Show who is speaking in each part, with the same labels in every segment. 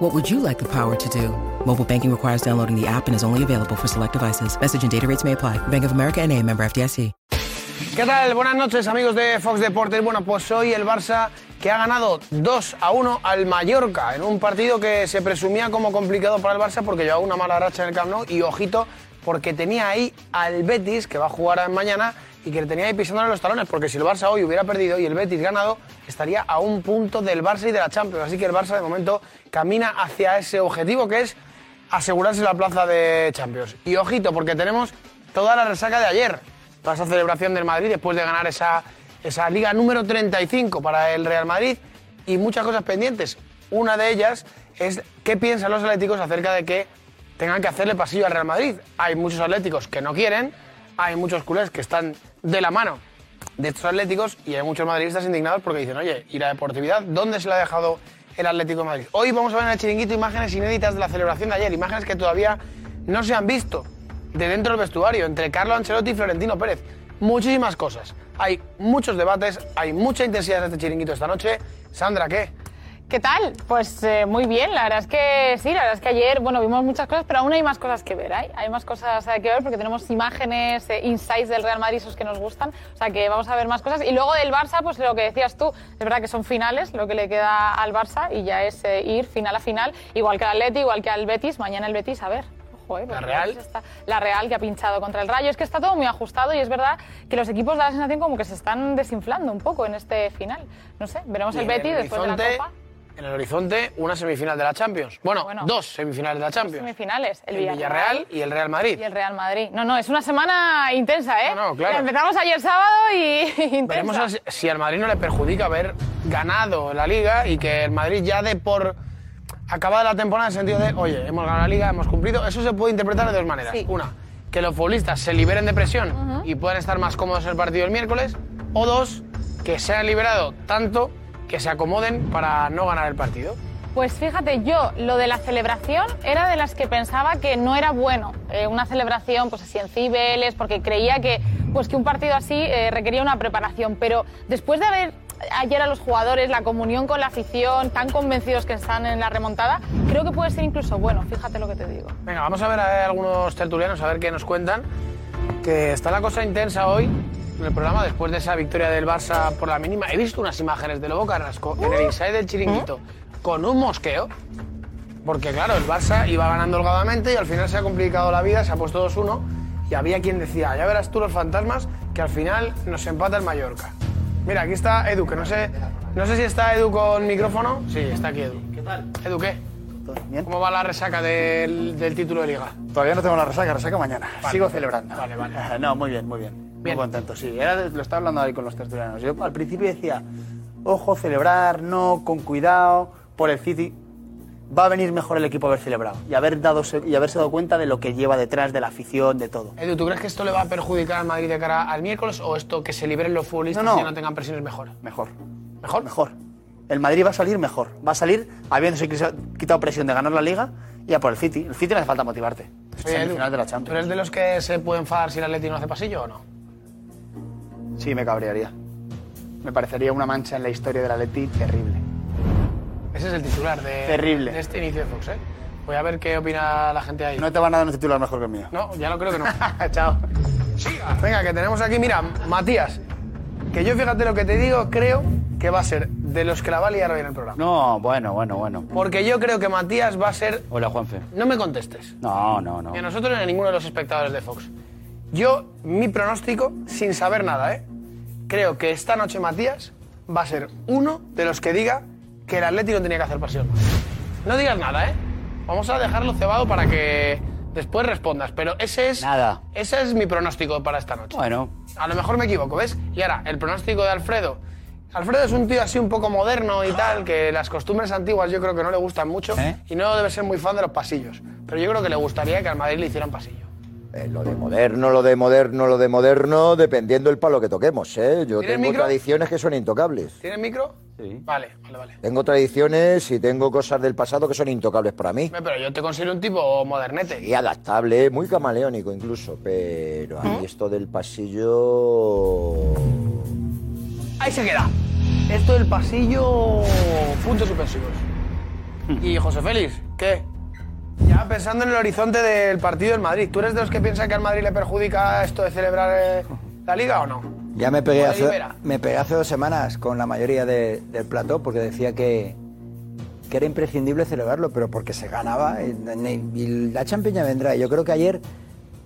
Speaker 1: What would you like the power to do? Mobile banking requires downloading the app and is only available for select devices. Message and data rates may apply. Bank of America and a member FDIC.
Speaker 2: ¿Qué tal? Buenas noches amigos de Fox Deportes. Bueno, pues hoy el Barça que ha ganado 2 a 1 al Mallorca en un partido que se presumía como complicado para el Barça porque llevaba una mala racha en el Camp Nou y ojito porque tenía ahí al Betis que va a jugar mañana y que le tenía ahí pisándole los talones porque si el Barça hoy hubiera perdido y el Betis ganado estaría a un punto del Barça y de la Champions. Así que el Barça de momento camina hacia ese objetivo que es asegurarse la plaza de Champions. Y ojito, porque tenemos toda la resaca de ayer, toda esa celebración del Madrid después de ganar esa, esa liga número 35 para el Real Madrid y muchas cosas pendientes. Una de ellas es qué piensan los atléticos acerca de que tengan que hacerle pasillo al Real Madrid. Hay muchos atléticos que no quieren, hay muchos culés que están de la mano de estos atléticos y hay muchos madridistas indignados porque dicen, oye, ¿y la deportividad dónde se la ha dejado el Atlético de Madrid? Hoy vamos a ver en el chiringuito imágenes inéditas de la celebración de ayer, imágenes que todavía no se han visto de dentro del vestuario, entre Carlo Ancelotti y Florentino Pérez. Muchísimas cosas. Hay muchos debates, hay mucha intensidad en este chiringuito esta noche. Sandra, ¿qué?
Speaker 3: ¿Qué tal? Pues eh, muy bien, la verdad es que sí, la verdad es que ayer, bueno, vimos muchas cosas, pero aún hay más cosas que ver, ¿eh? hay más cosas eh, que ver porque tenemos imágenes, eh, insights del Real Madrid, esos que nos gustan, o sea que vamos a ver más cosas. Y luego del Barça, pues lo que decías tú, es verdad que son finales lo que le queda al Barça y ya es eh, ir final a final, igual que al Atleti, igual que al Betis, mañana el Betis, a ver. Ojo, eh, porque
Speaker 2: Real.
Speaker 3: el Betis está- la Real que ha pinchado contra el Rayo, es que está todo muy ajustado y es verdad que los equipos da la sensación como que se están desinflando un poco en este final. No sé, veremos
Speaker 2: Y
Speaker 3: el
Speaker 2: en
Speaker 3: Betis después de la
Speaker 2: horizonte,
Speaker 3: Copa.
Speaker 2: En el horizonte, una semifinal de la Champions. Bueno,
Speaker 3: Bueno.
Speaker 2: dos semifinales de la Champions.
Speaker 3: semifinales, el
Speaker 2: el Villarreal y el Real Madrid.
Speaker 3: y el Real Madrid. No, no, es una semana intensa, ¿eh?
Speaker 2: No, no, claro.
Speaker 3: La Empezamos ayer sábado y intensa.
Speaker 2: Veremos a- si al Madrid no le perjudica haber ganado la liga y que el Madrid ya de por acabada la temporada en el sentido de, oye, hemos ganado la liga, hemos cumplido. Eso se puede interpretar de dos maneras.
Speaker 3: Sí.
Speaker 2: Una, que los futbolistas se liberen de presión y puedan estar más cómodos en el partido el miércoles. O dos, que se han liberado tanto que se acomoden para no ganar el partido.
Speaker 3: Pues fíjate, yo lo de la celebración era de las que pensaba que no era bueno. Eh, una celebración, pues así en Cibeles, porque creía que, pues, que un partido así eh, requería una preparación. Pero después de haber ayer a los jugadores, la comunión con la afición, tan convencidos que están en la remontada, creo que puede ser incluso bueno, fíjate lo que te digo.
Speaker 2: Venga, vamos a ver a algunos tertulianos, a ver qué nos cuentan. Que está la cosa intensa hoy en el programa, después de esa victoria del Barça por la mínima. He visto unas imágenes de Lobo Carrasco en el inside del chiringuito con un mosqueo. Porque claro, el Barça iba ganando holgadamente y al final se ha complicado la vida, se ha puesto 2-1 y había quien decía, ya verás tú los fantasmas, que al final nos empata el Mallorca. Mira, aquí está Edu, que no sé, no sé si está Edu con micrófono. Sí, está aquí Edu. ¿Qué tal? Edu, ¿qué? ¿Cómo va la resaca del, del título de liga?
Speaker 4: Todavía no tengo la resaca, resaca mañana. Sigo celebrando.
Speaker 2: Vale, vale.
Speaker 4: No, muy bien, muy bien.
Speaker 2: Bien.
Speaker 4: Muy contento, sí. Era de- lo estaba hablando ahí con los tertulianos. Yo al principio decía, ojo, celebrar, no, con cuidado, por el City. Va a venir mejor el equipo haber celebrado y, haber dado, y haberse dado cuenta de lo que lleva detrás, de la afición, de todo.
Speaker 2: Edu, ¿tú crees que esto le va a perjudicar al Madrid de cara al miércoles o esto que se liberen los futbolistas
Speaker 4: No, no.
Speaker 2: y no tengan presiones mejor?
Speaker 4: Mejor.
Speaker 2: ¿Mejor?
Speaker 4: Mejor. El Madrid va a salir mejor. Va a salir habiéndose quis- quitado presión de ganar la liga y a por el City. El City no hace falta motivarte. Es
Speaker 2: Oye, Edu,
Speaker 4: semifinal de la
Speaker 2: ¿Tú
Speaker 4: Champions.
Speaker 2: eres de los que se puede enfadar si el Atleti no hace pasillo o no?
Speaker 4: Sí, me cabrearía. Me parecería una mancha en la historia del Atleti terrible.
Speaker 2: Ese es el titular de,
Speaker 4: Terrible.
Speaker 2: de este inicio de Fox, ¿eh? Voy a ver qué opina la gente ahí.
Speaker 4: No te van a dar un titular mejor que el mío.
Speaker 2: No, ya lo creo que no.
Speaker 4: Chao.
Speaker 2: Venga, que tenemos aquí, mira, Matías, que yo fíjate lo que te digo, creo que va a ser de los que la va a liar hoy en el programa.
Speaker 4: No, bueno, bueno, bueno.
Speaker 2: Porque yo creo que Matías va a ser...
Speaker 4: Hola, Juanfe.
Speaker 2: No me contestes.
Speaker 4: No, no, no.
Speaker 2: Ni a nosotros ni a ninguno de los espectadores de Fox. Yo, mi pronóstico, sin saber nada, ¿eh? Creo que esta noche Matías va a ser uno de los que diga que el Atlético no tenía que hacer pasión. No digas nada, ¿eh? Vamos a dejarlo cebado para que después respondas, pero ese es...
Speaker 4: Nada.
Speaker 2: Ese es mi pronóstico para esta noche.
Speaker 4: Bueno,
Speaker 2: A lo mejor me equivoco, ¿ves? Y ahora, el pronóstico de Alfredo. Alfredo es un tío así un poco moderno y tal, que las costumbres antiguas yo creo que no le gustan mucho
Speaker 4: ¿Eh?
Speaker 2: y no debe ser muy fan de los pasillos. Pero yo creo que le gustaría que al Madrid le hicieran pasillo.
Speaker 5: Eh, lo de moderno, lo de moderno, lo de moderno, dependiendo el palo que toquemos, ¿eh? Yo
Speaker 2: ¿Tienes
Speaker 5: tengo
Speaker 2: micro?
Speaker 5: tradiciones que son intocables.
Speaker 2: ¿Tienes micro? Sí. Vale, vale, vale.
Speaker 5: Tengo tradiciones y tengo cosas del pasado que son intocables para mí.
Speaker 2: Pero yo te considero un tipo modernete.
Speaker 5: Y adaptable, muy camaleónico incluso, pero a mí esto del pasillo...
Speaker 2: Ahí se queda. Esto del pasillo. Puntos suspensivos. Y José Félix, ¿qué? Ya pensando en el horizonte del partido del Madrid, ¿tú eres de los que piensa que al Madrid le perjudica esto de celebrar eh, la liga o no?
Speaker 6: Ya me pegué,
Speaker 2: Madrid
Speaker 6: hace,
Speaker 2: libera.
Speaker 6: me pegué hace dos semanas con la mayoría de- del plató porque decía que, que era imprescindible celebrarlo, pero porque se ganaba y, y la Champions ya vendrá. Yo creo que ayer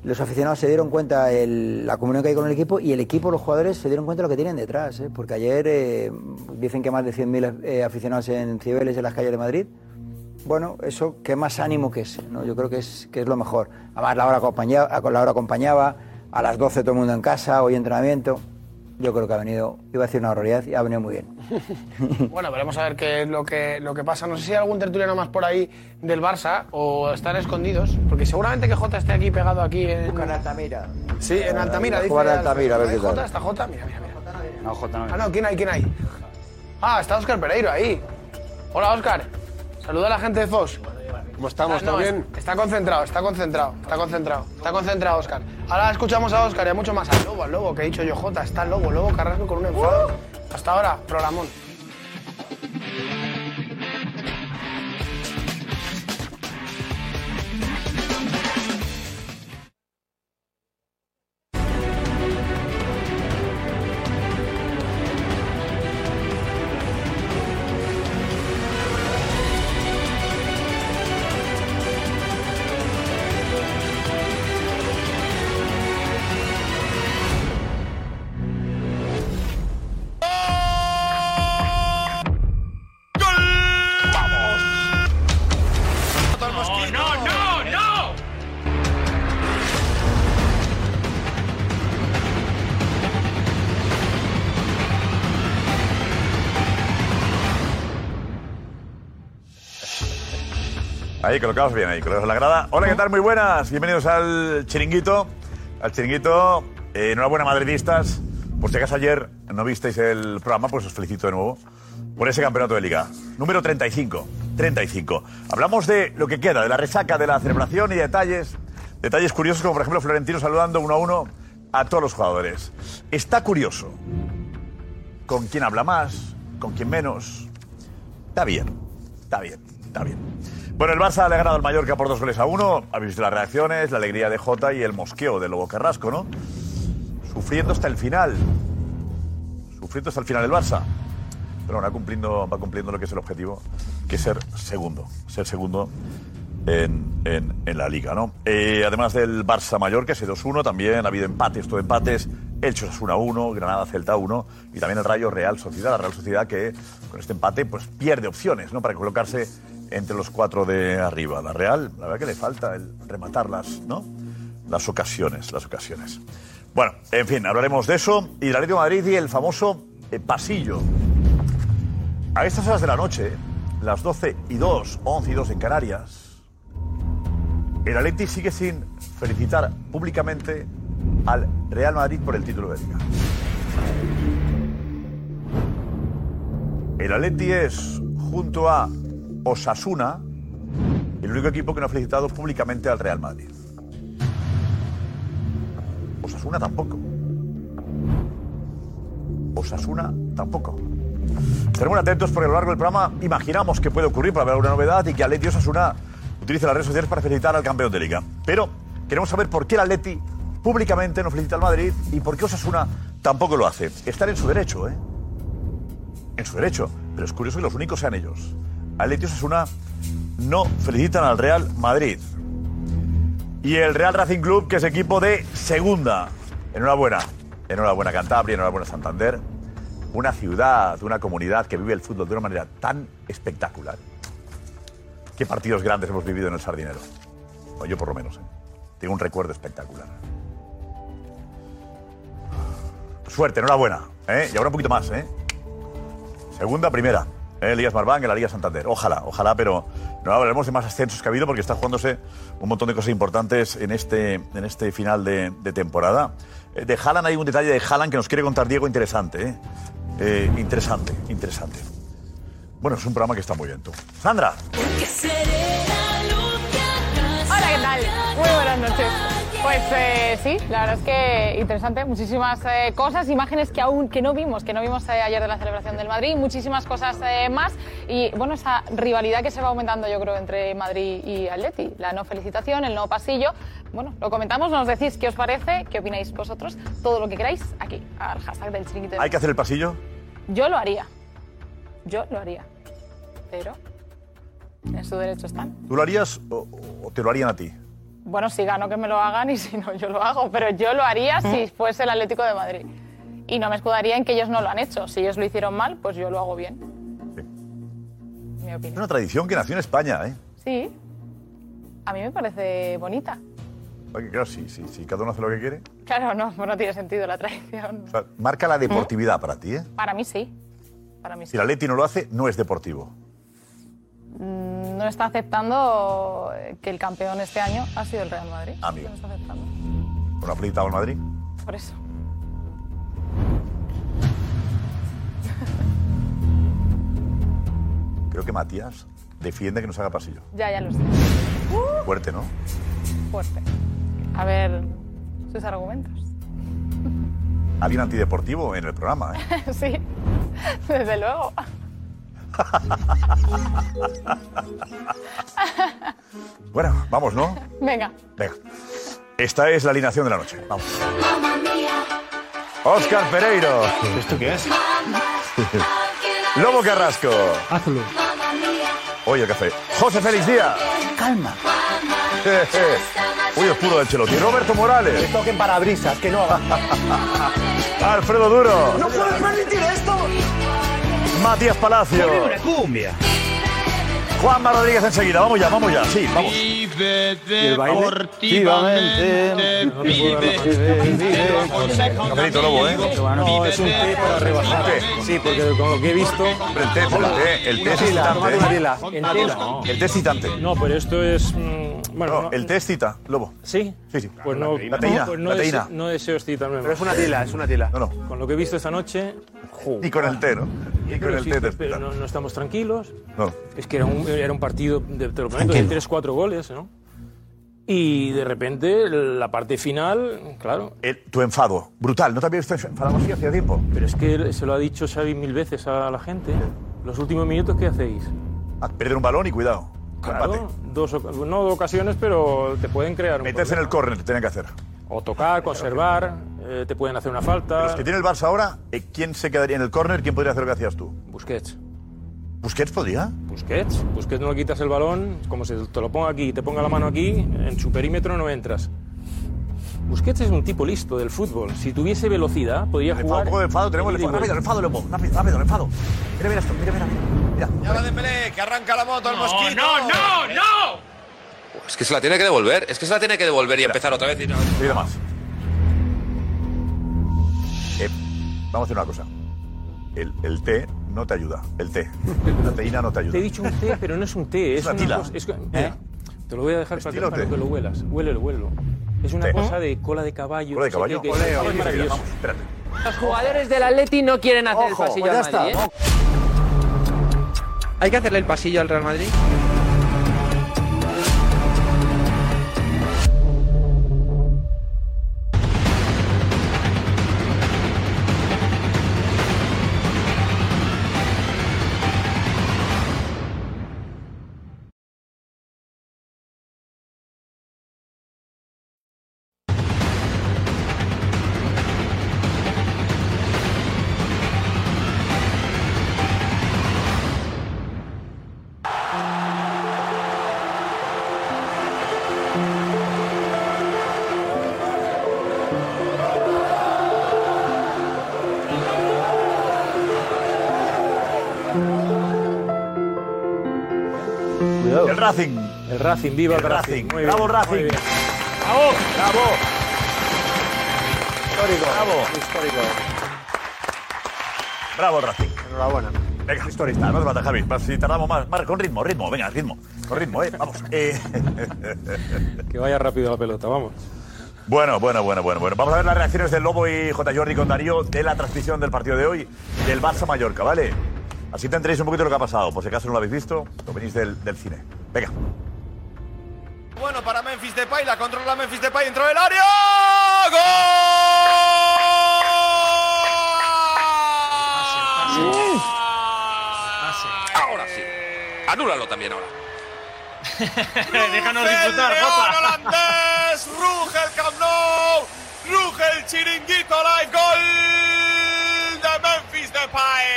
Speaker 6: los aficionados se dieron cuenta el- la comunión que hay con el equipo y el equipo, los jugadores, se dieron cuenta de lo que tienen detrás. ¿eh? Porque ayer eh, dicen que más de 100.000 eh, aficionados en Cibeles, en las calles de Madrid. Bueno, eso que más ánimo que es, ¿no? Yo creo que es, que es lo mejor. Además, la hora, acompañaba, la hora acompañaba, a las 12 todo el mundo en casa, hoy entrenamiento. Yo creo que ha venido, iba a decir una horroridad, y ha venido muy bien.
Speaker 2: bueno, veremos a ver qué es lo que, lo que pasa. No sé si hay algún tertuliano más por ahí del Barça o están escondidos, porque seguramente que Jota esté aquí pegado aquí en.
Speaker 6: Altamira.
Speaker 2: Sí, en Altamira,
Speaker 5: Voy a
Speaker 2: dice.
Speaker 5: jugar a Altamira, a ver
Speaker 2: ¿Hay
Speaker 5: qué tal.
Speaker 2: Jota? ¿Está Jota? Mira, mira, mira.
Speaker 7: No, Jota, no.
Speaker 2: Ah, no, ¿quién hay? ¿Quién hay? Ah, está Óscar Pereiro ahí. Hola, Óscar. Saluda a la gente de Fox.
Speaker 8: ¿Cómo estamos?
Speaker 2: Ah,
Speaker 8: ¿Todo
Speaker 2: no,
Speaker 8: bien?
Speaker 2: es- Está concentrado, está concentrado, está concentrado, está concentrado, Oscar. Ahora escuchamos a Oscar y a mucho más. Al lobo, al lobo, que he dicho yo, Jota, está el lobo, lobo Carrasco con un enfado. Hasta ahora, programón.
Speaker 9: Ahí, colocados bien, ahí, colocados en la grada. Hola, ¿qué tal? Muy buenas. Bienvenidos al chiringuito. Al chiringuito. Eh, enhorabuena, madridistas. Por si acaso ayer no visteis el programa, pues os felicito de nuevo por ese campeonato de liga. Número 35. 35. Hablamos de lo que queda, de la resaca, de la celebración y detalles. Detalles curiosos, como por ejemplo Florentino saludando uno a uno a todos los jugadores. Está curioso. ¿Con quién habla más? ¿Con quién menos? Está bien. Está bien. Está bien. Bueno, el Barça le ha ganado al Mallorca por dos goles a uno. Habéis visto las reacciones, la alegría de Jota y el mosqueo de Lobo Carrasco, ¿no? Sufriendo hasta el final. Sufriendo hasta el final el Barça. Pero bueno, va cumpliendo, va cumpliendo lo que es el objetivo, que es ser segundo. Ser segundo en, en- en la liga, ¿no? Eh, además del Barça Mallorca, ese 2-1, también ha habido empates, todo empates. El Chosas 1-1, Granada Celta 1 y también el Rayo Real Sociedad. La Real Sociedad que con este empate pues pierde opciones, ¿no? Para colocarse entre los cuatro de arriba. La Real, la verdad que le falta el rematarlas, ¿no? Las ocasiones, las ocasiones. Bueno, en fin, hablaremos de eso y del Atlético de Madrid y el famoso eh, pasillo. A estas horas de la noche, las 12 y 2, 11 y 2 en Canarias, el Atleti sigue sin felicitar públicamente al Real Madrid por el título de Liga. El Atleti es, junto a Osasuna, el único equipo que no ha felicitado públicamente al Real Madrid. Osasuna tampoco. Osasuna tampoco. Estaremos atentos porque a lo largo del programa imaginamos que puede ocurrir para haber alguna novedad y que Atleti Osasuna utilice las redes sociales para felicitar al campeón de liga. Pero queremos saber por qué el Atleti públicamente no felicita al Madrid y por qué Osasuna tampoco lo hace. Están en su derecho, ¿eh? En su derecho. Pero es curioso que los únicos sean ellos. Atleti y Osasuna no felicitan al Real Madrid. Y el Real Racing Club, que es equipo de segunda. Enhorabuena. Enhorabuena Cantabria, enhorabuena Santander una ciudad, una comunidad que vive el fútbol de una manera tan espectacular. ¿Qué partidos grandes hemos vivido en el Sardinero? O yo por lo menos. ¿eh? Tengo un recuerdo espectacular. Suerte, enhorabuena. ¿eh? Y ahora un poquito más. ¿eh? Segunda, primera. ¿eh? Liga Smartbank en la Liga Santander. Ojalá, ojalá, pero No hablaremos de más ascensos que ha habido porque está jugándose un montón de cosas importantes en este, en este final de, de temporada. Eh, De Haaland hay un detalle de Haaland que nos quiere contar Diego interesante. ¿eh? Eh, interesante, interesante. Bueno, es un programa que está muy bien tú. Sandra,
Speaker 3: Hola, ¿qué tal? Muy buenas noches. Pues eh, sí, la verdad es que interesante, muchísimas eh, cosas, imágenes que aún que no vimos, que no vimos eh, ayer de la celebración del Madrid, muchísimas cosas eh, más y bueno, esa rivalidad que se va aumentando yo creo entre Madrid y Atleti, la no felicitación, el no pasillo, bueno, lo comentamos, nos decís qué os parece, qué opináis vosotros, todo lo que queráis aquí, al hashtag del chiringuito.
Speaker 9: ¿hay que hacer el pasillo?
Speaker 3: Yo lo haría, yo lo haría, pero en su derecho están.
Speaker 9: ¿Tú lo harías o, o te lo harían a ti?
Speaker 3: Bueno, si gano que me lo hagan y si no yo lo hago, pero yo lo haría si fuese el Atlético de Madrid. Y no me escudaría en que ellos no lo han hecho. Si ellos lo hicieron mal, pues yo lo hago bien. Mi
Speaker 9: Es
Speaker 3: opinión.
Speaker 9: una tradición que nació en España, ¿eh?
Speaker 3: Sí. A mí me parece bonita.
Speaker 9: Porque, claro, si, si, si cada uno hace lo que quiere.
Speaker 3: Claro, no, pues no tiene sentido la traición.
Speaker 9: O sea, marca la deportividad para ti, ¿eh?
Speaker 3: Para mí sí. Para mí sí.
Speaker 9: Si la Leti no lo hace, no es deportivo.
Speaker 3: Mm, No está aceptando eh, que el campeón este año ha sido el Real Madrid.
Speaker 9: Amigo.
Speaker 3: No está aceptando.
Speaker 9: Una felicita al Madrid.
Speaker 3: Por eso.
Speaker 9: Creo que Matías defiende que nos haga pasillo.
Speaker 3: Ya, ya lo sé.
Speaker 9: Fuerte, ¿no?
Speaker 3: Fuerte. A ver sus argumentos.
Speaker 9: Había un antideportivo en el programa, ¿eh?
Speaker 3: Sí, desde luego.
Speaker 9: Bueno, vamos, ¿no?
Speaker 3: Venga.
Speaker 9: Venga. Esta es la alineación de la noche. Vamos. Óscar Pereiro.
Speaker 10: ¿Esto qué es?
Speaker 9: Lobo Carrasco.
Speaker 10: Hazlo.
Speaker 9: Oye, el café. José Félix Díaz.
Speaker 7: Calma.
Speaker 9: Uy, oscuro del Chelotti. Roberto Morales.
Speaker 7: Que toquen parabrisas, que no hagan.
Speaker 9: Alfredo Duro.
Speaker 7: ¡No puedes permitir esto!
Speaker 9: Matías Palacio.
Speaker 10: Una cumbia.
Speaker 9: Juanma Rodríguez enseguida. Vamos ya, vamos ya. Sí, vamos.
Speaker 11: Vive
Speaker 7: el baile?
Speaker 11: deportivamente,
Speaker 7: Activamente.
Speaker 11: vive, te lo aconsejo un
Speaker 9: Cafelito lobo, ¿eh?
Speaker 11: amigo,
Speaker 10: No,
Speaker 11: vive
Speaker 10: es un té para rebajar.
Speaker 9: té.
Speaker 10: Sí, porque con lo que he visto.
Speaker 9: Hombre, el té, el té, el té es excitante. ¿eh?
Speaker 10: No,
Speaker 9: El té excitante.
Speaker 12: No, pero esto es. mm, bueno,
Speaker 9: No,
Speaker 12: no-
Speaker 9: el té excita, Lobo.
Speaker 12: ¿Sí?
Speaker 9: Sí, sí.
Speaker 12: Pues no.
Speaker 9: La teína,
Speaker 12: pues no,
Speaker 9: la
Speaker 12: dese-
Speaker 9: teína.
Speaker 12: no deseo excitarme
Speaker 10: Pero es
Speaker 12: más.
Speaker 10: una tila, es una tila.
Speaker 9: No, no.
Speaker 12: Con lo que he visto esta noche. jo,
Speaker 9: Ni con el té, ¿no? Ni con
Speaker 12: pero
Speaker 9: el
Speaker 12: sí,
Speaker 9: té te
Speaker 12: pero
Speaker 9: excita.
Speaker 12: no, no estamos tranquilos.
Speaker 9: No.
Speaker 12: Es que era un, era un partido, de, te lo prometo, de 3-4 goles, ¿no? Y de repente la parte final, claro.
Speaker 9: El- tu enfado, brutal. ¿No te había visto enfadado así hacía tiempo?
Speaker 12: Pero es que se lo ha dicho Xavi mil veces a la gente. Los últimos minutos, ¿qué hacéis?
Speaker 9: A perder un balón y cuidado.
Speaker 12: Claro,
Speaker 9: Empate.
Speaker 12: dos, oca- no dos ocasiones, pero te pueden crear un
Speaker 9: Meterse en el córner, tenía que hacer.
Speaker 12: problema. O tocar, conservar, eh, te pueden hacer una falta.
Speaker 9: Los que tiene el Barça ahora, eh, ¿quién se quedaría en el córner? ¿Quién podría hacer lo que hacías tú?
Speaker 12: Busquets.
Speaker 9: ¿Busquets podría?
Speaker 12: Busquets. Busquets no le quitas el balón, como si te lo ponga aquí y te ponga la mano aquí, en su perímetro no entras. Busquets es un tipo listo del fútbol. Si tuviese velocidad, podría
Speaker 9: El enfado, un
Speaker 12: jugar.
Speaker 9: poco de enfado, tenemos el
Speaker 12: Ida y
Speaker 9: enfado. Rápido, el
Speaker 12: vuelta.
Speaker 9: enfado, Lobo. Rápido, rápido, el enfado. Mira, mira esto, mira, mira. mira.
Speaker 11: Ya va de Pelé, que arranca la moto, el mosquito.
Speaker 13: Es que se la tiene que devolver, es que se la tiene que devolver y empezar otra vez. y no-
Speaker 9: Mira más. Eh, vamos a hacer una cosa. El, el té no te ayuda. El té. La teína no te ayuda.
Speaker 12: Te he dicho un té, pero no es un té. Es,
Speaker 9: una tila. ¿Eh?
Speaker 12: cosa- es que- mira, Te lo voy a dejar para que,
Speaker 9: Estilo
Speaker 12: para
Speaker 9: té.
Speaker 12: que lo huelas. Huélelo, huélelo. Es una
Speaker 9: Té.
Speaker 12: cosa de cola de caballo.
Speaker 9: Cola de
Speaker 12: no sé qué,
Speaker 9: caballo.
Speaker 12: que-
Speaker 9: Ole,
Speaker 12: es
Speaker 9: ole, mira,
Speaker 12: maravilloso.
Speaker 9: vamos, espérate.
Speaker 14: Los jugadores del Atleti no quieren hacer
Speaker 7: Ojo,
Speaker 14: el pasillo
Speaker 7: pues
Speaker 14: al
Speaker 7: ya
Speaker 14: Madrid.
Speaker 7: está.
Speaker 14: ¿eh? Hay que hacerle el pasillo al Real Madrid.
Speaker 7: Cuidado.
Speaker 9: El Racing.
Speaker 12: El Racing, viva el,
Speaker 9: El Racing.
Speaker 12: Racing. Muy
Speaker 9: Bravo,
Speaker 12: bien,
Speaker 9: Racing.
Speaker 12: muy bien.
Speaker 9: ¡Bravo!
Speaker 7: Histórico.
Speaker 9: Bravo.
Speaker 7: Histórico.
Speaker 9: ¡Bravo, Racing!
Speaker 7: Enhorabuena.
Speaker 9: Venga, historista, no te mata, Javi. Vas- Si tardamos más, más, con ritmo, ritmo, venga, ritmo. Con ritmo, eh, vamos. Eh.
Speaker 12: Que vaya rápido la pelota, vamos.
Speaker 9: Bueno, bueno, bueno, bueno, bueno. Vamos a ver las reacciones del Lobo y J. Jordi con Darío de la transmisión del partido de hoy del Barça Mallorca, ¿vale? Así tendréis un poquito lo que ha pasado, por si acaso no lo habéis visto, lo venís del, del cine. Venga.
Speaker 11: Bueno, para Memphis Depay, la controla Memphis Depay, entró el área. ¡Gol!
Speaker 9: Ah,
Speaker 15: Ahora sí. Anúlalo también ahora.
Speaker 11: Déjanos
Speaker 15: disfrutar,
Speaker 11: el león
Speaker 15: Jota.
Speaker 11: holandés, ruge el Camp Nou, ruge el chiringuito live, gol de Memphis Depay.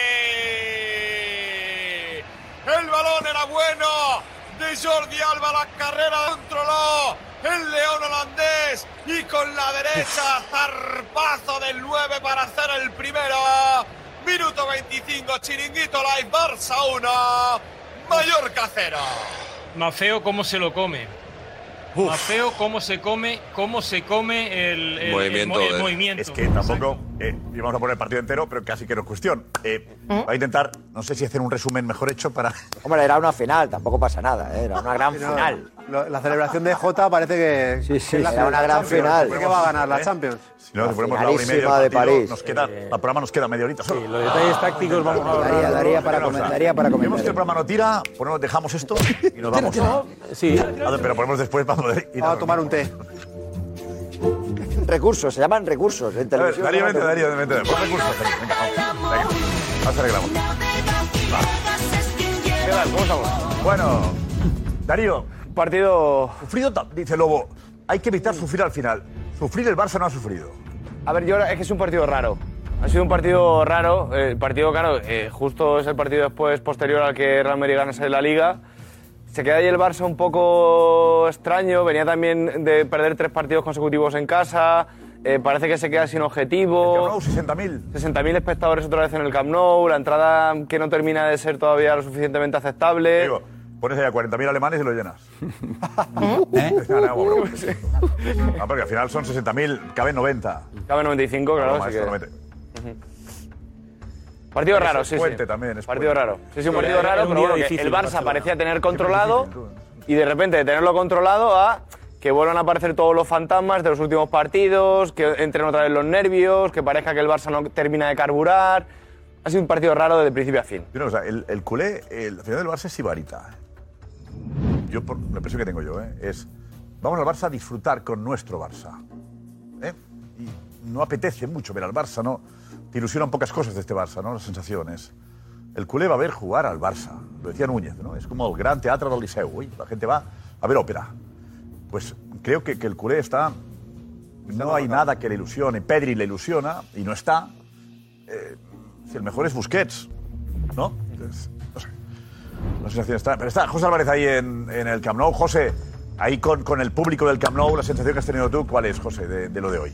Speaker 11: El balón era bueno de Jordi Alba, la carrera controló el león holandés y con la derecha zarpazo del 9 para hacer el primero. Minuto 25, chiringuito live, Barça 1, Mallorca 0.
Speaker 14: Mafeo cómo se lo come. Mafeo cómo se come, cómo se come el, el- el mo- el movimiento.
Speaker 9: Es que tampoco eh, íbamos a poner el partido entero, pero casi que no es cuestión. Eh, voy a intentar, no sé si hacer un resumen mejor hecho para.
Speaker 5: Hombre, era una final, tampoco pasa nada, ¿eh? era una gran
Speaker 9: Pero-
Speaker 5: final.
Speaker 7: Lo- La celebración de Jota parece que que es la
Speaker 5: será una gran
Speaker 7: Champions.
Speaker 5: final.
Speaker 7: ¿Por qué va a ganar la
Speaker 9: ¿Eh?
Speaker 7: Champions?
Speaker 9: Si no,
Speaker 5: La
Speaker 9: si ponemos la hora y media del
Speaker 5: finalísima de
Speaker 9: partido,
Speaker 5: París.
Speaker 9: Nos queda,
Speaker 16: Eh,
Speaker 9: La programa nos queda media horita. Ah, Sí,
Speaker 12: los detalles tácticos vamos a hablar.
Speaker 9: Daría,
Speaker 12: daría para comentar, daría para comentar.
Speaker 9: Vemos que el programa no tira, ponemos, dejamos esto y nos vamos.
Speaker 12: Sí.
Speaker 9: Pero ponemos después para poder ir a tomar
Speaker 7: un té.
Speaker 5: Recursos, se llaman recursos en
Speaker 9: A ver,
Speaker 5: televisión.
Speaker 9: Darío,
Speaker 5: se
Speaker 9: vente,
Speaker 5: llaman
Speaker 9: Darío,
Speaker 5: recursos.
Speaker 9: vente. vente. Pon recursos. Darío, Venga, vamos. Venga, vamos, arreglamos. Va. ¿Qué tal? ¿Cómo estamos? Bueno, Darío.
Speaker 16: Partido...
Speaker 9: Sufrido, ta- dice Lobo. Hay que evitar sufrir al final. Sufrir el Barça no ha sufrido.
Speaker 16: A ver, yo ahora- es que es un partido raro. Ha sido un partido raro. eh, El partido, claro, eh, justo es el partido después, posterior al que Real Madrid gana esa- la Liga. Se queda ahí el Barça un poco extraño. Venía también de perder tres partidos consecutivos en casa. eh, parece que se queda sin objetivo.
Speaker 9: 60.000.
Speaker 16: 60.000 espectadores otra vez en el Camp Nou. La entrada que no termina de ser todavía lo suficientemente aceptable.
Speaker 9: Digo, pones ahí a 40.000 alemanes y lo llenas. ¿Eh? Ah, porque al final son 60.000, caben 90.
Speaker 16: Cabe 95, claro.
Speaker 9: Broma,
Speaker 16: así
Speaker 9: esto
Speaker 16: que-
Speaker 9: lo mete.
Speaker 16: Partido
Speaker 9: Eso
Speaker 16: raro,
Speaker 9: es
Speaker 16: sí,
Speaker 9: puente
Speaker 16: sí.
Speaker 9: también, es
Speaker 16: partido
Speaker 9: puente.
Speaker 16: raro. Sí, sí, un
Speaker 9: Pero
Speaker 16: partido
Speaker 9: era
Speaker 16: raro,
Speaker 9: un
Speaker 16: pero
Speaker 9: día
Speaker 16: bueno, que
Speaker 9: difícil,
Speaker 16: el Barça
Speaker 9: Barcelona.
Speaker 16: parecía tener controlado y de repente de tenerlo controlado a que vuelvan a aparecer todos los fantasmas de los últimos partidos, que entren otra vez los nervios, que parezca que el Barça no termina de carburar. Ha sido un partido raro desde principio a fin.
Speaker 9: Yo no, o sea, el, el culé, el, al final del Barça es Ibarita. Yo, por la impresión que tengo yo, ¿eh? es. Vamos al Barça a disfrutar con nuestro Barça. ¿eh? Y no apetece mucho ver al Barça, ¿no? Te ilusionan pocas cosas de este Barça, ¿no? Las sensaciones. El culé va a ver jugar al Barça, lo decía Núñez, ¿no? Es como el gran teatro del Liceu, uy, la gente va a ver ópera. Pues creo que, que el culé está. No hay nada que le ilusione. Pedri le ilusiona y no está. Eh, si el mejor es Busquets, ¿no? Entonces, no sé. La sensación está. Pero está José Álvarez ahí en, en el Camp Nou. José, ahí con, con el público del Camp Nou, la sensación que has tenido tú, ¿cuál es, José, de, de lo de hoy?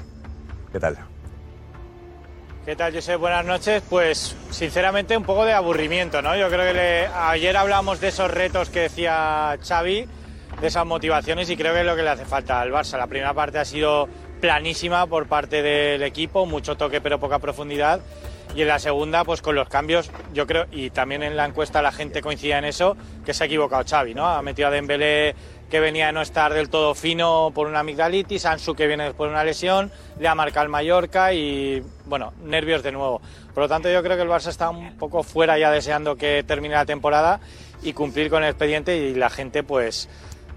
Speaker 9: ¿Qué tal?
Speaker 17: ¿Qué tal, Josep? Buenas noches. Pues, sinceramente, un poco de aburrimiento, ¿no? Yo creo que le- ayer hablamos de esos retos que decía Xavi, de esas motivaciones, y creo que es lo que le hace falta al Barça. La primera parte ha sido planísima por parte del equipo, mucho toque pero poca profundidad. Y en la segunda, pues con los cambios, yo creo, y también en la encuesta la gente coincidía en eso, que se ha equivocado Xavi, ¿no? Ha metido a Dembélé que venía de no estar del todo fino por una amigdalitis, Ansu que viene después de una lesión, le ha marcado el Mallorca y, bueno, nervios de nuevo. Por lo tanto, yo creo que el Barça está un poco fuera ya deseando que termine la temporada y cumplir con el expediente y la gente, pues,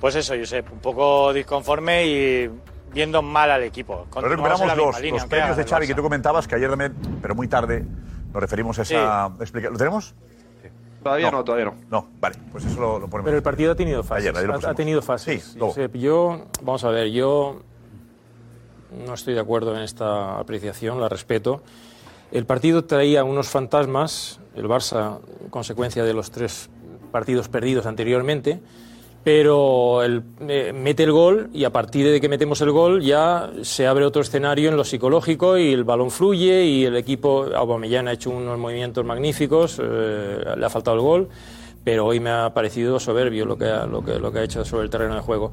Speaker 17: pues eso, Josep, un poco disconforme y viendo mal al equipo.
Speaker 9: Nos
Speaker 17: Continuamos en
Speaker 9: recuperamos
Speaker 17: la misma
Speaker 9: los,
Speaker 17: línea,
Speaker 9: los
Speaker 17: aunque haya
Speaker 9: premios
Speaker 17: ganado
Speaker 9: de
Speaker 17: el
Speaker 9: Xavi
Speaker 17: Barça.
Speaker 9: que tú comentabas, que ayer también, pero muy tarde, nos referimos a esa explica- ¿Lo tenemos?
Speaker 12: Todavía
Speaker 9: no, todavía no. No, vale, pues eso lo, lo ponemos.
Speaker 12: Pero el partido ha tenido fases.
Speaker 9: Ayer, ayer lo
Speaker 12: ha, ha
Speaker 9: pusimos.
Speaker 12: tenido fases.
Speaker 9: Sí, Lobo.
Speaker 12: Josep, yo, vamos a ver, yo no estoy de acuerdo en esta apreciación, la respeto. El partido traía unos fantasmas, el Barça, consecuencia de los tres partidos perdidos anteriormente, pero el- eh, mete el gol y a partir de que metemos el gol ya se abre otro escenario en lo psicológico y el balón fluye y el equipo, Aubameyang ha hecho unos movimientos magníficos, eh, le ha faltado el gol, pero hoy me ha parecido soberbio lo que ha, lo que, lo que ha hecho sobre el terreno de juego.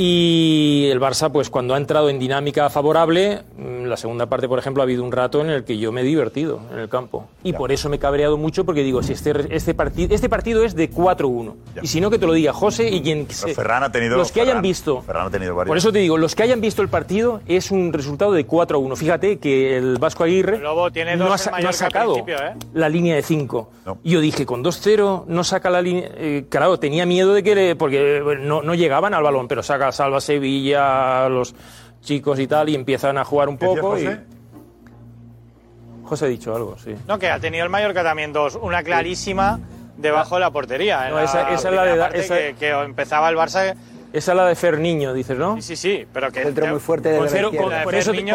Speaker 12: Y el Barça, pues cuando ha entrado en dinámica favorable, mm, la segunda parte, por ejemplo, ha habido un rato en el que yo me he divertido en el campo. Y por eso me he cabreado mucho porque digo, si este, este, partido este partido es de 4-1. Y si no, que te lo diga José y quien se-
Speaker 9: Ferran ha tenido.
Speaker 12: Los que
Speaker 9: Ferran-
Speaker 12: hayan visto.
Speaker 9: Ferran ha tenido varios.
Speaker 12: Por eso te digo, los que hayan visto el partido es un resultado de 4-1. Fíjate que el Vasco Aguirre
Speaker 17: tiene
Speaker 12: no,
Speaker 17: dos
Speaker 12: ha,
Speaker 17: en
Speaker 12: sa- no ha
Speaker 17: Mallorca al
Speaker 12: sacado
Speaker 17: principio, ¿eh?
Speaker 12: la línea de 5. Yo dije, con 2-0 no saca la línea... eh, claro, tenía miedo de que... le- porque eh, no, no llegaban al balón, pero saca Salva Sevilla, los chicos y tal, y empiezan a jugar un poco.
Speaker 17: José?
Speaker 12: y- José ha dicho algo, sí.
Speaker 17: No, que ha tenido el Mallorca también dos. Una clarísima debajo de la portería. en
Speaker 12: No, esa- esa es la
Speaker 17: primera
Speaker 12: de-
Speaker 17: parte
Speaker 12: esa-
Speaker 17: que, que empezaba el Barça.
Speaker 12: Esa es la de Ferniño, dices, ¿no?
Speaker 17: Sí, sí, pero que.
Speaker 6: Centro muy fuerte de
Speaker 17: con
Speaker 6: la
Speaker 17: cero-
Speaker 6: izquierda.
Speaker 17: con- por eso- por- con-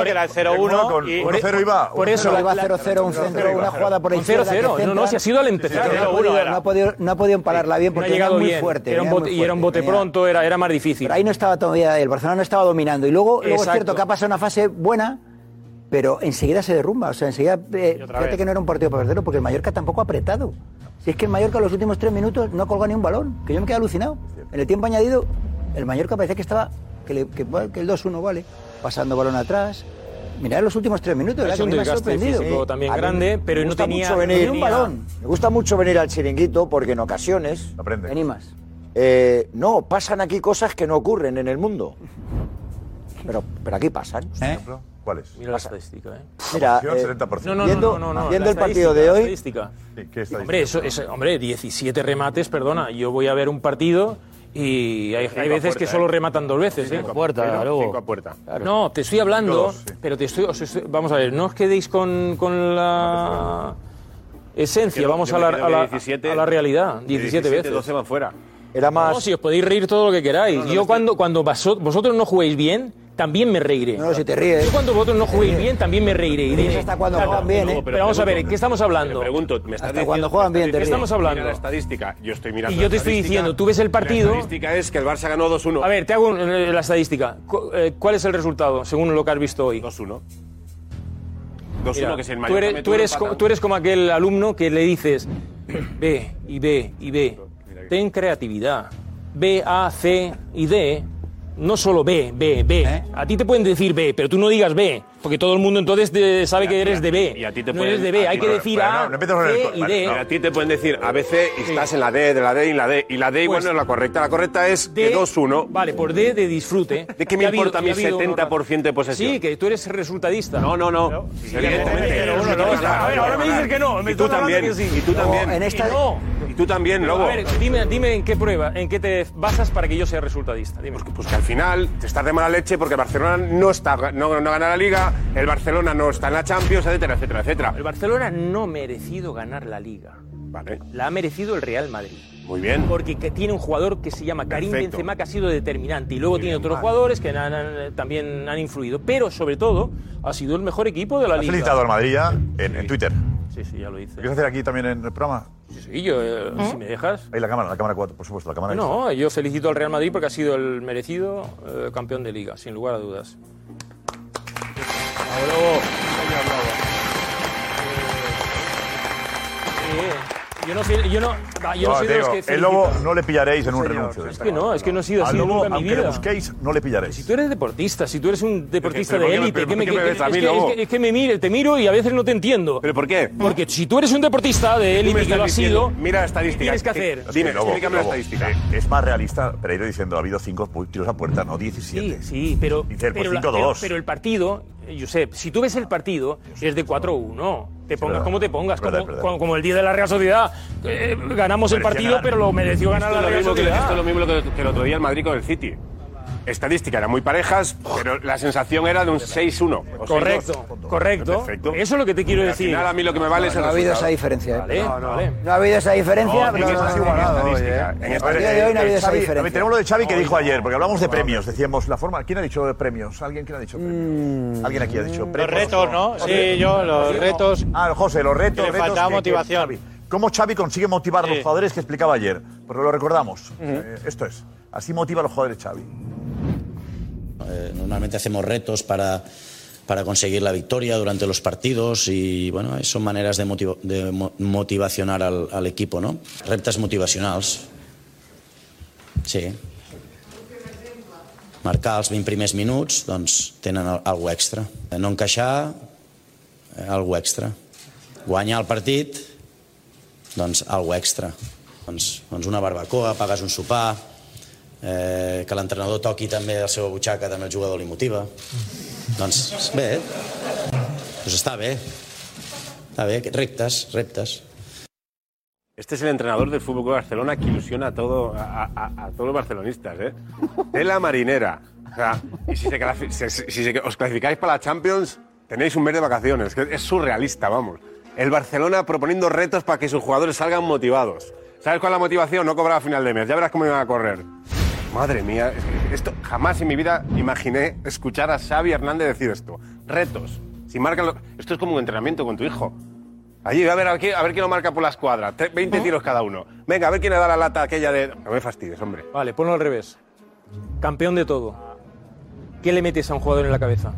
Speaker 12: y-
Speaker 17: con cero iba,
Speaker 12: Por
Speaker 6: Con
Speaker 12: eso.
Speaker 6: cero iba 0-0, un centro, una jugada por la
Speaker 12: Con cero,
Speaker 6: izquierda.
Speaker 12: cero.
Speaker 6: que
Speaker 12: No, no,
Speaker 6: centra.
Speaker 12: si ha sido al empezar.
Speaker 6: No ha
Speaker 12: Cero,
Speaker 6: podido-
Speaker 12: uno era.
Speaker 6: No ha podido, no ha podido empalarla bien
Speaker 12: No ha
Speaker 6: porque
Speaker 12: llegado
Speaker 6: era muy
Speaker 12: bien.
Speaker 6: fuerte.
Speaker 12: Era un
Speaker 6: muy
Speaker 12: bote- y era un bote
Speaker 6: fuerte,
Speaker 12: pronto, era, era más difícil.
Speaker 6: Pero ahí no estaba todavía, el Barcelona no estaba dominando. Y luego, luego es
Speaker 12: Exacto.
Speaker 6: cierto que ha pasado una fase buena, pero enseguida se derrumba. O sea, enseguida. eh,
Speaker 12: otra
Speaker 6: fíjate
Speaker 12: vez.
Speaker 6: que no era un partido para perderlo porque el Mallorca tampoco ha apretado. Si es que el Mallorca en los últimos tres minutos no colgó ni un balón, que yo me quedé alucinado. En el tiempo añadido, el Mallorca parecía que estaba. que, le- que- que el 2-1 vale, pasando balón atrás. Mirad los últimos tres minutos, ¿verdad?
Speaker 12: Es
Speaker 6: Que a
Speaker 12: un
Speaker 6: mí me ha
Speaker 12: desgaste
Speaker 6: sorprendido.
Speaker 12: físico también
Speaker 6: A mí me-
Speaker 12: grande,
Speaker 6: me
Speaker 12: pero no
Speaker 6: gusta
Speaker 12: tenía
Speaker 6: mucho venir.
Speaker 12: no
Speaker 6: Ni un
Speaker 12: tenía-
Speaker 6: balón.
Speaker 5: Me gusta mucho venir al chiringuito porque en ocasiones.
Speaker 9: Aprende. Eh,
Speaker 6: Animas.
Speaker 5: no, pasan aquí cosas que no ocurren en el mundo. Pero, pero aquí pasan.
Speaker 9: Eh, ¿Cuál es?
Speaker 12: Mira la estadística, ¿eh?
Speaker 5: Mira,
Speaker 9: Opción,
Speaker 5: eh,
Speaker 9: 70%.
Speaker 12: No, no,
Speaker 5: viendo-
Speaker 12: no, no, no, no,
Speaker 5: viendo
Speaker 12: la
Speaker 5: el partido de
Speaker 12: estadística, la
Speaker 5: hoy-
Speaker 12: estadística.
Speaker 9: ¿Qué estadística?
Speaker 12: Hombre, eso, eso- hombre, 17 remates, perdona. Yo voy a ver un partido y hay, hay
Speaker 18: Cinco a
Speaker 12: veces
Speaker 18: puerta,
Speaker 12: que
Speaker 18: ¿eh?
Speaker 12: solo rematan dos veces.
Speaker 18: Cinco
Speaker 12: ¿eh?
Speaker 18: a puerta,
Speaker 12: Pero-
Speaker 18: luego. Cinco a puerta. Claro.
Speaker 12: No, te estoy hablando,
Speaker 18: Dos,
Speaker 12: pero te estoy, os estoy- Vamos a ver, no os quedéis con, con la esencia,
Speaker 18: Yo-
Speaker 12: vamos
Speaker 18: yo
Speaker 12: a
Speaker 18: me
Speaker 12: la,
Speaker 18: quedo
Speaker 12: a la-
Speaker 18: que 17,
Speaker 12: a la realidad.
Speaker 18: que
Speaker 12: 17 veces.
Speaker 18: 12 van fuera.
Speaker 5: Era
Speaker 12: No, si os podéis reír todo lo que queráis. Yo
Speaker 18: este-
Speaker 12: cuando, cuando vaso- vosotros no juguéis bien, también me reiré. No, si
Speaker 6: te ríes.
Speaker 12: Yo cuando vosotros no juguéis bien, también me reiré. y diré,
Speaker 6: hasta cuando
Speaker 12: "Claro".
Speaker 6: juegan bien, ¿eh?
Speaker 12: Pero, vamos a ver, ¿qué estamos hablando?
Speaker 18: pregunto, me estás
Speaker 12: Hasta
Speaker 18: diciendo-
Speaker 12: cuando juegan
Speaker 18: me
Speaker 12: bien, te
Speaker 18: estás diciendo,
Speaker 12: estamos hablando.
Speaker 18: mira la estadística, yo estoy mirando
Speaker 12: Y yo
Speaker 18: la
Speaker 12: te estoy
Speaker 18: estadística.
Speaker 12: diciendo, tú ves el partido-
Speaker 18: La estadística es que el Barça ganó 2-1.
Speaker 12: A ver, te hago un- eh, la estadística. Cu- eh, ¿Cuál es el resultado según lo que has visto hoy? 2-1.
Speaker 18: 2-1 que si el
Speaker 12: tú
Speaker 18: Mallorca
Speaker 12: eres,
Speaker 18: mete
Speaker 12: tú
Speaker 18: uno,
Speaker 12: eres
Speaker 18: empatan.
Speaker 12: co- tú eres como aquel alumno que le dices B y B y B. Ten creatividad. B, A, C y D. No solo B, B, B.
Speaker 18: ¿Eh?
Speaker 12: A ti te pueden decir B, pero tú no digas B, porque todo el mundo entonces te- sabe que eres de B.
Speaker 18: Y a ti te
Speaker 12: no
Speaker 18: pueden-
Speaker 12: eres de B,
Speaker 18: a
Speaker 12: hay
Speaker 18: ti-
Speaker 12: que decir
Speaker 18: Bueno,
Speaker 12: A,
Speaker 18: no
Speaker 12: B
Speaker 18: empecemos con el-
Speaker 12: y
Speaker 18: vale,
Speaker 12: D.
Speaker 18: no, A ti te pueden decir ABC y estás en la D, de la D y la D. Y la D igual
Speaker 12: Pues-
Speaker 18: no es la correcta. La correcta es que 2-1.
Speaker 12: Vale, por D de disfrute.
Speaker 18: ¿De qué me
Speaker 12: Ya ha habido-
Speaker 18: importa
Speaker 12: ya ha
Speaker 18: mi
Speaker 12: habido unos
Speaker 18: 70% de posesión?
Speaker 12: Sí, que tú eres resultadista. No,
Speaker 18: no, no. Evidentemente.
Speaker 12: A ver, ahora me dices que no. me
Speaker 18: Y tú
Speaker 12: estás hablando
Speaker 18: también.
Speaker 12: que sí.
Speaker 18: Y tú también.
Speaker 12: No, en esta-
Speaker 18: Y no. Y tú también,
Speaker 12: Pero,
Speaker 18: Lobo.
Speaker 12: A ver, dime, dime en qué prueba, en qué te basas para que yo sea resultadista. Dime.
Speaker 18: Pues que al final te estás de mala leche porque el Barcelona no, está, no, no gana la Liga, el Barcelona no está en la Champions, etcétera, etcétera, etcétera.
Speaker 12: El Barcelona no ha merecido ganar la Liga.
Speaker 18: Vale.
Speaker 12: La ha merecido el Real Madrid.
Speaker 18: Muy bien.
Speaker 12: Porque que tiene un jugador que se llama Karim
Speaker 18: Perfecto.
Speaker 12: Benzema que ha sido determinante. Y luego tiene otros jugadores que han- han- también han influido. Pero, sobre todo, ha sido el mejor equipo de la
Speaker 9: ¿Has
Speaker 12: Liga.
Speaker 9: felicitado al Madrid ya en, en Twitter?
Speaker 12: Sí, sí, ya lo hice.
Speaker 9: ¿Lo quieres hacer aquí también en el programa?
Speaker 12: Sí, sí, yo, eh, si me dejas.
Speaker 9: Ahí la cámara, la cámara 4, por supuesto, la cámara
Speaker 12: No, yo felicito al Real Madrid porque ha sido el merecido eh, campeón de Liga, sin lugar a dudas. Eh, Yo no sé, yo no, ah, yo no,
Speaker 9: No,
Speaker 12: soy
Speaker 9: te
Speaker 12: de los
Speaker 9: digo,
Speaker 12: que
Speaker 9: el
Speaker 12: felicitan.
Speaker 9: lobo no le pillaréis en un renuncio. de
Speaker 12: Es
Speaker 9: esta
Speaker 12: que
Speaker 9: cámara.
Speaker 12: no, es que no he sido
Speaker 9: Al
Speaker 12: así
Speaker 9: Ah, lobo,
Speaker 12: nunca en mi
Speaker 9: aunque
Speaker 12: vida.
Speaker 9: le busquéis, no le pillaréis.
Speaker 12: Si tú eres deportista, si tú eres un deportista
Speaker 9: Pero,
Speaker 12: de
Speaker 9: pero,
Speaker 12: élite,
Speaker 9: pero,
Speaker 12: ¿qué me-
Speaker 9: ¿por qué me
Speaker 12: qué-
Speaker 9: ves a
Speaker 12: es
Speaker 9: mí,
Speaker 12: que-
Speaker 9: lobo?
Speaker 12: es que- es que me miro, te miro y a veces no te entiendo. ¿Pero
Speaker 18: por qué?
Speaker 12: Porque si tú eres un deportista de
Speaker 18: Tú me
Speaker 12: élite que
Speaker 18: estás
Speaker 12: lo has
Speaker 18: diciendo,
Speaker 12: sido,
Speaker 18: mira la estadística.
Speaker 12: ¿qué tienes que
Speaker 18: Sí,
Speaker 12: hacer?
Speaker 9: Es que el lobo,
Speaker 18: explícame la
Speaker 9: lobo,
Speaker 18: estadística.
Speaker 9: eh, Es más realista Pereiro diciendo ha habido 5 tiros a puerta, no 17. Sí,
Speaker 12: sí, pero.
Speaker 9: Dice, pues
Speaker 12: pero, la-
Speaker 9: 5
Speaker 12: pero-
Speaker 9: 2.
Speaker 12: pero el partido, eh, Josep, si tú ves el partido, es de 4-1. Te pongas
Speaker 9: verdad.
Speaker 12: como te pongas,
Speaker 9: Es verdad,
Speaker 12: como,
Speaker 9: es verdad.
Speaker 12: como- como el día de la Real Sociedad. eh, ganamos el
Speaker 18: Mereció
Speaker 12: partido,
Speaker 18: ganar.
Speaker 12: pero lo mereció ganar
Speaker 18: Esto
Speaker 12: la
Speaker 18: es lo
Speaker 12: Real
Speaker 18: mismo que-
Speaker 12: Sociedad.
Speaker 18: Esto es lo mismo que, que el otro día el Madrid con el City. Estadística, eran muy parejas, pero la sensación era de un 6-1. o 6-2.
Speaker 12: Correcto, correcto.
Speaker 18: Perfecto.
Speaker 12: Eso es lo que te quiero
Speaker 18: Al
Speaker 12: decir.
Speaker 18: final, a mí lo que me vale es el
Speaker 6: No ha habido esa
Speaker 18: resultado.
Speaker 6: diferencia.
Speaker 18: Vale,
Speaker 6: ¿eh? no, no.
Speaker 18: vale.
Speaker 6: No ha habido esa diferencia.
Speaker 18: No,
Speaker 6: pero
Speaker 18: en
Speaker 6: no,
Speaker 18: esta
Speaker 6: no,
Speaker 18: igualada
Speaker 6: no, no.
Speaker 18: hoy, eh.
Speaker 9: En
Speaker 6: el partido de hoy no ha habido esa
Speaker 9: Xavi-
Speaker 6: diferencia.
Speaker 9: Tenemos lo de Xavi que dijo ayer, porque hablamos de premios. Decíamos la forma. ¿Quién ha dicho de premios? ¿Alguien, quién ha dicho
Speaker 6: Mm.
Speaker 9: premios? ¿Alguien aquí ha dicho premios?
Speaker 17: retos, ¿no?
Speaker 9: Los
Speaker 17: Sí,
Speaker 9: retos.
Speaker 17: yo, los
Speaker 9: Sí, no.
Speaker 17: retos.
Speaker 9: Ah, José, los retos.
Speaker 17: Que le
Speaker 9: retos
Speaker 17: faltaba motivación.
Speaker 9: Xavi- ¿Cómo Xavi consigue motivar a los
Speaker 17: Sí.
Speaker 9: jugadores que explicaba ayer? Porque lo recordamos. Eh, esto es. Así motiva a los jugadores Xavi.
Speaker 19: Eh, Normalmente hacemos retos para, para conseguir la victoria durante los partidos y bueno, eh, son maneres de, motivo- de mo- motivacionar al, al equipo, no? Reptes motivacionals. Sí. Marcar els 20 primers minuts, doncs tenen al- alguna eh, extra. No encaixar, eh, alguna extra. guanyar el partit, doncs algo extra. Doncs, doncs una barbacoa, pagues un sopar, eh, que l'entrenador toqui també la seva butxaca, també el jugador li motiva. Doncs bé, doncs està bé. Està bé, reptes, reptes.
Speaker 18: Este es el entrenador del Fútbol Club Barcelona que ilusiona a, todo, a, a- a todos los barcelonistas, ¿eh? De la marinera. O sea, y si, se clasi- si- si- si se- os clasificáis para la Champions, tenéis un mes de vacaciones. que es surrealista, vamos. El Barcelona proponiendo retos para que sus jugadores salgan motivados. ¿Sabes cuál es la motivación? No cobrar a final de mes. Ya verás cómo iban a correr. Madre mía, es que esto jamás en mi vida imaginé escuchar a Xavi Hernández decir esto. Retos. Si marcan lo- Esto es como un entrenamiento con tu hijo. Allí, a ver, a ver, a ver quién lo marca por la escuadra. Tre- 20 tiros cada uno. Venga, a ver quién le da la lata aquella de. No me fastidies, hombre.
Speaker 12: Vale, ponlo al revés. Campeón de todo. ¿Qué le metes a un jugador en la cabeza?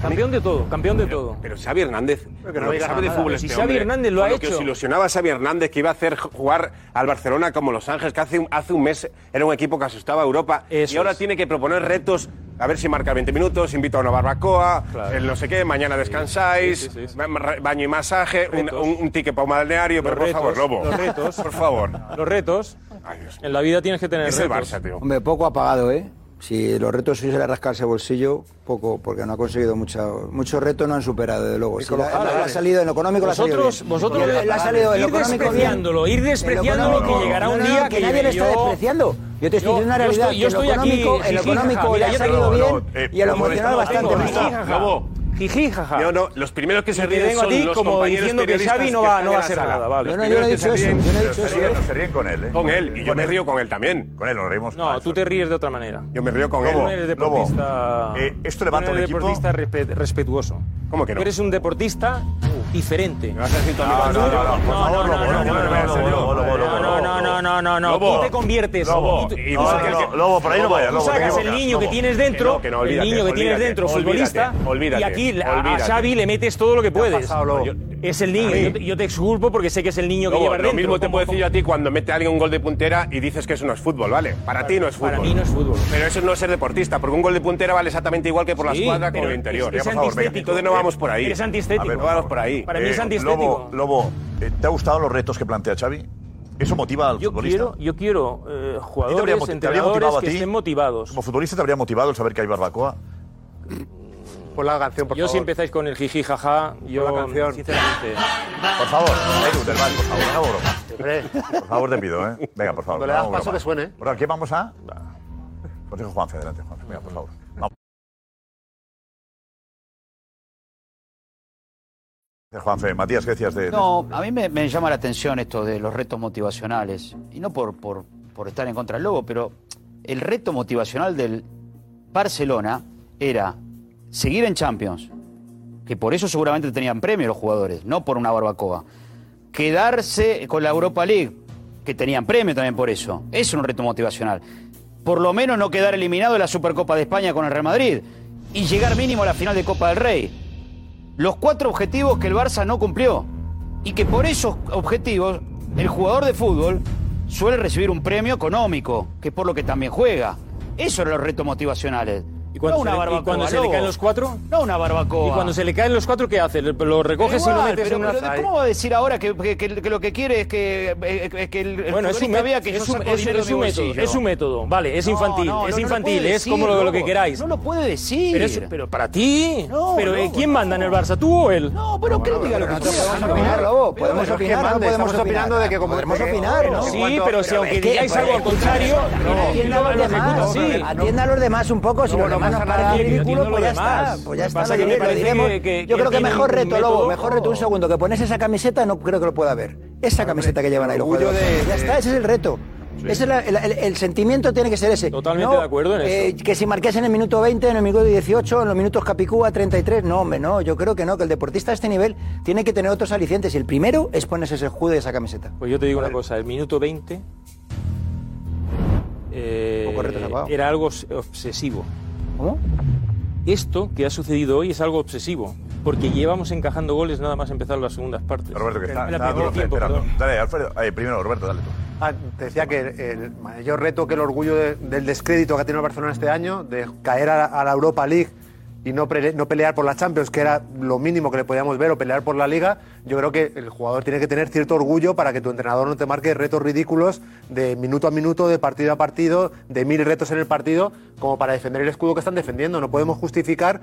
Speaker 12: campeón de todo, campeón de todo.
Speaker 18: Pero Xavi Hernández,
Speaker 12: Pero que no
Speaker 18: lo
Speaker 12: diga
Speaker 18: sabe de
Speaker 12: nada.
Speaker 18: fútbol
Speaker 12: Si
Speaker 18: este
Speaker 12: Xavi
Speaker 18: hombre,
Speaker 12: Hernández lo
Speaker 18: con
Speaker 12: ha
Speaker 18: que
Speaker 12: hecho.
Speaker 18: os ilusionaba Xavi Hernández que iba a hacer jugar al Barcelona como Los Ángeles, que hace un, hace un mes era un equipo que asustaba a Europa y ahora tiene que proponer retos. A ver si marca 20 minutos, invito a una barbacoa, el no sé qué, mañana descansáis, ba- ba- baño y masaje, un, un- un ticket para un balneario, pero por favor, Lobo.
Speaker 12: Los retos.
Speaker 18: Por favor.
Speaker 12: Los retos. En la vida tienes que tener
Speaker 18: Es el
Speaker 12: retos.
Speaker 18: Barça, tío.
Speaker 6: Hombre, poco apagado, ¿eh? Si los retos suelen rascarse el bolsillo, poco, porque no ha conseguido mucha- muchos retos, no han superado, de luego. Si la,
Speaker 12: Colocado,
Speaker 6: la- la
Speaker 12: vale.
Speaker 6: ha salido en lo económico, la ha salido.
Speaker 12: Vosotros-
Speaker 6: bien.
Speaker 12: vosotros-
Speaker 6: Le- le ha salido en lo
Speaker 12: ir
Speaker 6: económico bien.
Speaker 12: despreciándolo, ir
Speaker 6: En lo
Speaker 12: despreciándolo,
Speaker 6: económico.
Speaker 12: que llegará un
Speaker 6: No, no,
Speaker 12: día
Speaker 6: que,
Speaker 12: que
Speaker 6: nadie lo está
Speaker 12: yo-
Speaker 6: despreciando. Yo te estoy
Speaker 12: yo-
Speaker 6: diciendo una
Speaker 12: yo
Speaker 6: realidad.
Speaker 12: estoy- yo
Speaker 6: que en lo
Speaker 12: estoy aquí,
Speaker 6: económico, en lo
Speaker 12: jiji, jaja,
Speaker 6: económico
Speaker 12: mira,
Speaker 6: le
Speaker 12: yo
Speaker 6: ha
Speaker 12: te-
Speaker 6: salido
Speaker 12: no,
Speaker 6: bien
Speaker 12: no, eh,
Speaker 6: y en lo
Speaker 12: como
Speaker 6: emocional
Speaker 12: estaba
Speaker 6: bastante
Speaker 12: hablando,
Speaker 6: mal.
Speaker 12: jiji, jaja. Lobo, Jiji, jaja.
Speaker 18: No, no, los primeros que se
Speaker 12: Y te
Speaker 18: ríen
Speaker 12: vengo a
Speaker 18: son
Speaker 12: ti
Speaker 18: los
Speaker 12: como
Speaker 18: compañeros
Speaker 12: diciendo que
Speaker 18: periodistas
Speaker 12: Xavi no va-
Speaker 18: están
Speaker 12: no
Speaker 18: en
Speaker 12: va a
Speaker 18: la
Speaker 12: hacer
Speaker 18: sala.
Speaker 12: nada, vale. No,
Speaker 18: Los
Speaker 12: no, yo no
Speaker 18: primeros
Speaker 12: he
Speaker 18: que
Speaker 12: dicho
Speaker 18: se
Speaker 12: eso, yo no
Speaker 18: ríen-
Speaker 12: he
Speaker 18: pero
Speaker 12: dicho
Speaker 18: se
Speaker 12: eso,
Speaker 18: ríen-
Speaker 12: ¿eh?
Speaker 18: se ríen con él, ¿eh?
Speaker 12: Con él, y yo me
Speaker 18: río con él también.
Speaker 9: Con él nos reímos.
Speaker 12: No, tú te ríes de otra manera.
Speaker 18: Yo me río con
Speaker 12: Tú
Speaker 18: él.
Speaker 12: no eres deportista.
Speaker 9: eh, esto
Speaker 12: tú no
Speaker 9: levanta un
Speaker 12: eres
Speaker 9: equipo.
Speaker 12: deportista respe- respetuoso.
Speaker 18: ¿Cómo que no?
Speaker 12: Tú eres un deportista diferente.
Speaker 9: No, no, no, no, por favor, Lobo, no, no, no, en serio.
Speaker 12: No, no, no, no, no, no.
Speaker 9: Lobo,
Speaker 12: Tú te conviertes.
Speaker 9: Lobo,
Speaker 12: tú-
Speaker 9: y
Speaker 12: tú
Speaker 9: no,
Speaker 12: sacas-
Speaker 9: no, Lobo, por ahí no
Speaker 12: Lobo,
Speaker 9: vaya,
Speaker 12: Tú
Speaker 9: Lobo, te
Speaker 12: sacas el
Speaker 9: equivocas,
Speaker 12: niño que
Speaker 9: Lobo.
Speaker 12: tienes dentro,
Speaker 9: Que no, que no,
Speaker 12: el niño que
Speaker 9: olvídate,
Speaker 12: tienes dentro,
Speaker 9: olvídate,
Speaker 12: futbolista,
Speaker 9: olvídate,
Speaker 12: y aquí a- a
Speaker 9: olvídate.
Speaker 12: Xavi le metes todo lo que puedes.
Speaker 18: pasado, Lobo.
Speaker 12: Yo- Es el niño, yo te- yo te exculpo porque sé que es el niño que
Speaker 18: Lobo,
Speaker 12: lleva
Speaker 18: lo
Speaker 12: dentro.
Speaker 18: mismo te
Speaker 12: como-
Speaker 18: puedo decir yo a ti cuando mete a alguien un gol de puntera y dices que eso no es fútbol, ¿vale? Para ti no es fútbol.
Speaker 12: Para mí no es fútbol.
Speaker 18: Pero eso no es ser deportista, porque un gol de puntera vale exactamente igual que por
Speaker 12: Sí,
Speaker 18: la escuadra como
Speaker 12: pero
Speaker 18: el interior.
Speaker 12: es- es
Speaker 18: Ya, por favor, venga,
Speaker 12: antiestético.
Speaker 18: entonces no vamos por ahí.
Speaker 12: Eres antiestético.
Speaker 18: A ver, no vamos por ahí.
Speaker 12: Para mí es
Speaker 9: Eh,
Speaker 12: antiestético.
Speaker 9: Lobo, Lobo, eh, ¿te ha gustado los retos que plantea Xavi? ¿Eso motiva al
Speaker 12: Yo
Speaker 9: futbolista?
Speaker 12: quiero, yo quiero eh,
Speaker 9: ¿A ti te habría
Speaker 12: jugadores,
Speaker 9: moti- te habría motivado
Speaker 12: entrenadores
Speaker 9: a
Speaker 12: que
Speaker 9: ti?
Speaker 12: estén motivados.
Speaker 9: Como futbolista te habría motivado el saber que hay barbacoa.
Speaker 18: Por la canción, por
Speaker 12: Yo si empezáis con el jiji jaja, yo sinceramente.
Speaker 9: Por favor, Edu del Val, por favor, no hago broma. Por favor, te pido, ¿eh? Venga, por favor.
Speaker 20: Cuando le das
Speaker 9: no hago
Speaker 20: paso
Speaker 9: broma.
Speaker 20: que suene.
Speaker 9: Por aquí vamos a. Consejo Juanfe, adelante, Juanfe. Venga, por favor. Vamos. Eh, Juanfe, Matías, ¿qué decías de.?
Speaker 20: No, a mí me, me llama la atención esto de los retos motivacionales. Y no por, por, por estar en contra del Lobo, pero el reto motivacional del Barcelona era seguir en Champions. Que por eso seguramente tenían premio los jugadores, no por una barbacoa. Quedarse con la Europa League, que tenían premio también por eso. Es un reto motivacional. Por lo menos no quedar eliminado de la Supercopa de España con el Real Madrid. Y llegar mínimo a la final de Copa del Rey los cuatro objetivos que el Barça no cumplió. Y que por esos objetivos el jugador de fútbol suele recibir un premio económico, que es por lo que también juega. Eso eran los retos motivacionales. ¿Y no
Speaker 12: cuando
Speaker 20: una
Speaker 12: se le- y
Speaker 20: barbacoa,
Speaker 12: cuando se le
Speaker 20: Lobo.
Speaker 12: caen los cuatro?
Speaker 20: No una barbacoa.
Speaker 12: Y cuando se le caen los cuatro, ¿qué hace? ¿Lo recoges
Speaker 20: Pero
Speaker 12: y lo
Speaker 20: igual,
Speaker 12: metes
Speaker 20: pero-
Speaker 12: en una
Speaker 20: pero
Speaker 12: zaga?
Speaker 20: ¿Cómo va a decir ahora que, que- que- que lo que quiere es que, eh, eh, que el, el
Speaker 12: Bueno, es un,
Speaker 20: futbolista
Speaker 12: met-
Speaker 20: vea que yo
Speaker 12: es, un,
Speaker 20: saco
Speaker 12: es-
Speaker 20: dinero
Speaker 12: es
Speaker 20: de
Speaker 12: un
Speaker 20: mi
Speaker 12: método,
Speaker 20: bolsillo?
Speaker 12: es un método, vale, es
Speaker 20: No,
Speaker 12: infantil,
Speaker 20: no, no,
Speaker 12: es
Speaker 20: no lo
Speaker 12: infantil,
Speaker 20: puede
Speaker 12: es como
Speaker 20: decir,
Speaker 12: lo, lo que
Speaker 20: Lobo.
Speaker 12: queráis.
Speaker 20: No lo puede decir.
Speaker 12: Pero, eso- pero para ti, pero eh, ¿quién manda en el Barça, tú o él? No,
Speaker 20: pero que él diga lo que
Speaker 6: Podemos opinar, Lobo, podemos opinar, no podemos opinar. podemos opinar, ¿no?
Speaker 12: Sí, pero si aunque
Speaker 6: Es que-
Speaker 12: digáis algo al contrario,
Speaker 6: Atienda a los demás,
Speaker 12: sí.
Speaker 6: atienda a los demás un poco, si los demás nos paran ridículo, pues ya está, pues ya está,
Speaker 12: Pasa
Speaker 6: lo
Speaker 12: que me
Speaker 6: diré- lo
Speaker 12: parece
Speaker 6: diremos.
Speaker 12: que- que-
Speaker 6: Yo
Speaker 12: que
Speaker 6: creo que
Speaker 12: tiene
Speaker 6: mejor
Speaker 12: un
Speaker 6: reto,
Speaker 12: método-
Speaker 6: Lobo, mejor reto un segundo, que pones esa camiseta no creo que lo pueda ver. Esa camiseta que llevan ahí los
Speaker 12: Ah, orgullo
Speaker 6: jugadores.
Speaker 12: de-
Speaker 6: Ya
Speaker 12: de-
Speaker 6: está, ese es el reto. Ese es la- el, el- el sentimiento tiene que ser ese.
Speaker 12: Totalmente de acuerdo en
Speaker 6: eh,
Speaker 12: eso.
Speaker 6: que si marques en el minuto 20, en el minuto 18, en los minutos Capicúa 33, no, hombre, no. Yo creo que no, que el deportista a este nivel tiene que tener otros alicientes. Y el primero es ponerse ese escudo y esa camiseta.
Speaker 12: Pues yo te digo una cosa, el minuto 20 eh, era algo obs- obsesivo.
Speaker 6: ¿Cómo?
Speaker 12: Esto que ha sucedido hoy es algo obsesivo, porque llevamos encajando goles nada más empezar las segundas partes.
Speaker 9: Roberto, que está,
Speaker 12: En la
Speaker 9: está
Speaker 12: primera
Speaker 9: duro,
Speaker 12: tiempo,
Speaker 9: esperando.
Speaker 12: perdón.
Speaker 9: Dale, Alfredo. Ahí, primero, Roberto, dale tú.
Speaker 20: Ah, te decía que el, el
Speaker 10: mayor reto que el orgullo de- del descrédito que ha tenido el Barcelona este año, de caer a, la- a la Europa League y no, pre- no pelear por la Champions, que era lo mínimo que le podíamos ver, o pelear por la Liga, yo creo que el jugador tiene que tener cierto orgullo para que tu entrenador no te marque retos ridículos de minuto a minuto, de partido a partido, de mil retos en el partido, como para defender el escudo que están defendiendo. No podemos justificar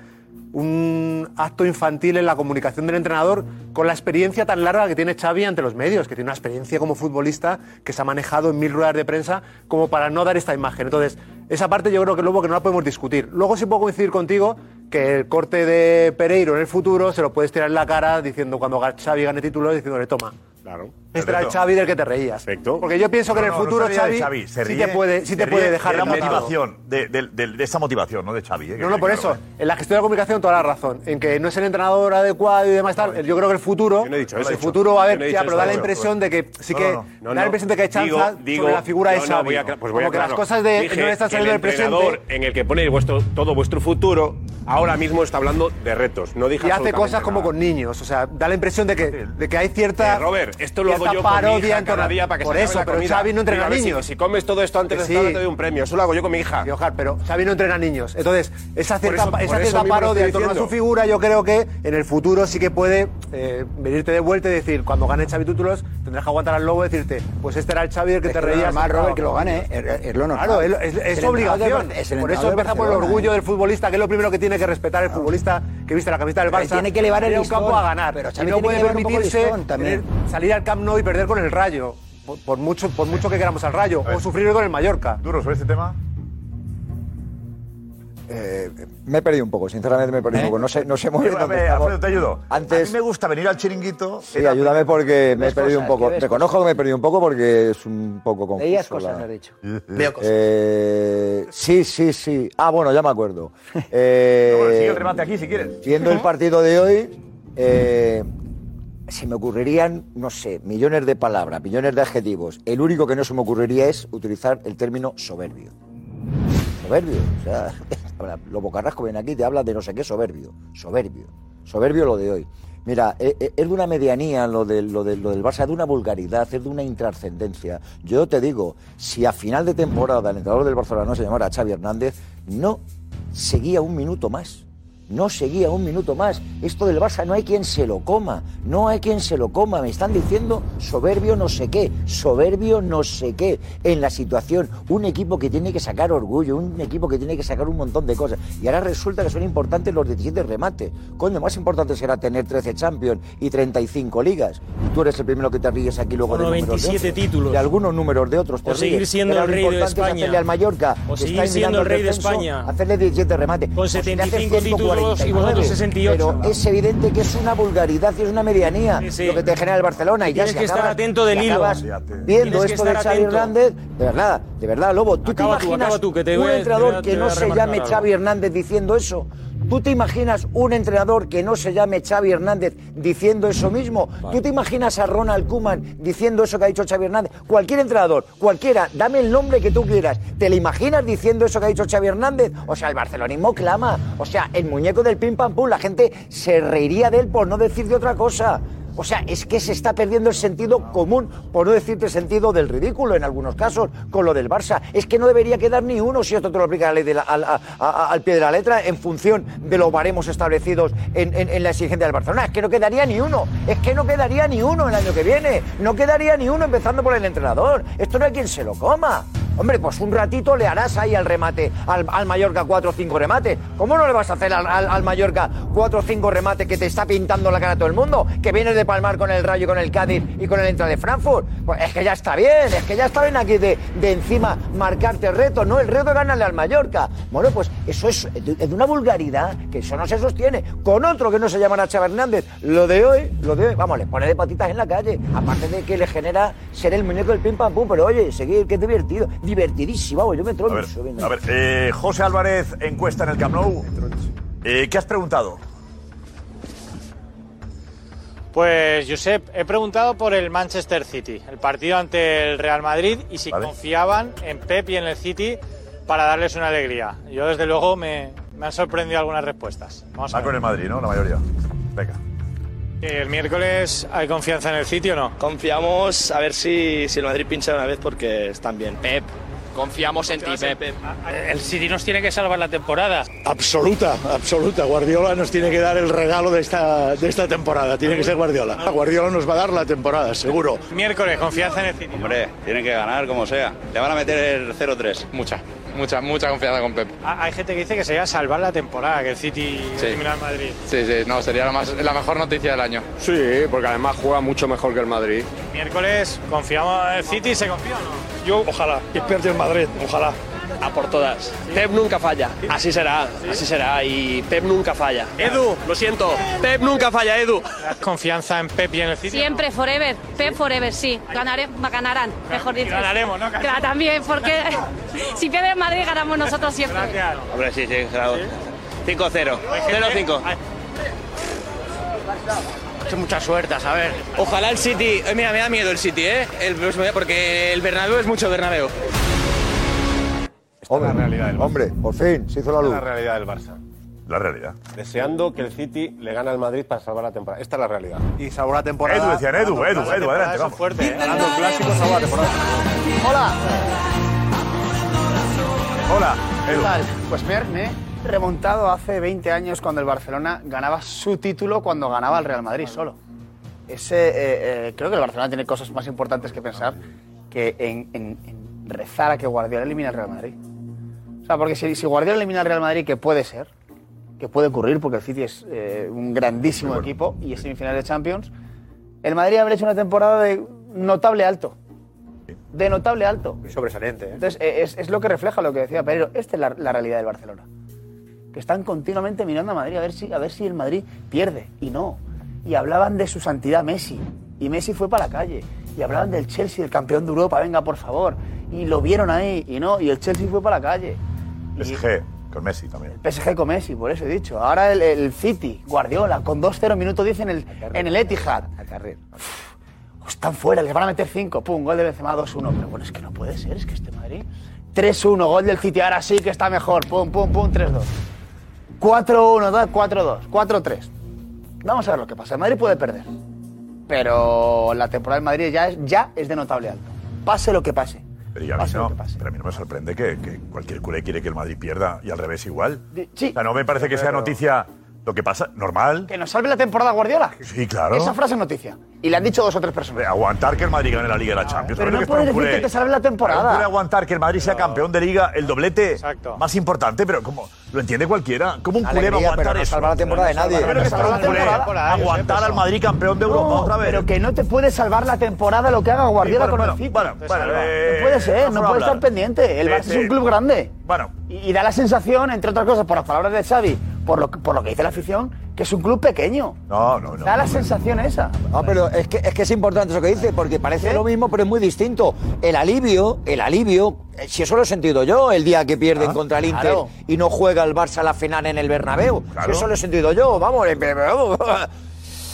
Speaker 10: un acto infantil en la comunicación del entrenador con la experiencia tan larga que tiene Xavi ante los medios, que tiene una experiencia como futbolista que se ha manejado en mil ruedas de prensa como para no dar esta imagen. Entonces, esa parte yo creo que luego que no la podemos discutir. Luego sí puedo coincidir contigo que el corte de Pereiro en el futuro se lo puedes tirar en la cara diciendo cuando Xavi gane títulos diciéndole toma.
Speaker 9: Claro.
Speaker 10: Este era el Xavi del que te reías.
Speaker 9: Perfecto.
Speaker 10: Porque yo pienso que en el futuro
Speaker 9: se ríe de
Speaker 10: Xavi, sí te puede, sí
Speaker 9: se
Speaker 10: te puede
Speaker 9: ríe
Speaker 10: dejar
Speaker 9: de la
Speaker 10: derrotado.
Speaker 9: motivación, de, de- de- de esa motivación, ¿no? De Xavi. ¿eh?
Speaker 10: No, no, por eso. En la gestión de la comunicación, toda la razón. En que no es el entrenador adecuado y demás tal. Yo creo que el futuro.
Speaker 18: Yo no he dicho eso.
Speaker 10: El futuro va a
Speaker 18: Yo no
Speaker 10: haber.
Speaker 18: he
Speaker 10: ya,
Speaker 18: dicho
Speaker 10: pero
Speaker 18: eso,
Speaker 10: da la
Speaker 18: yo.
Speaker 10: impresión de que sí
Speaker 18: No,
Speaker 10: que.
Speaker 18: no, no.
Speaker 10: da la impresión de que hay
Speaker 18: Digo-
Speaker 10: chanza
Speaker 18: digo-
Speaker 10: sobre la figura de
Speaker 18: no,
Speaker 10: Xavi.
Speaker 18: no, voy a acla- pues voy a
Speaker 10: Como que las
Speaker 18: aclarar.
Speaker 10: cosas de,
Speaker 18: Dije
Speaker 10: no le están
Speaker 18: que
Speaker 10: saliendo del
Speaker 18: el entrenador
Speaker 10: presente.
Speaker 18: en el que ponéis vuestro, todo vuestro futuro, ahora mismo está hablando de retos. No dije
Speaker 10: Y hace
Speaker 18: absolutamente
Speaker 10: cosas como
Speaker 18: nada.
Speaker 10: con niños. O sea, da la impresión de que, de que hay cierta.
Speaker 18: Eh, Robert, esto lo hago
Speaker 10: cierta
Speaker 18: yo con mi
Speaker 10: parodia
Speaker 18: hija
Speaker 10: en torno
Speaker 18: cada
Speaker 10: a-
Speaker 18: día para que
Speaker 10: Por
Speaker 18: se acabe
Speaker 10: eso,
Speaker 18: la
Speaker 10: pero
Speaker 18: comida.
Speaker 10: Xavi no entrena
Speaker 18: Digo, a ver si-
Speaker 10: niños.
Speaker 18: Si, comes todo esto antes
Speaker 10: Que
Speaker 18: de estar,
Speaker 10: sí.
Speaker 18: te doy un premio. Eso lo hago yo con mi hija.
Speaker 10: pero Xavi no entrena niños. Entonces, esa
Speaker 18: Por
Speaker 10: cierta,
Speaker 18: eso-
Speaker 10: esa
Speaker 18: por eso
Speaker 10: cierta
Speaker 18: mismo lo
Speaker 10: parodia
Speaker 18: estoy
Speaker 10: en torno a su
Speaker 18: diciendo.
Speaker 10: figura, yo creo que en el futuro sí que puede eh, venirte de vuelta y decir, cuando gane Xavi títulos, tendrás que aguantar al lobo y decirte, pues este era el Xavi del que
Speaker 6: Es
Speaker 10: te
Speaker 6: que lo
Speaker 10: reías.
Speaker 6: normal,
Speaker 10: en
Speaker 6: Robert,
Speaker 10: cada
Speaker 6: que lo gane,
Speaker 10: partido.
Speaker 6: es- es lo normal.
Speaker 10: Claro, es, es-
Speaker 6: Es
Speaker 10: es
Speaker 6: el entrenador
Speaker 10: obligación.
Speaker 6: de- es el
Speaker 10: por
Speaker 6: entrenador
Speaker 10: eso
Speaker 6: de
Speaker 10: empieza por el
Speaker 6: Barcelona,
Speaker 10: orgullo del futbolista, que es lo primero que tiene que respetar el futbolista que viste la camiseta del
Speaker 6: Pero
Speaker 10: Barça.
Speaker 6: tiene que elevar el
Speaker 10: ir a un
Speaker 6: listón,
Speaker 10: campo a ganar.
Speaker 6: pero Xavi
Speaker 10: y
Speaker 6: tiene
Speaker 10: no
Speaker 6: que
Speaker 10: puede
Speaker 6: elevar un poco el
Speaker 10: permitirse
Speaker 6: listón también.
Speaker 10: tener- salir al Camp Nou y perder con el Rayo. Por, por mucho, por mucho que queramos al Rayo. O sufrir con el Mallorca.
Speaker 9: Duro sobre este tema.
Speaker 5: Eh, me he perdido un poco, sinceramente me he
Speaker 9: Eh.
Speaker 5: perdido un poco. No sé, no sé muy bien
Speaker 9: Pero, a
Speaker 5: dónde
Speaker 9: ver,
Speaker 5: estamos.
Speaker 9: Alfredo, te ayudo.
Speaker 5: Antes-
Speaker 9: A mí me gusta venir al chiringuito.
Speaker 5: Sí, ayúdame porque me he perdido un poco.
Speaker 9: ves
Speaker 5: Reconozco que me he perdido un poco porque es un poco confuso.
Speaker 6: Leías cosas,
Speaker 5: la-
Speaker 6: me has dicho.
Speaker 5: Veo cosas. Eh, sí, sí, sí. Ah, bueno, ya me acuerdo. Eh,
Speaker 9: Bueno, sigue el remate aquí si quieres.
Speaker 5: Viendo el partido de hoy, eh, se me ocurrirían, no sé, millones de palabras, millones de adjetivos. El único que no se me ocurriría es utilizar el término soberbio. Soberbio. O sea, ahora, los bocarrascos vienen aquí y te hablan de no sé qué soberbio. Soberbio. Soberbio lo de hoy. Mira, eh, eh, es de una medianía lo, de, lo, de- lo del Barça, es de una vulgaridad, es de una intrascendencia. Yo te digo, si a final de temporada el entrenador del Barcelona no se llamara Xavi Hernández, no seguía un minuto más. No seguía un minuto más. Esto del Barça no hay quien se lo coma. No hay quien se lo coma. Me están diciendo soberbio no sé qué. Soberbio no sé qué. En la situación, un equipo que tiene que sacar orgullo, un equipo que tiene que sacar un montón de cosas. Y ahora resulta que son importantes los 17 remates. Coño, más importante será tener 13 Champions y 35 ligas. Y tú eres el primero que te ríes aquí luego
Speaker 3: Bueno,
Speaker 5: de números ¿eh? de
Speaker 3: 27
Speaker 5: otros.
Speaker 3: títulos.
Speaker 5: De algunos números de otros. te
Speaker 3: O seguir
Speaker 5: ríes.
Speaker 3: siendo
Speaker 5: Pero
Speaker 3: el
Speaker 5: lo
Speaker 3: rey de
Speaker 5: importante es
Speaker 3: España.
Speaker 5: hacerle al Mallorca.
Speaker 3: O
Speaker 5: que
Speaker 3: seguir
Speaker 5: está
Speaker 3: siendo
Speaker 5: mirando
Speaker 3: el rey de
Speaker 5: descenso,
Speaker 3: España.
Speaker 5: Hacerle 17 remates. Pues Con
Speaker 3: 75 títulos y vosotros 68.
Speaker 5: Pero es evidente que es una vulgaridad y es una medianía lo que te genera el Barcelona. Y,
Speaker 3: Y
Speaker 5: ya
Speaker 3: tienes
Speaker 5: si
Speaker 3: que estar
Speaker 5: acabas-
Speaker 3: atento del
Speaker 5: si
Speaker 3: hilo.
Speaker 5: acabas
Speaker 3: Fíjate.
Speaker 5: Viendo
Speaker 3: Tienes que
Speaker 5: esto de
Speaker 3: estar
Speaker 5: Xavi
Speaker 3: atento.
Speaker 5: Hernández, de verdad, de verdad, Lobo, ¿tú
Speaker 3: Acaba
Speaker 5: te
Speaker 3: tú,
Speaker 5: imaginas
Speaker 3: acaba tú, que te
Speaker 5: un
Speaker 3: voy a- te
Speaker 5: entrenador
Speaker 3: voy a-
Speaker 5: que
Speaker 3: te
Speaker 5: no
Speaker 3: voy a
Speaker 5: se
Speaker 3: remarcar
Speaker 5: llame
Speaker 3: algo?
Speaker 5: Xavi Hernández diciendo eso? ¿Tú te imaginas un entrenador que no se llame Xavi Hernández diciendo eso mismo? ¿Tú te imaginas a Ronald Kuman diciendo eso que ha dicho Xavi Hernández? Cualquier entrenador, cualquiera, dame el nombre que tú quieras. ¿Te lo imaginas diciendo eso que ha dicho Xavi Hernández? O sea, el barcelonismo clama. O sea, el muñeco del pim pam pum, la gente se reiría de él por no decir de otra cosa. O sea, es que se está perdiendo el sentido común, por no decirte sentido del ridículo en algunos casos, con lo del Barça. Es que no debería quedar ni uno si esto te lo aplica la ley de la- al, a- a- al pie de la letra en función de los baremos establecidos en, en- en la exigencia del Barcelona. Es que no quedaría ni uno. Es que no quedaría ni uno el año que viene. No quedaría ni uno empezando por el entrenador. Esto no hay quien se lo coma. Hombre, pues un ratito le harás ahí al remate, al, al Mallorca 4 o 5 remates. ¿Cómo no le vas a hacer al, al- al Mallorca 4 o 5 remates que te está pintando la cara a todo el mundo? Que vienes de palmar con el Rayo, y con el Cádiz y con el Entra de Frankfurt. Pues es que ya está bien, es que ya está bien aquí de, de encima marcarte el reto, ¿no? El reto es ganarle al Mallorca. Bueno, pues eso es de, de una vulgaridad que eso no se sostiene. Con otro que no se llamará Chava Hernández, lo de hoy, lo de hoy, vamos, le pone de patitas en la calle. Aparte de que le genera ser el muñeco del pim pam pum, pero oye, seguir, que es divertido, divertidísimo, vamos, yo me
Speaker 9: A
Speaker 5: trompo.
Speaker 9: ver, a ver, eh, José Álvarez, encuesta en el Camp Nou. Eh, ¿Qué has preguntado?
Speaker 17: Pues, Josep, he preguntado por el Manchester City, el partido ante el Real Madrid y si confiaban en Pep y en el City para darles una alegría. Yo, desde luego, me, me han sorprendido algunas respuestas. Vamos a
Speaker 9: Va
Speaker 17: ver.
Speaker 9: Ah, con el Madrid, ¿no? La mayoría. Venga.
Speaker 17: ¿El miércoles hay confianza en el City o no?
Speaker 21: Confiamos a ver si, si el Madrid pincha una vez porque están bien. Pep,
Speaker 22: Confiamos en ti, Pep.
Speaker 14: El City nos tiene que salvar la temporada.
Speaker 23: Absoluta, absoluta. Guardiola nos tiene que dar el regalo de esta, de esta temporada. Tiene que ser Guardiola. Guardiola nos va a dar la temporada, seguro.
Speaker 17: Miércoles, confianza en el City.
Speaker 16: Hombre, tienen que ganar como sea. Le van a meter el 0-3. Mucha, mucha, mucha confianza con Pep.
Speaker 17: Ah, Hay gente que dice que sería salvar la temporada, que el City
Speaker 16: Sí.
Speaker 17: elimina al Madrid.
Speaker 16: Sí, sí, no, sería la, más- la mejor noticia del año.
Speaker 18: Sí, porque además juega mucho mejor que el Madrid.
Speaker 17: Miércoles, confiamos en el City, se confía o no?
Speaker 14: Yo, ojalá. Que pierde el Madrid, ojalá. A por todas. Pep nunca falla. Así será, así será. Y Pep nunca falla. Edu, lo siento. Pep nunca falla, Edu.
Speaker 17: Confianza en Pep y en el City.
Speaker 24: Siempre, forever, Pep forever, sí. Ganare, ganarán, mejor dicho.
Speaker 17: ganaremos, ¿no?
Speaker 24: Claro, también, porque si pierde el Madrid, ganamos nosotros siempre.
Speaker 25: Hombre, sí, sí, claro. 5-0.
Speaker 7: Pues
Speaker 25: 0-5.
Speaker 14: Es mucha suerte, a saber. Ojalá el City. eh, mira, me da miedo el City, ¿eh? El próximo día, porque el Bernabéu es mucho Bernabéu.
Speaker 9: Hombre, la realidad del Hombre, por fin, se hizo la
Speaker 18: La realidad del Barça.
Speaker 9: La realidad.
Speaker 18: Deseando que el City le gane al Madrid para salvar la temporada. Esta es la realidad.
Speaker 10: Y salvar la temporada.
Speaker 9: Edu, decían, Edu, Edu, Edu, adelante, vamos.
Speaker 4: Hola,
Speaker 9: Hola,
Speaker 4: ¿qué tal? Pues Mer, me he remontado hace 20 años cuando el Barcelona ganaba su título cuando ganaba el Real Madrid solo. Ese, eh, eh, creo que el Barcelona tiene cosas más importantes que pensar que en, en- en rezar a que Guardiola elimine al Real Madrid. O sea, porque si, si Guardiola elimina al Real Madrid, que puede ser, que puede ocurrir, porque el City es eh, un grandísimo equipo y es semifinal de Champions, el Madrid habrá hecho una temporada de notable alto. De notable alto.
Speaker 10: Sobresaliente. ¿eh?
Speaker 4: Entonces, eh, es, es lo que refleja lo que decía Pereiro. Esta es la, la realidad del Barcelona. Que están continuamente mirando a Madrid a ver, si, a ver si el Madrid pierde. Y no. Y hablaban de su santidad Messi. Y Messi fue para la calle. Y hablaban del Chelsea, el campeón de Europa, venga, por favor. Y lo vieron ahí. Y no. Y el Chelsea fue para la calle.
Speaker 9: PSG, con Messi también.
Speaker 4: PSG con Messi, por eso he dicho. Ahora el, el City, Guardiola, con 2-0, minuto 10 en el, en el Etihad. Uf, están fuera, les van a meter 5. Pum, gol de Benzema 2-1. Pero bueno, es que no puede ser, es que este Madrid. 3-1, gol del City, ahora sí que está mejor. Pum, pum, pum, 3-2. 4-1, da, 4-2, 4-3. Vamos a ver lo que pasa. El Madrid puede perder. Pero la temporada del Madrid ya es, ya es de notable alto. Pase lo que pase.
Speaker 9: Pero, ya a mí no, pero a mí no me sorprende que, que cualquier culé quiere que el Madrid pierda y al revés igual. O sea, no me parece que sea
Speaker 4: Pero-
Speaker 9: noticia lo que pasa, normal.
Speaker 4: Que nos salve la temporada Guardiola.
Speaker 9: Sí, claro.
Speaker 4: Esa frase es noticia. Y le han dicho dos o tres personas.
Speaker 9: Aguantar que el Madrid gane la Liga de la Champions. Creo
Speaker 4: Pero no
Speaker 9: que fue
Speaker 4: puedes
Speaker 9: un
Speaker 4: decir que
Speaker 9: culé.
Speaker 4: te salve la
Speaker 9: No puede
Speaker 4: temporada.
Speaker 9: aguantar que el Madrid sea campeón de Liga, el doblete más importante, pero como lo entiende cualquiera, como un culé va a
Speaker 5: Alegría,
Speaker 9: aguantar
Speaker 5: pero no
Speaker 9: eso?
Speaker 5: salva la temporada de nadie.
Speaker 9: Pero que
Speaker 5: No salva
Speaker 9: salva
Speaker 5: la
Speaker 9: un culé,
Speaker 5: temporada,
Speaker 9: aguantar al Madrid campeón de Europa
Speaker 4: No,
Speaker 9: otra vez.
Speaker 4: Pero que no te puede salvar la temporada lo que haga Guardiola
Speaker 9: Sí, bueno,
Speaker 4: con
Speaker 9: bueno,
Speaker 4: el City.
Speaker 9: bueno,
Speaker 4: Te
Speaker 9: bueno,
Speaker 4: salva.
Speaker 9: eh,
Speaker 4: no puede ser,
Speaker 9: vamos
Speaker 4: no
Speaker 9: a
Speaker 4: puede
Speaker 9: hablar. Eh,
Speaker 4: estar pendiente. El
Speaker 9: Sí,
Speaker 4: Barça
Speaker 9: sí.
Speaker 4: es un club grande.
Speaker 9: Bueno.
Speaker 4: Y, y da la sensación, entre otras cosas, por las palabras de Xavi, por lo, que- por lo que dice la afición, que es un club pequeño.
Speaker 9: No, no,
Speaker 4: da la sensación esa.
Speaker 5: No, Ah, pero es que, es que es importante eso que dice, porque parece lo mismo, pero es muy distinto. El alivio, el alivio, eh, si eso lo he sentido yo el día que pierden contra el Inter
Speaker 4: Ah, claro.
Speaker 5: y no juega el Barça la final en el Bernabéu. Si
Speaker 4: Claro.
Speaker 5: eso lo he sentido yo, vamos, eh, vamos.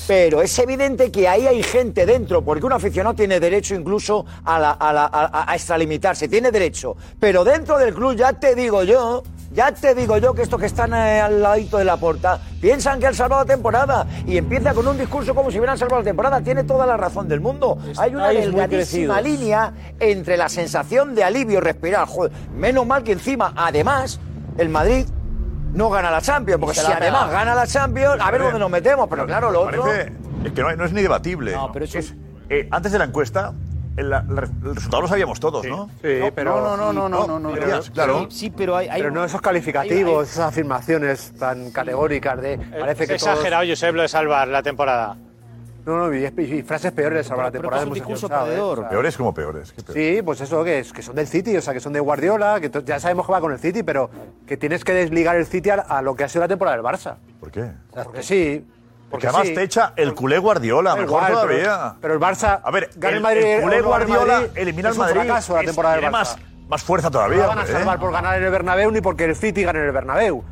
Speaker 5: Pero es evidente que ahí hay gente dentro, porque un aficionado tiene derecho incluso a, la- a la- a- a- a extralimitarse, tiene derecho. Pero dentro del club, ya te digo yo, ya te digo yo que estos que están eh, al ladito de la puerta piensan que han salvado la temporada y empieza con un discurso como si hubieran salvado la temporada. Tiene toda la razón del mundo. hay una
Speaker 26: Estáis muy
Speaker 5: delgadísima
Speaker 26: crecidos.
Speaker 5: línea entre la sensación de alivio respirar. Joder, menos mal que encima, además, el Madrid. No gana la Champions, porque
Speaker 9: se
Speaker 5: si
Speaker 9: la pega.
Speaker 5: además gana la Champions, a ver dónde nos metemos, pero claro, lo otro.
Speaker 9: Parece- es que no, no es ni debatible. Es, eh, antes de la encuesta, el, la- el resultado lo sabíamos todos, ¿no?
Speaker 10: Sí,
Speaker 9: No,
Speaker 10: pero.
Speaker 9: no, no, no, no, no, no,
Speaker 10: pero-
Speaker 9: no, claro.
Speaker 10: pero-
Speaker 26: Sí, pero hay. hay-
Speaker 10: pero no esos
Speaker 26: hay- hay-
Speaker 10: calificativos, esas afirmaciones tan categóricas de. Parece
Speaker 17: Es
Speaker 10: que. todos-
Speaker 17: exagerado, Josep, lo de salvar la temporada.
Speaker 10: No, no, y, y frases peores de salvar la temporada. hemos escuchado, ¿eh? O sea,
Speaker 9: Peores como peores. qué peor.
Speaker 10: Sí, pues eso que es que son del City, o sea, que son de Guardiola, que to- ya sabemos que va con el City, pero que tienes que desligar el City a, a lo que ha sido la temporada del Barça.
Speaker 9: ¿Por qué?
Speaker 10: Porque sí.
Speaker 9: Porque además te echa el culé Guardiola,
Speaker 10: Da
Speaker 9: mejor
Speaker 10: igual, pero-
Speaker 9: todavía.
Speaker 10: Pero el Barça.
Speaker 9: A ver,
Speaker 10: gana
Speaker 9: el-
Speaker 10: el Madrid.
Speaker 9: el
Speaker 10: o
Speaker 9: culé
Speaker 10: no gana el
Speaker 9: Guardiola
Speaker 10: Madrid,
Speaker 9: elimina al
Speaker 10: es un
Speaker 9: Madrid.
Speaker 10: fracaso la
Speaker 9: Es-
Speaker 10: temporada del
Speaker 9: tiene
Speaker 10: Barça.
Speaker 9: más, más fuerza
Speaker 10: No
Speaker 9: todavía.
Speaker 10: la van a
Speaker 9: hombre, ¿eh?
Speaker 10: salvar por ganar en el Bernabéu ni porque el City gane en el Bernabéu.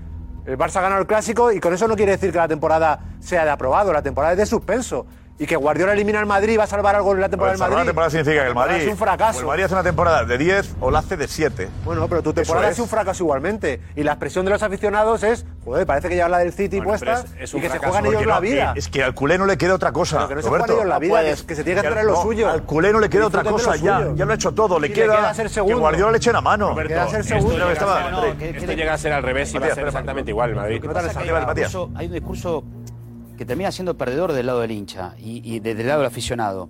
Speaker 10: El Barça gana el Clásico y con eso no quiere decir que la temporada sea de aprobado, la temporada es de suspenso. y que Guardiola elimina al Madrid y va a salvar algo en la temporada del
Speaker 9: Pues Salvar
Speaker 10: Madrid.
Speaker 9: la temporada significa que el Madrid.
Speaker 10: Es un fracaso.
Speaker 9: o el Madrid hace una temporada de 10 o la hace de 7.
Speaker 10: Bueno, pero tu temporada
Speaker 9: Eso
Speaker 10: ha
Speaker 9: es.
Speaker 10: sido un fracaso igualmente. Y la expresión de los aficionados es, joder, parece que ya habla del City puesta y que se juegan ellos la vida.
Speaker 9: Es que al culé no le queda otra cosa.
Speaker 10: Pero que no se
Speaker 9: Roberto.
Speaker 10: juegan ellos la vida,
Speaker 9: puedes.
Speaker 10: que- que se tiene que hacer
Speaker 9: al-
Speaker 10: lo
Speaker 9: no,
Speaker 10: suyo.
Speaker 9: Al culé no le queda otra
Speaker 10: Disfruten de
Speaker 9: cosa
Speaker 10: lo
Speaker 9: ya.
Speaker 10: suyo.
Speaker 9: Ya lo ha hecho todo. Le
Speaker 10: Y le
Speaker 9: queda,
Speaker 10: queda ser
Speaker 9: que
Speaker 10: segundo.
Speaker 9: Guardiola le eche una mano.
Speaker 18: Roberto,
Speaker 10: Queda ser
Speaker 18: esto
Speaker 10: segundo.
Speaker 18: llega a
Speaker 10: Estaba-
Speaker 18: ser- no, que- esto llega a ser al revés y va a ser exactamente igual en Madrid.
Speaker 20: Lo que pasa es que hay, un discurso, hay un discurso que termina siendo perdedor del lado del hincha y, y desde el lado del aficionado.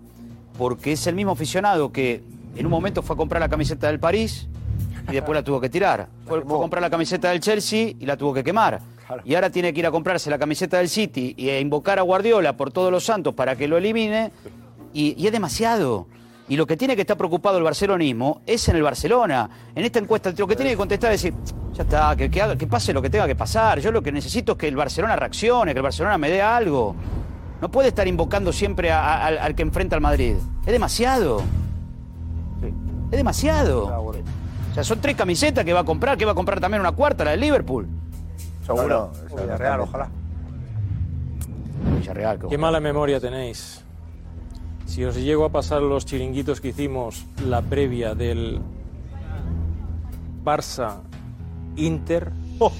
Speaker 20: Porque es el mismo aficionado que en un momento fue a comprar la camiseta del París y después la tuvo que tirar. Fue, fue a comprar la camiseta del Chelsea y la tuvo que quemar. Y ahora tiene que ir a comprarse la camiseta del City y a invocar a Guardiola por todos los santos para que lo elimine. Y, y es demasiado. Y lo que tiene que estar preocupado el barcelonismo es en el Barcelona. En esta encuesta, lo que tiene que contestar es decir, ya está, que, que haga- que pase lo que tenga que pasar. Yo lo que necesito es que el Barcelona reaccione, que el Barcelona me dé algo. No puede estar invocando siempre a- a- al, al que enfrenta al Madrid. Es demasiado. Es demasiado. O sea, son tres camisetas que va a comprar, que va a comprar también una cuarta, la del Liverpool.
Speaker 10: Seguro. Villarreal, ojalá.
Speaker 20: Villarreal,
Speaker 12: Qué mala memoria tenéis. Si os llego a pasar los chiringuitos que hicimos la previa del Barça Inter
Speaker 9: Oh.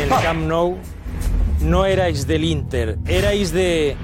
Speaker 12: en
Speaker 9: Ah.
Speaker 12: el Camp Nou, no erais del Inter, erais de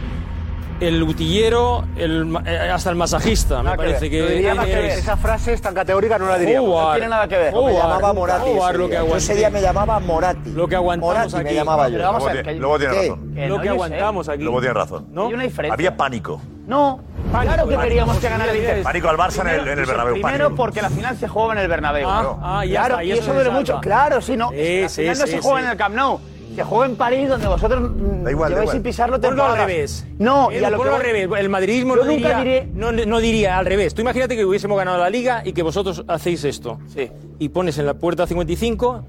Speaker 12: el utillero, el ma- eh, hasta el masajista, me
Speaker 10: Nada que
Speaker 12: parece
Speaker 10: ver. No
Speaker 12: que,
Speaker 10: diría nada que ver.
Speaker 12: erais-
Speaker 10: Esa frase es tan categórica, no la diría.
Speaker 12: Howard.
Speaker 10: No me
Speaker 12: Howard.
Speaker 10: llamaba Morati. ese
Speaker 12: Howard, lo que
Speaker 10: día. Yo ese
Speaker 12: aguanté.
Speaker 5: día me llamaba Morati.
Speaker 12: Lo que aguantamos
Speaker 5: Morati
Speaker 12: aquí.
Speaker 5: me llamaba yo.
Speaker 12: Pero vamos a ver, que-
Speaker 9: Luego tiene
Speaker 12: ¿Qué?
Speaker 9: razón.
Speaker 12: Que Lo no, que yo aguantamos sé. aquí.
Speaker 9: Luego tiene razón.
Speaker 12: ¿No? Hay una diferencia.
Speaker 9: Había pánico.
Speaker 12: No,
Speaker 9: claro que queríamos que
Speaker 12: ganar
Speaker 9: ganara el Inter. Pánico al Barça en el- en el Bernabéu,
Speaker 12: primero
Speaker 9: pánico.
Speaker 12: porque
Speaker 4: pues la final se jugaba en el Bernabéu.
Speaker 12: Ah, ah, ya
Speaker 4: claro,
Speaker 12: está,
Speaker 4: y eso duele mucho. Claro, sí, no.
Speaker 12: Sí,
Speaker 4: la
Speaker 12: sí,
Speaker 4: final no
Speaker 12: sí,
Speaker 4: se juega
Speaker 12: sí.
Speaker 4: en el Camp Nou. Se juega en París, donde vosotros mm,
Speaker 12: Da igual, da
Speaker 4: lleváis
Speaker 12: igual.
Speaker 4: sin pisarlo
Speaker 12: Ponlo al
Speaker 4: temporadas.
Speaker 12: revés.
Speaker 4: No,
Speaker 12: Eh,
Speaker 4: y a lo
Speaker 12: ponlo
Speaker 4: que
Speaker 12: al
Speaker 4: voy-
Speaker 12: revés. El madridismo
Speaker 4: Yo
Speaker 12: no,
Speaker 4: nunca
Speaker 12: diría,
Speaker 4: diré-
Speaker 12: no, no diría al revés. Tú imagínate que hubiésemos ganado la liga y que vosotros hacéis esto. Sí. Y pones en la puerta 55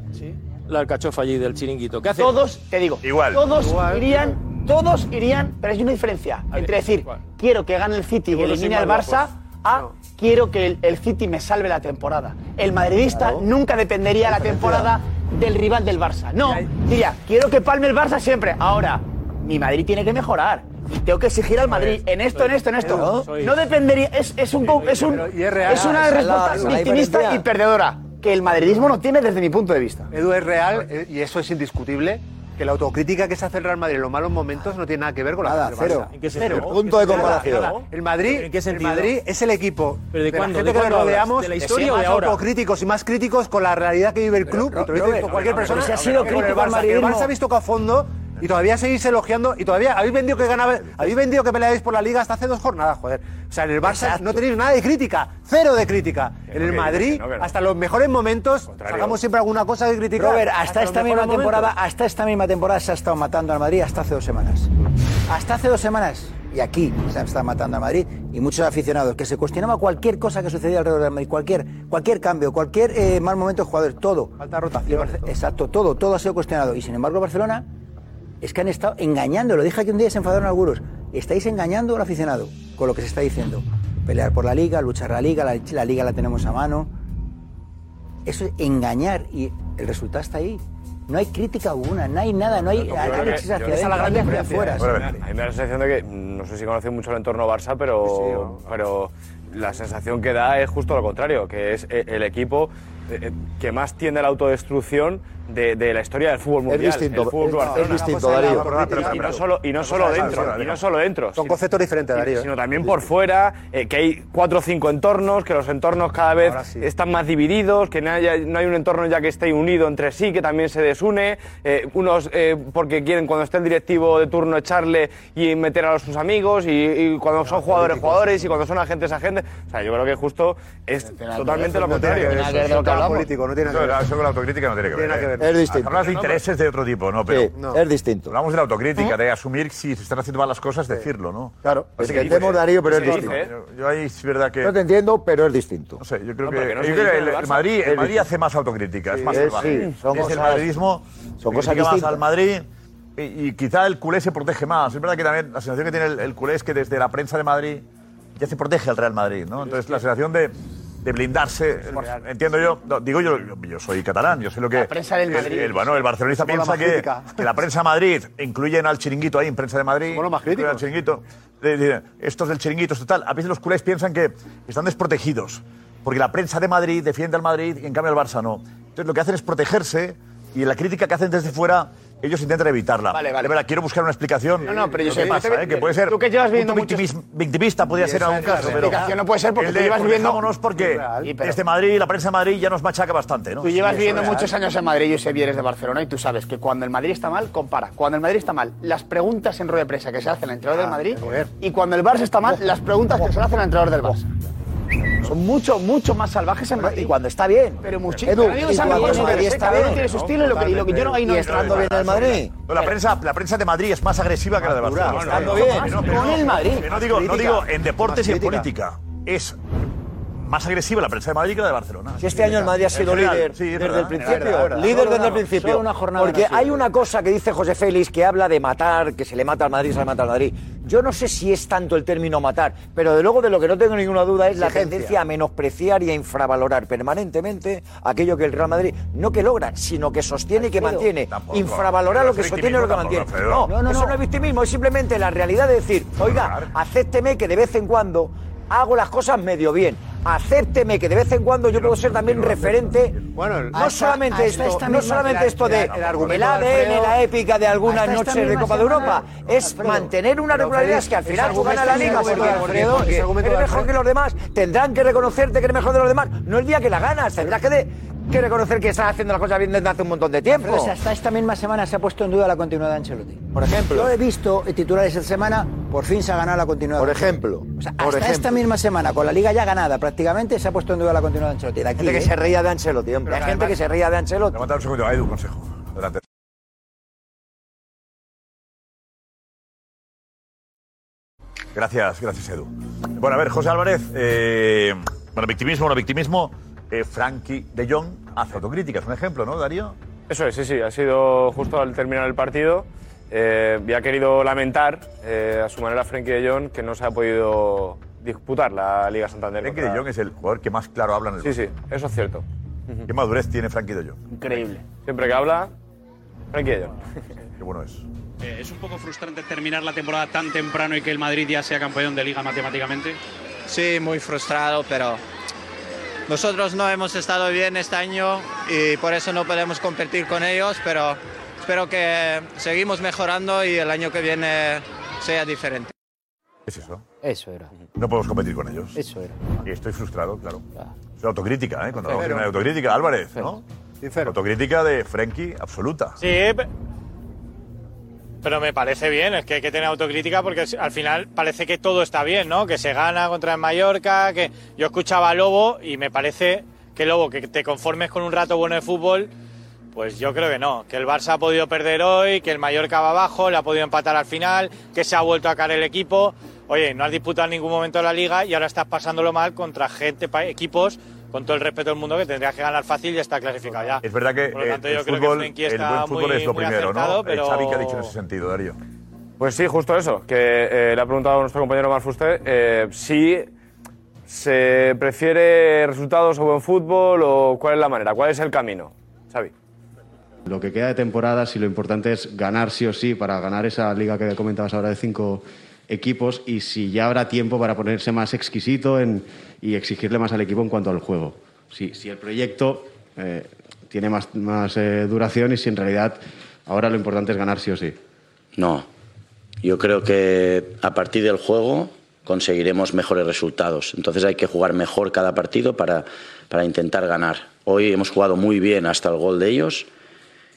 Speaker 12: la alcachofa allí del chiringuito. ¿Qué haces?
Speaker 4: Todos, te digo.
Speaker 12: Igual.
Speaker 4: Todos irían, todos irían, pero hay una diferencia entre decir, quiero que gane el City y
Speaker 12: Seguro
Speaker 4: elimine
Speaker 12: soy
Speaker 4: al
Speaker 12: más
Speaker 4: Barça, a quiero que el, el City me salve la temporada. El madridista nunca dependería la temporada del rival del Barça. No, diría, quiero que palme el Barça siempre. Ahora, mi Madrid tiene que mejorar. Y tengo que exigir al Madrid en esto, en esto, en esto. No, No dependería, es, es un, po- es, un-
Speaker 10: real.
Speaker 4: es una
Speaker 10: Esa es la-
Speaker 4: respuesta
Speaker 10: esa es la
Speaker 4: victimista
Speaker 10: diferencia.
Speaker 4: y perdedora que el madridismo no tiene desde mi punto de vista.
Speaker 10: Edu es real, eh, y eso es indiscutible, que la autocrítica que se hace el Real Madrid en los malos momentos no tiene nada que ver con la
Speaker 6: Nada,
Speaker 10: que hace el
Speaker 6: cero.
Speaker 10: Barça.
Speaker 6: ¿En qué sentido? El punto de
Speaker 10: Nada,
Speaker 6: comparación.
Speaker 10: nada. El Madrid,
Speaker 6: ¿En qué
Speaker 10: el
Speaker 6: sentido?
Speaker 10: Madrid es el equipo
Speaker 6: ¿Pero de cuándo?
Speaker 10: la gente
Speaker 6: ¿De
Speaker 10: que le
Speaker 6: cuándo hablas?
Speaker 10: rodeamos
Speaker 6: ¿De la
Speaker 10: es
Speaker 6: historia o
Speaker 10: más
Speaker 6: de ahora?
Speaker 10: autocríticos y más críticos con la realidad que vive el club. y te lo dice
Speaker 6: Robert,
Speaker 10: cualquier
Speaker 6: Robert,
Speaker 10: persona.
Speaker 6: si has sido
Speaker 10: que con el
Speaker 6: crítico al
Speaker 10: Barça, que el
Speaker 6: madridismo.
Speaker 10: Barça ha visto que a fondo y todavía seguís elogiando y todavía habéis vendido que ganaba, habéis vendido que peleáis por la liga hasta hace dos jornadas, joder. O sea, en el Barça no tenéis nada de crítica, cero de crítica. En el
Speaker 6: que dices,
Speaker 10: Madrid,
Speaker 6: que no, que no.
Speaker 10: hasta los mejores momentos, sacamos siempre alguna cosa que criticar.
Speaker 6: Robert, hasta
Speaker 10: los
Speaker 6: esta misma
Speaker 10: mejores momentos.
Speaker 6: temporada, hasta esta misma temporada se ha estado matando al Madrid hasta hace dos semanas. Hasta hace dos semanas. Y aquí se ha estado matando al Madrid y muchos aficionados que se cuestionaba cualquier cosa que sucedía alrededor del Madrid, cualquier, cualquier cambio, cualquier eh, mal momento de jugadores, todo. Falta rotación. Exacto, todo, todo ha sido cuestionado. Y sin embargo, Barcelona es que han estado engañando. Lo dije aquí un día y se enfadaron algunos. Estáis engañando al aficionado con lo que se está diciendo. Pelear por la liga, luchar la liga, la, la liga la tenemos a mano. Eso es engañar y el resultado está ahí. No hay crítica alguna, no hay nada, no hay Ah,
Speaker 16: Yo creo que-
Speaker 6: análisis hacia
Speaker 16: yo-
Speaker 6: adentro, hacia afuera.
Speaker 16: A mí me da la sensación de que, no sé si conoces mucho el entorno Barça, pero, pero la sensación que da es justo lo contrario, que es eh, el equipo eh, eh, que más tiende a la autodestrucción de, de la historia del fútbol mundial.
Speaker 10: distinto,
Speaker 16: el fútbol
Speaker 10: es-
Speaker 16: Club Barcelona.
Speaker 10: es distinto, Darío.
Speaker 16: Y- Y no solo, y no
Speaker 10: Una
Speaker 16: solo
Speaker 10: cosa es-
Speaker 16: dentro, y no solo dentro.
Speaker 10: Son conceptos diferentes,
Speaker 16: Sí,
Speaker 10: Darío. ¿eh?
Speaker 16: Sino también por fuera, eh, que hay cuatro o cinco entornos, que los entornos cada vez están más divididos, que no hay, no hay un entorno ya que esté unido entre sí, que también se desune. eh, unos eh, porque quieren cuando esté el directivo de turno echarle y meter a los- sus amigos, y, y cuando son jugadores, jugadores, y cuando son agentes, agentes. O sea, yo creo que justo es totalmente lo
Speaker 9: No tiene
Speaker 16: contrario.
Speaker 9: que ver
Speaker 16: Eso
Speaker 9: eso.
Speaker 16: es lo que hablamos.
Speaker 9: Eso, Eso con la autocrítica no tiene que ver.
Speaker 16: Tiene nada
Speaker 9: ¿eh?
Speaker 16: que ver. Es distinto.
Speaker 9: Hablamos de intereses de otro tipo, ¿no? Pero
Speaker 6: Sí, No. es distinto.
Speaker 9: Hablamos de la autocrítica, de asumir si se están haciendo mal las cosas, decirlo, ¿no?
Speaker 6: Claro,
Speaker 9: Parece que
Speaker 6: entendemos,
Speaker 9: dice-
Speaker 6: Darío, pero es
Speaker 9: Sí,
Speaker 6: distinto.
Speaker 9: dice, ¿eh? Yo ahí es verdad que...
Speaker 6: No te entiendo, pero es distinto.
Speaker 9: No sé, yo creo
Speaker 6: No,
Speaker 9: que,
Speaker 6: pero que no
Speaker 9: yo
Speaker 6: se
Speaker 9: creo
Speaker 6: dice
Speaker 9: que
Speaker 6: del
Speaker 9: el, el
Speaker 6: Barça.
Speaker 9: Madrid, el
Speaker 6: Es
Speaker 9: Madrid
Speaker 6: distinto.
Speaker 9: hace más autocrítica, es
Speaker 6: Sí,
Speaker 9: más
Speaker 6: es-
Speaker 9: salvaje.
Speaker 6: sí, son
Speaker 9: Desde el
Speaker 6: cosas-
Speaker 9: madridismo,
Speaker 6: son cosas
Speaker 9: critica más
Speaker 6: distintas.
Speaker 9: al Madrid y, y quizá el culé se protege más. Es verdad que también la sensación que tiene el, el culé es que desde la prensa de Madrid ya se protege al Real Madrid, ¿no? Entonces la sensación de de blindarse. Entiendo yo, no, digo yo, yo, yo soy catalán, yo sé lo que. La
Speaker 4: prensa del Madrid.
Speaker 9: El, el- bueno, el barcelonista
Speaker 4: Somos
Speaker 9: piensa
Speaker 4: la más
Speaker 9: que,
Speaker 4: crítica.
Speaker 9: que la prensa de Madrid, incluyen al chiringuito ahí en prensa de Madrid. Bueno, más críticos. Al chiringuito. Le dicen, estos del chiringuito, esto tal. A veces los culés piensan que están desprotegidos, porque la prensa de Madrid defiende al Madrid y en cambio al Barça no. Entonces lo que hacen es protegerse y la crítica que hacen desde fuera. Ellos intentan evitarla.
Speaker 4: Vale, vale.
Speaker 9: De verdad, quiero buscar una explicación.
Speaker 4: No, no, pero
Speaker 9: de
Speaker 4: yo
Speaker 9: qué
Speaker 4: sé-
Speaker 9: pasa,
Speaker 4: yo te-
Speaker 9: ¿eh? que puede ser.
Speaker 4: tú que llevas
Speaker 9: punto
Speaker 4: viviendo muchos-
Speaker 9: victimis- victimista podría
Speaker 4: Y
Speaker 9: ser en
Speaker 4: esa
Speaker 9: algún
Speaker 4: es la
Speaker 9: caso, pero.
Speaker 4: explicación, no puede ser porque
Speaker 9: El
Speaker 4: tú
Speaker 9: de
Speaker 4: llevas viviendo-
Speaker 9: protejámonos porque
Speaker 4: Es real, pero-
Speaker 9: desde Madrid la prensa de Madrid ya nos machaca bastante, ¿no?
Speaker 4: Tú llevas
Speaker 9: Sí,
Speaker 4: viviendo
Speaker 9: es real.
Speaker 4: muchos años en Madrid, Josep, y eres de Barcelona, y tú sabes que cuando el Madrid está mal, compara. Cuando el Madrid está mal, las preguntas en rueda de prensa que se hacen al entrenador del Madrid, y cuando el Barça está mal, las preguntas que se le hacen al entrenador del Barça. Son mucho, mucho más salvajes en Madrid. Y cuando está bien. Pero muchísimo.
Speaker 5: Edu,
Speaker 4: Cada uno
Speaker 5: y
Speaker 4: sabe
Speaker 5: cuando
Speaker 4: cuál es
Speaker 5: el
Speaker 4: su
Speaker 5: Madrid
Speaker 4: interés,
Speaker 5: está
Speaker 4: cada uno
Speaker 5: bien.
Speaker 4: tiene su estilo y lo que, y lo que yo no, ahí no
Speaker 5: Y estando bien el Madrid.
Speaker 9: No, la, prensa, la prensa de Madrid es más agresiva que la de Barcelona.
Speaker 5: Bueno, estando bien.
Speaker 9: Que no, que no,
Speaker 5: Con el Madrid.
Speaker 9: que No digo, no
Speaker 5: Crítica.
Speaker 9: digo en
Speaker 5: Más
Speaker 9: deportes y en
Speaker 5: crítica.
Speaker 9: política. Es más agresiva la prensa de Madrid que la de Barcelona.
Speaker 5: Si este año el Madrid ha
Speaker 9: En
Speaker 5: sido
Speaker 9: general,
Speaker 5: líder
Speaker 9: sí, es
Speaker 5: desde
Speaker 9: verdad,
Speaker 5: el
Speaker 9: es
Speaker 5: principio.
Speaker 9: verdad, es verdad.
Speaker 5: Líder
Speaker 9: Solo
Speaker 5: desde el
Speaker 9: una-
Speaker 5: principio.
Speaker 9: solo una jornada
Speaker 5: Porque
Speaker 9: no sirve.
Speaker 5: hay una cosa que dice José Félix que habla de matar, que se le mata al Madrid, se le mata al Madrid. Yo no sé si es tanto el término matar, pero de luego de lo que no tengo ninguna duda es la
Speaker 6: Exigencia.
Speaker 5: tendencia a menospreciar y a infravalorar permanentemente aquello que el Real Madrid no que logra, sino que sostiene y que
Speaker 6: Alfredo,
Speaker 5: mantiene.
Speaker 6: tampoco.
Speaker 5: Infravalorar
Speaker 6: Pero
Speaker 5: lo que
Speaker 6: es
Speaker 5: sostiene y lo que
Speaker 6: victimismo
Speaker 5: mantiene.
Speaker 6: tampoco,
Speaker 5: No,
Speaker 6: Alfredo.
Speaker 5: no, no, eso no es victimismo, es simplemente la realidad de decir, oiga, acépteme que de vez en cuando hago las cosas medio bien. Acépteme que de vez en cuando yo puedo ser también referente.
Speaker 10: hasta-
Speaker 5: no solamente
Speaker 10: hasta
Speaker 5: esto,
Speaker 10: esta
Speaker 5: no
Speaker 10: misma-
Speaker 5: solamente esto de
Speaker 10: el
Speaker 5: el,
Speaker 10: argumento de
Speaker 5: ADN,
Speaker 10: Alfredo-
Speaker 5: la épica de algunas
Speaker 10: hasta esta
Speaker 5: noches de
Speaker 10: misma
Speaker 5: Copa de
Speaker 10: semana,
Speaker 5: Europa, es mantener una
Speaker 10: pero
Speaker 5: regularidad
Speaker 10: Félix,
Speaker 5: que al
Speaker 10: ese
Speaker 5: final tú
Speaker 10: argumento
Speaker 5: ganas la
Speaker 10: es
Speaker 5: liga
Speaker 10: argumento
Speaker 5: porque
Speaker 10: de Alfredo,
Speaker 5: Alfredo
Speaker 10: ese argumento
Speaker 5: eres
Speaker 10: de
Speaker 5: mejor
Speaker 10: Alfredo.
Speaker 5: que los demás, tendrán que reconocerte que eres mejor de los demás, no el día que la ganas, tendrás que, de- que reconocer que estás haciendo las cosas bien desde hace un montón de tiempo.
Speaker 6: Entonces, hasta esta misma semana se ha puesto en duda la continuidad de Ancelotti. Por
Speaker 5: ejemplo.
Speaker 6: Yo he visto titulares esta semana, por fin se ha ganado la continuidad.
Speaker 5: Por
Speaker 6: de Ancelotti.
Speaker 5: ejemplo,
Speaker 6: O sea,
Speaker 5: por
Speaker 6: hasta
Speaker 5: ejemplo.
Speaker 6: esta misma semana, con la liga ya ganada prácticamente, se ha puesto en duda la continuidad de Ancelotti. De aquí,
Speaker 5: gente que
Speaker 6: ¿eh?
Speaker 5: se reía de Ancelotti, hombre. Hay gente que se reía de Ancelotti.
Speaker 9: Levantad un segundo, Edu, consejo. Adelante. Gracias, gracias, Edu. Bueno, a ver, José Álvarez. eh, bueno, victimismo, no victimismo. Eh, Frankie de Jong hace autocrítica. Es un ejemplo, ¿no, Darío?
Speaker 16: Eso es, sí, sí, ha sido justo al terminar el partido eh, y ha querido lamentar eh, a su manera Frenkie de Jong que no se ha podido disputar la Liga Santander.
Speaker 9: Frenkie de Jong es el jugador que más claro habla en el
Speaker 16: Sí, sí, eso es cierto.
Speaker 9: ¿Qué madurez tiene Frankie de Jong?
Speaker 16: Increíble. Siempre que habla, Frenkie de Jong.
Speaker 9: Qué bueno es.
Speaker 1: Eh, ¿Es un poco frustrante terminar la temporada tan temprano y que el Madrid ya sea campeón de liga matemáticamente?
Speaker 2: Sí, muy frustrado, pero nosotros no hemos estado bien este año y por eso no podemos competir con ellos, pero espero que seguimos mejorando y el año que viene sea diferente.
Speaker 9: ¿Es eso?
Speaker 2: Eso era.
Speaker 9: No podemos competir con ellos.
Speaker 2: Eso era. Ah.
Speaker 9: Y estoy frustrado, claro. Es autocrítica, ¿eh? Cuando hablamos de
Speaker 16: Pero-
Speaker 9: una autocrítica, Álvarez, ¿no? Autocrítica de Frenkie absoluta.
Speaker 2: Sí, pe-
Speaker 17: pero me parece bien, es que hay que tener autocrítica porque es- al final parece que todo está bien, ¿no? Que se gana contra el Mallorca, que yo escuchaba a Lobo y me parece que Lobo, que te conformes con un rato bueno de fútbol, pues yo creo que no, que el Barça ha podido perder hoy, que el Mallorca va abajo, le ha podido empatar al final, que se ha vuelto a caer el equipo. Oye, no has disputado en ningún momento la liga y ahora estás pasándolo mal contra gente, pa- equipos, con todo el respeto del mundo, que tendrías que ganar fácil y ya está clasificado ya.
Speaker 9: Es verdad que
Speaker 16: Por lo tanto,
Speaker 9: el,
Speaker 16: yo
Speaker 9: el
Speaker 16: creo que
Speaker 9: fútbol,
Speaker 16: Frenkie
Speaker 9: el
Speaker 16: está
Speaker 9: buen fútbol
Speaker 16: muy-
Speaker 9: es lo
Speaker 16: muy
Speaker 9: primero,
Speaker 16: acertado,
Speaker 9: ¿no?
Speaker 16: pero-
Speaker 9: Xavi, ¿qué ha dicho en ese sentido, Darío?
Speaker 16: Pues sí, justo eso, que eh, le ha preguntado a nuestro compañero Marfuster eh, si se prefiere resultados o buen fútbol o cuál es la manera, cuál es el camino, Xavi.
Speaker 27: Lo que queda de temporada, si lo importante es ganar sí o sí para ganar esa liga que comentabas ahora de cinco equipos y si ya habrá tiempo para ponerse más exquisito en- y exigirle más al equipo en cuanto al juego. Si, si el proyecto eh, tiene más, más eh, duración y si en realidad ahora lo importante es ganar sí o sí.
Speaker 19: No. Yo creo que a partir del juego conseguiremos mejores resultados. Entonces hay que jugar mejor cada partido para, para intentar ganar. Hoy hemos jugado muy bien hasta el gol de ellos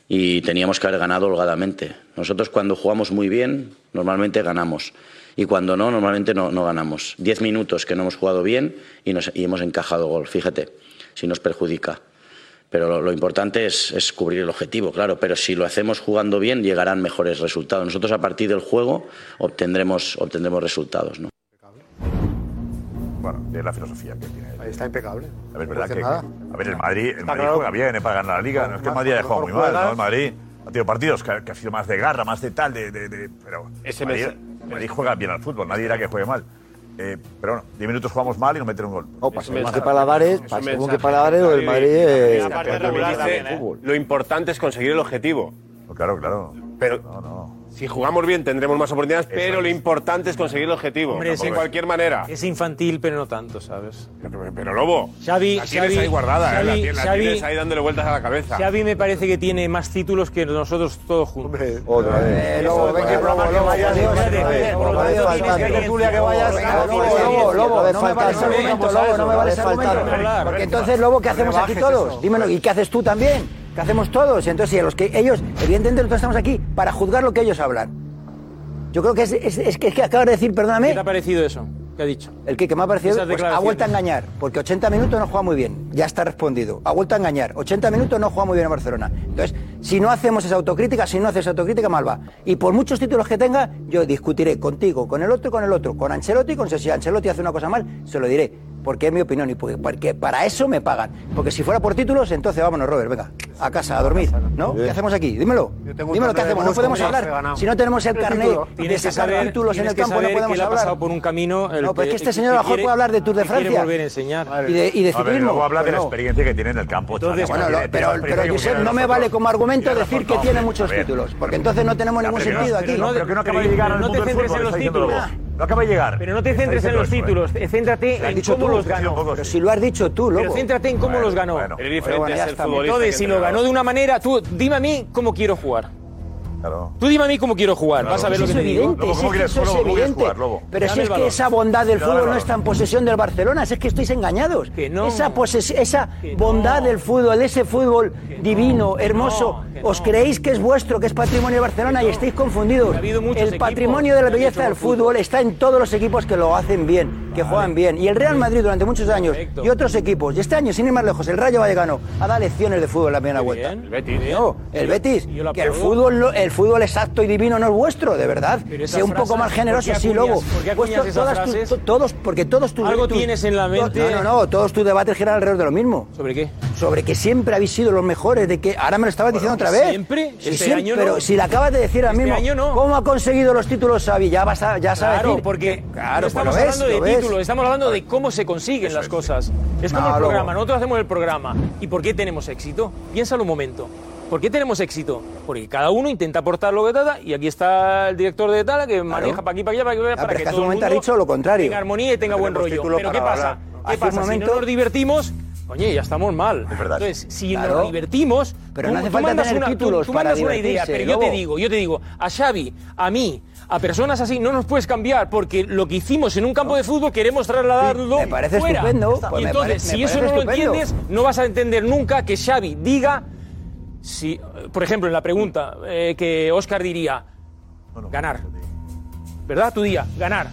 Speaker 19: y teníamos que haber ganado holgadamente. Nosotros cuando jugamos muy bien, normalmente ganamos. Y cuando no, normalmente no, no ganamos. Diez minutos que no hemos jugado bien y, nos- y hemos encajado gol. Fíjate, si nos perjudica. Pero lo, lo importante es, es cubrir el objetivo, claro. Pero si lo hacemos jugando bien, llegarán mejores resultados. Nosotros a partir del juego obtendremos, obtendremos resultados. ¿no?
Speaker 9: Bueno, de la filosofía que tiene.
Speaker 10: Ahí está impecable.
Speaker 9: A ver, ¿verdad
Speaker 10: hacer
Speaker 9: que,
Speaker 10: nada.
Speaker 9: a ver, el Madrid, el Madrid
Speaker 10: claro.
Speaker 9: juega bien eh, para ganar la liga. No es que el Madrid haya jugado muy
Speaker 10: mejor
Speaker 9: mal, ¿no? El
Speaker 10: juegas.
Speaker 9: Madrid ha tenido partidos que, ha- que ha sido más de garra, más de tal, de. de- de- pero.
Speaker 16: Ese
Speaker 9: Madrid,
Speaker 16: mes-
Speaker 9: Madrid juega bien al fútbol, nadie dirá que juegue mal. Eh, pero bueno, 10 minutos jugamos mal y nos meten un gol.
Speaker 5: O para según qué paladares, para según qué paladares, o el Madrid
Speaker 6: eh,
Speaker 5: es campeón
Speaker 18: Lo que
Speaker 5: de
Speaker 18: dice, Lo importante es conseguir el objetivo.
Speaker 9: Pues claro, claro.
Speaker 18: Pero si jugamos bien tendremos más oportunidades, pero lo importante es conseguir el objetivo. de cualquier manera.
Speaker 12: Es infantil, pero no tanto, ¿sabes?
Speaker 18: Pero Lobo,
Speaker 12: Xavi,
Speaker 18: la tienes
Speaker 12: Xavi,
Speaker 18: ahí guardada, ¿eh? la,
Speaker 12: Xavi,
Speaker 18: tienes, la
Speaker 12: Xavi-
Speaker 18: tienes ahí dándole vueltas a la cabeza.
Speaker 12: Xavi me parece que tiene más títulos que nosotros todos juntos.
Speaker 5: Otra vez. Lobo, venga, Lobo, Lobo, adiós.
Speaker 6: tertulia que vayas. Lobo, Lobo, no me vale ese argumento, Lobo, no me vale ese argumento. Porque entonces, Lobo, ¿qué hacemos aquí todos? Dímelo, ¿y qué haces tú también? ¿Qué hacemos todos? Entonces, y a los que ellos, evidentemente nosotros estamos aquí para juzgar lo que ellos hablan. Yo creo que es, es- es que, es que acabas de decir, perdóname. ¿Qué te ha
Speaker 12: parecido eso? ¿Qué ha dicho?
Speaker 6: El que, que me ha parecido,
Speaker 12: Esas
Speaker 6: pues, ha
Speaker 12: declaraciones.
Speaker 6: vuelto a engañar, porque 80 minutos no juega muy bien, ya está respondido. Ha vuelto a engañar, 80 minutos no juega muy bien a Barcelona. Entonces, si no hacemos esa autocrítica, si no haces autocrítica, mal va. Y por muchos títulos que tenga, yo discutiré contigo, con el otro y con el otro, con Ancelotti y con si Ancelotti hace una cosa mal, se lo diré, porque es mi opinión y porque, porque para eso me pagan. Porque si fuera por títulos, entonces vámonos, Robert, venga, a casa, a dormir, ¿no? ¿Qué hacemos aquí? Dímelo. Dímelo, ¿qué hacemos? No podemos hablar. Si no tenemos el carnet de
Speaker 12: Tienes que
Speaker 6: sacar
Speaker 12: saber,
Speaker 6: títulos en
Speaker 12: tienes
Speaker 6: el
Speaker 12: que
Speaker 6: campo, no
Speaker 12: saber que
Speaker 6: podemos
Speaker 12: le ha
Speaker 6: hablar.
Speaker 12: pasado por un camino. el
Speaker 6: No, pero es que este señor a lo
Speaker 12: que
Speaker 6: mejor
Speaker 12: quiere-
Speaker 6: puede hablar de Tour de
Speaker 12: que quiere
Speaker 6: Francia.
Speaker 12: volver a enseñar.
Speaker 6: Y de- y de
Speaker 9: A ver,
Speaker 6: ciclismo,
Speaker 9: luego habla de
Speaker 6: pues
Speaker 9: la
Speaker 6: no.
Speaker 9: experiencia que tiene en el campo.
Speaker 6: Entonces,
Speaker 9: chaval,
Speaker 6: bueno, lo-
Speaker 9: tiene- tiene
Speaker 6: pero,
Speaker 9: más
Speaker 6: pero
Speaker 9: experiencia eh, que
Speaker 6: Josep,
Speaker 9: tiene
Speaker 6: no me
Speaker 9: nosotros.
Speaker 6: vale como argumento
Speaker 9: Tiene
Speaker 6: decir
Speaker 9: razón,
Speaker 6: que
Speaker 9: no,
Speaker 6: tiene
Speaker 9: hombre,
Speaker 6: muchos
Speaker 9: a ver.
Speaker 6: títulos, porque entonces no tenemos
Speaker 9: Ya,
Speaker 6: ningún
Speaker 9: pero que no-
Speaker 6: sentido aquí.
Speaker 9: pero no- pero que no acaba de llegar al
Speaker 12: no te
Speaker 9: mundo del
Speaker 12: centres
Speaker 9: fútbol,
Speaker 12: en los
Speaker 9: está diciendo
Speaker 12: títulos.
Speaker 9: Lobo. No acaba de llegar.
Speaker 12: Pero no te centres
Speaker 9: Está
Speaker 12: en los
Speaker 9: diciendo eso,
Speaker 12: títulos, eh, céntrate en cómo los ganó.
Speaker 6: Pero si lo has dicho tú, Lobo.
Speaker 12: Pero céntrate en cómo los ganó.
Speaker 6: Pero diferente bueno, ya es el está. futbolista
Speaker 12: Entonces,
Speaker 6: que
Speaker 12: si lo
Speaker 6: entrenador.
Speaker 12: ganó de una manera, tú dime a mí cómo quiero jugar. Tú dime a mí cómo quiero jugar. Vas a ver
Speaker 6: Eso
Speaker 12: lo que
Speaker 6: es
Speaker 12: te digo.
Speaker 6: evidente, si es que eso es evidente. Pero si
Speaker 12: Dame
Speaker 6: es
Speaker 12: el
Speaker 6: que
Speaker 12: balón.
Speaker 6: esa bondad del
Speaker 12: Pero dame
Speaker 6: fútbol
Speaker 12: el
Speaker 6: no
Speaker 12: balón.
Speaker 6: está en posesión del Barcelona, si es que estáis engañados. Esa, poses- esa bondad del fútbol, ese fútbol divino, hermoso, os creéis que es vuestro, que es patrimonio de Barcelona y estáis confundidos. El patrimonio de la belleza del fútbol está en todos los equipos que lo hacen bien, que juegan bien. Y el Real Madrid durante muchos años y otros equipos, y este año sin ir más lejos, el Rayo Vallecano ha dado lecciones de fútbol en la primera vuelta.
Speaker 12: El Betis.
Speaker 6: No, el Betis,
Speaker 12: yo lo
Speaker 6: que el
Speaker 12: aplaudo.
Speaker 6: fútbol, no- el fútbol exacto y divino no es vuestro, de verdad.
Speaker 12: Pero esas
Speaker 6: Sea un
Speaker 12: frases,
Speaker 6: poco más generoso,
Speaker 12: ¿por qué
Speaker 6: sí,
Speaker 12: acuñas-
Speaker 6: Lobo.
Speaker 12: por qué acuñas
Speaker 6: Vuestro-
Speaker 12: esas
Speaker 6: todas tus-
Speaker 12: frases?
Speaker 6: to- todos, porque todos tus...
Speaker 12: Algo
Speaker 6: tus-
Speaker 12: tienes en la
Speaker 6: to-
Speaker 12: mente.
Speaker 6: No, no, no, todos tus debates giran alrededor de lo mismo.
Speaker 12: ¿Sobre qué?
Speaker 6: Sobre que siempre habéis sido los mejores, de que ahora me lo estabas diciendo otra vez.
Speaker 12: ¿siempre?
Speaker 6: Sí,
Speaker 12: Este
Speaker 6: siempre,
Speaker 12: año no.
Speaker 6: pero si le acabas de decir ahora
Speaker 12: Este
Speaker 6: mismo,
Speaker 12: año
Speaker 6: ¿cómo ha conseguido los títulos Xavi? Ya, vas a- ya sabes
Speaker 12: Claro,
Speaker 6: decir-
Speaker 12: porque
Speaker 6: Claro,
Speaker 12: no
Speaker 6: pues lo
Speaker 12: estamos
Speaker 6: ves,
Speaker 12: hablando
Speaker 6: lo
Speaker 12: de
Speaker 6: ves.
Speaker 12: títulos, estamos hablando de cómo se consiguen las cosas. Es como
Speaker 6: No,
Speaker 12: el
Speaker 6: Lobo.
Speaker 12: programa, nosotros hacemos el programa. ¿Y por qué tenemos éxito? Piénsalo un momento. ¿Por qué tenemos éxito? Porque cada uno intenta aportar lo que trata y aquí está el director de Tala que maneja para aquí, para allá, para, aquí, para
Speaker 6: pero es
Speaker 12: que
Speaker 6: que hace
Speaker 12: todo
Speaker 6: un
Speaker 12: el
Speaker 6: momento ha
Speaker 12: mundo
Speaker 6: dicho lo contrario.
Speaker 12: tenga armonía y tenga
Speaker 6: No
Speaker 12: buen
Speaker 6: tenemos
Speaker 12: rollo.
Speaker 6: título
Speaker 12: Pero ¿qué
Speaker 6: para
Speaker 12: pasa?
Speaker 6: hablar.
Speaker 12: ¿Qué
Speaker 6: Hace un
Speaker 12: pasa? Si
Speaker 6: momento-
Speaker 12: no nos divertimos, coño, ya estamos mal. Entonces, si
Speaker 6: Claro.
Speaker 12: nos divertimos,
Speaker 6: Pero
Speaker 12: tú-
Speaker 6: no hace
Speaker 12: tú
Speaker 6: falta
Speaker 12: mandas
Speaker 6: tener
Speaker 12: una, tú-
Speaker 6: títulos
Speaker 12: tú
Speaker 6: para
Speaker 12: mandas una idea,
Speaker 6: divertirse,
Speaker 12: pero yo te
Speaker 6: Lobo.
Speaker 12: digo digo, yo te digo, a Xavi, a mí, a personas así, no nos puedes cambiar porque lo que hicimos en un campo de fútbol queremos trasladarlo
Speaker 6: Me parece
Speaker 12: fuera.
Speaker 6: estupendo, pues
Speaker 12: y
Speaker 6: me
Speaker 12: entonces,
Speaker 6: parece- me
Speaker 12: si eso no
Speaker 6: parece
Speaker 12: lo
Speaker 6: estupendo.
Speaker 12: entiendes, no vas a entender nunca que Xavi diga, si, por ejemplo, en la pregunta eh, que Oscar diría, ganar.
Speaker 18: pues,
Speaker 12: ¿Verdad? Tú dirías, ganar.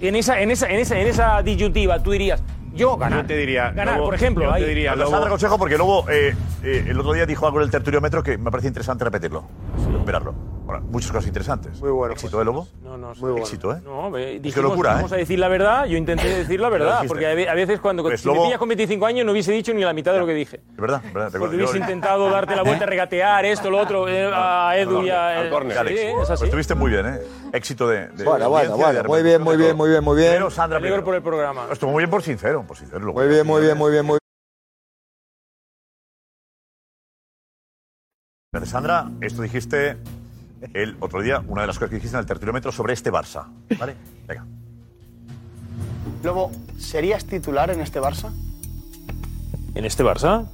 Speaker 12: En esa, en esa, en esa, en esa disyuntiva, tú dirías, yo ganar.
Speaker 18: Yo te diría,
Speaker 12: ganar,
Speaker 18: Lobo,
Speaker 12: por ejemplo.
Speaker 18: yo te
Speaker 12: ahí.
Speaker 18: diría,
Speaker 9: Os dar consejo porque luego eh, eh, el otro día dijo algo en el tertuliómetro que me parece interesante repetirlo, recuperarlo. Bueno, muchas cosas interesantes. Muy bueno. ¿Éxito de Lobo?
Speaker 12: No, no, sí.
Speaker 9: Éxito, ¿eh?
Speaker 12: No, ve- dijimos,
Speaker 9: locura, ¿eh?
Speaker 12: vamos a decir la verdad, yo intenté decir la
Speaker 9: Lo
Speaker 12: verdad,
Speaker 9: dijiste.
Speaker 12: porque a ve- a veces cuando
Speaker 9: Pues
Speaker 12: si
Speaker 9: Lobo-
Speaker 12: me pillas con 25 años no hubiese dicho ni la mitad de lo que dije.
Speaker 9: Es verdad, es verdad.
Speaker 12: Porque
Speaker 9: recuerdo.
Speaker 12: Pues hubiese
Speaker 9: Yo- eh,
Speaker 12: intentado darte la vuelta, regatear esto, lo otro, eh, a Edu y a... eh,
Speaker 9: Al córner.
Speaker 12: Sí,
Speaker 9: Alex.
Speaker 12: es así.
Speaker 9: Pues estuviste muy bien, ¿eh? Éxito de. de
Speaker 5: Bueno, bueno,
Speaker 9: audiencia,
Speaker 5: bueno.
Speaker 9: de
Speaker 5: Muy bien, muy bien, muy bien, muy bien.
Speaker 9: Pero Sandra, primero.
Speaker 12: por el programa.
Speaker 9: Estuvo muy bien por sincero, por sincero. lo
Speaker 5: Muy
Speaker 9: que-
Speaker 5: bien, muy bien, muy bien, muy bien.
Speaker 9: Sandra, esto dijiste el otro día, una de las cosas que dijiste en el tertuliómetro sobre este Barça. ¿Vale? Venga.
Speaker 4: Lobo, ¿serías titular en este Barça?
Speaker 12: ¿En este Barça?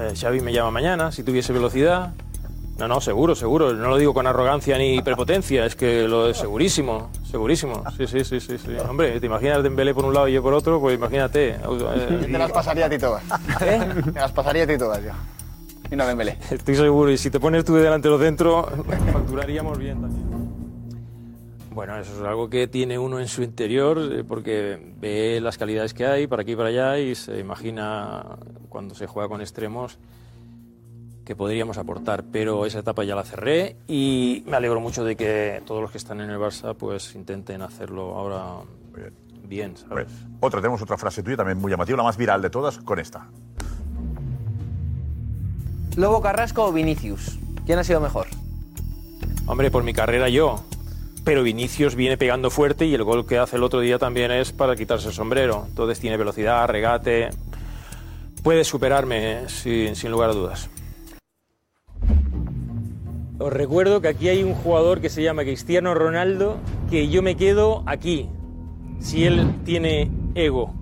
Speaker 12: Eh, Xavi me llama mañana, si tuviese velocidad. No, no, seguro, seguro. No lo digo con arrogancia ni prepotencia, es que lo es segurísimo, segurísimo. Sí, sí, sí, sí. sí. Hombre, te imaginas Dembélé por un lado y yo por otro, pues imagínate. eh,
Speaker 4: Yo te las pasaría a ti todas. Te las pasaría a ti todas yo. Y no Dembélé.
Speaker 12: Estoy seguro, y si te pones tú delante de los dentro, facturaríamos bien también. Bueno, eso es algo que tiene uno en su interior, eh, porque ve las calidades que hay para aquí y para allá y se imagina cuando se juega con extremos que podríamos aportar, pero esa etapa ya la cerré y me alegro mucho de que todos los que están en el Barça pues intenten hacerlo ahora bien, ¿sabes?
Speaker 9: Otra, tenemos otra frase tuya también muy llamativa, la más viral de todas, con esta.
Speaker 14: ¿Lobo Carrasco o Vinicius? ¿Quién ha sido mejor?
Speaker 12: Hombre, por mi carrera yo.
Speaker 28: pero Vinicius viene pegando fuerte y el gol que hace el otro día también es para quitarse el sombrero. Entonces tiene velocidad, regate. Puede superarme, eh, sin, sin lugar a dudas.
Speaker 12: Os recuerdo que aquí hay un jugador que se llama Cristiano Ronaldo, que yo me quedo aquí. Si él tiene ego,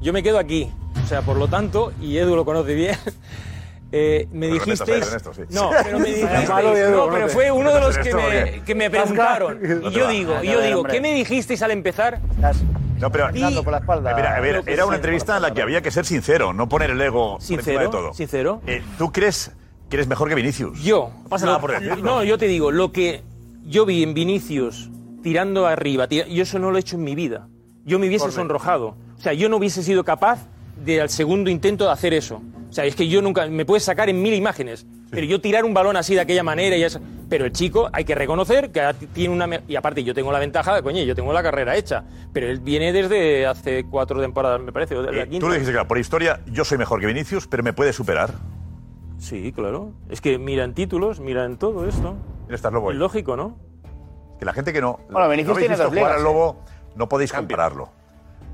Speaker 12: yo me quedo aquí. O sea, por lo tanto, y Edu lo conoce bien. eh, me
Speaker 9: Pero respetas a
Speaker 12: dijisteis.
Speaker 9: Eden esto, sí.
Speaker 12: No, pero me
Speaker 9: Sí.
Speaker 12: dijisteis.
Speaker 9: Malo, Edu,
Speaker 12: No,
Speaker 9: conoce.
Speaker 12: pero fue uno de los que
Speaker 9: Esto,
Speaker 12: me,
Speaker 9: ¿qué?
Speaker 12: que me
Speaker 9: Tasca.
Speaker 12: preguntaron.
Speaker 9: No
Speaker 12: Y
Speaker 9: te
Speaker 12: yo
Speaker 9: va.
Speaker 12: digo, y
Speaker 9: A
Speaker 12: yo
Speaker 9: ver,
Speaker 12: digo,
Speaker 9: hombre.
Speaker 12: ¿qué me dijisteis al empezar?
Speaker 9: No, pero.
Speaker 12: Dando por la espalda.
Speaker 9: Mira, a ver, era una entrevista en la que había que ser sincero, no poner el ego por encima
Speaker 12: Sincero,
Speaker 9: de todo.
Speaker 12: sincero.
Speaker 9: Eh, ¿Tú crees que eres mejor que Vinicius?
Speaker 12: Yo.
Speaker 9: No pasa
Speaker 12: lo-
Speaker 9: nada por decirlo.
Speaker 12: No, yo te digo, lo que yo vi en Vinicius tirando arriba, tira- yo eso no lo he hecho en mi vida. Yo me hubiese
Speaker 9: Correcto.
Speaker 12: sonrojado. O sea, yo no hubiese sido capaz de al segundo intento de hacer eso. O sea, es que yo nunca. Me puedes sacar en mil imágenes. Pero yo tirar un balón así de aquella manera y eso. Pero el chico hay que reconocer que ahora t- tiene una. me- Y aparte, yo tengo la ventaja de, coño, yo tengo la carrera hecha. Pero él viene desde hace cuatro temporadas, me parece. o de la
Speaker 9: Eh,
Speaker 12: quinta.
Speaker 9: tú le dijiste, claro, por historia, yo soy mejor que Vinicius, pero me puede superar.
Speaker 12: Sí, claro. Es que miran títulos, miran todo esto.
Speaker 9: Estás lobo ahí.
Speaker 12: Lógico, ¿no?
Speaker 9: Que la gente que no.
Speaker 12: Bueno, Vinicius
Speaker 9: no habéis
Speaker 12: tiene
Speaker 9: visto
Speaker 12: dos
Speaker 9: jugar
Speaker 12: ligas,
Speaker 9: al
Speaker 12: ¿eh?
Speaker 9: lobo, no podéis compararlo.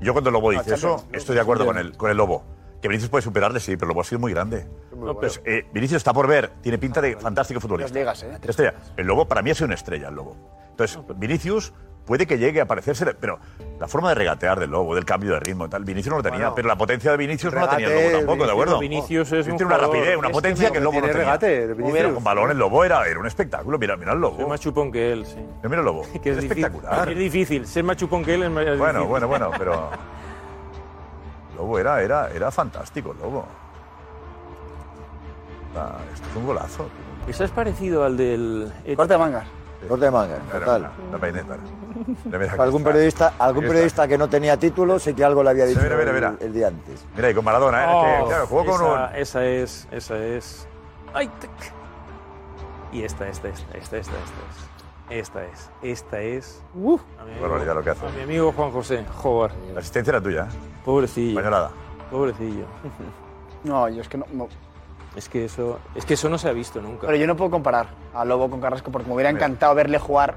Speaker 9: Yo cuando el lobo
Speaker 12: No,
Speaker 9: dice eso,
Speaker 12: Champions.
Speaker 9: estoy de acuerdo
Speaker 12: Bien.
Speaker 9: con el, con el lobo. Que Vinicius puede superarle, sí, pero el lobo ha sido muy grande.
Speaker 12: bueno.
Speaker 9: Entonces, eh, Vinicius está por ver, tiene pinta de fantástico futbolista.
Speaker 12: ligas, ¿eh?
Speaker 9: Estrella. El lobo para mí ha sido una estrella, el lobo. Entonces, Vinicius puede que llegue a parecerse, pero la forma de regatear del lobo, del cambio de ritmo, y tal, Vinicius no lo tenía,
Speaker 12: Bueno.
Speaker 9: pero la potencia de Vinicius no la
Speaker 12: Regate,
Speaker 9: tenía el lobo tampoco, ¿de acuerdo?
Speaker 12: Vinicius es un
Speaker 9: tiene una
Speaker 12: jugador-
Speaker 9: rapidez, una
Speaker 12: es
Speaker 9: potencia
Speaker 12: que
Speaker 9: que el lobo no
Speaker 12: tiene
Speaker 9: tenía.
Speaker 12: regate, Vinicius.
Speaker 9: Con balón el lobo era, era un espectáculo, mira, mira el lobo.
Speaker 12: Más chupón que él, sí.
Speaker 9: Mira el lobo.
Speaker 12: Que es,
Speaker 9: Es
Speaker 12: difícil-
Speaker 9: espectacular.
Speaker 12: Es difícil. Ser más chupón que él es más es
Speaker 9: Bueno,
Speaker 12: difícil.
Speaker 9: bueno, bueno, pero. Lobo era, era, era fantástico, Lobo. Ah, esto es un golazo.
Speaker 12: Estás parecido al del.
Speaker 4: Corte de mangas.
Speaker 5: Corte de manga,
Speaker 9: Era
Speaker 5: total.
Speaker 9: una- una peineta. Mira, mira,
Speaker 5: Algún periodista, algún
Speaker 9: Ahí está.
Speaker 5: periodista que no tenía título, sé que algo le había dicho
Speaker 9: mira, mira, mira.
Speaker 5: El, el día antes.
Speaker 9: Mira, y con Maradona, ¿eh? Es que,
Speaker 12: Oh,
Speaker 9: claro, jugó con
Speaker 12: esa,
Speaker 9: un.
Speaker 12: Esa es, esa es. ¡Ay! tic! Y esta, esta, esta, esta, esta, esta es. Esta es, esta es. A mi
Speaker 9: Qué
Speaker 12: amigo-
Speaker 9: barbaridad lo que hace.
Speaker 12: a mi amigo Juan José, Jobar.
Speaker 9: La asistencia era tuya, ¿eh?
Speaker 12: Pobrecillo.
Speaker 9: Españolada.
Speaker 12: Pobrecillo.
Speaker 4: No, yo es que no, no.
Speaker 12: Es que eso, es que eso no se ha visto nunca.
Speaker 4: Pero yo no puedo comparar a Lobo con Carrasco porque me hubiera encantado verle jugar.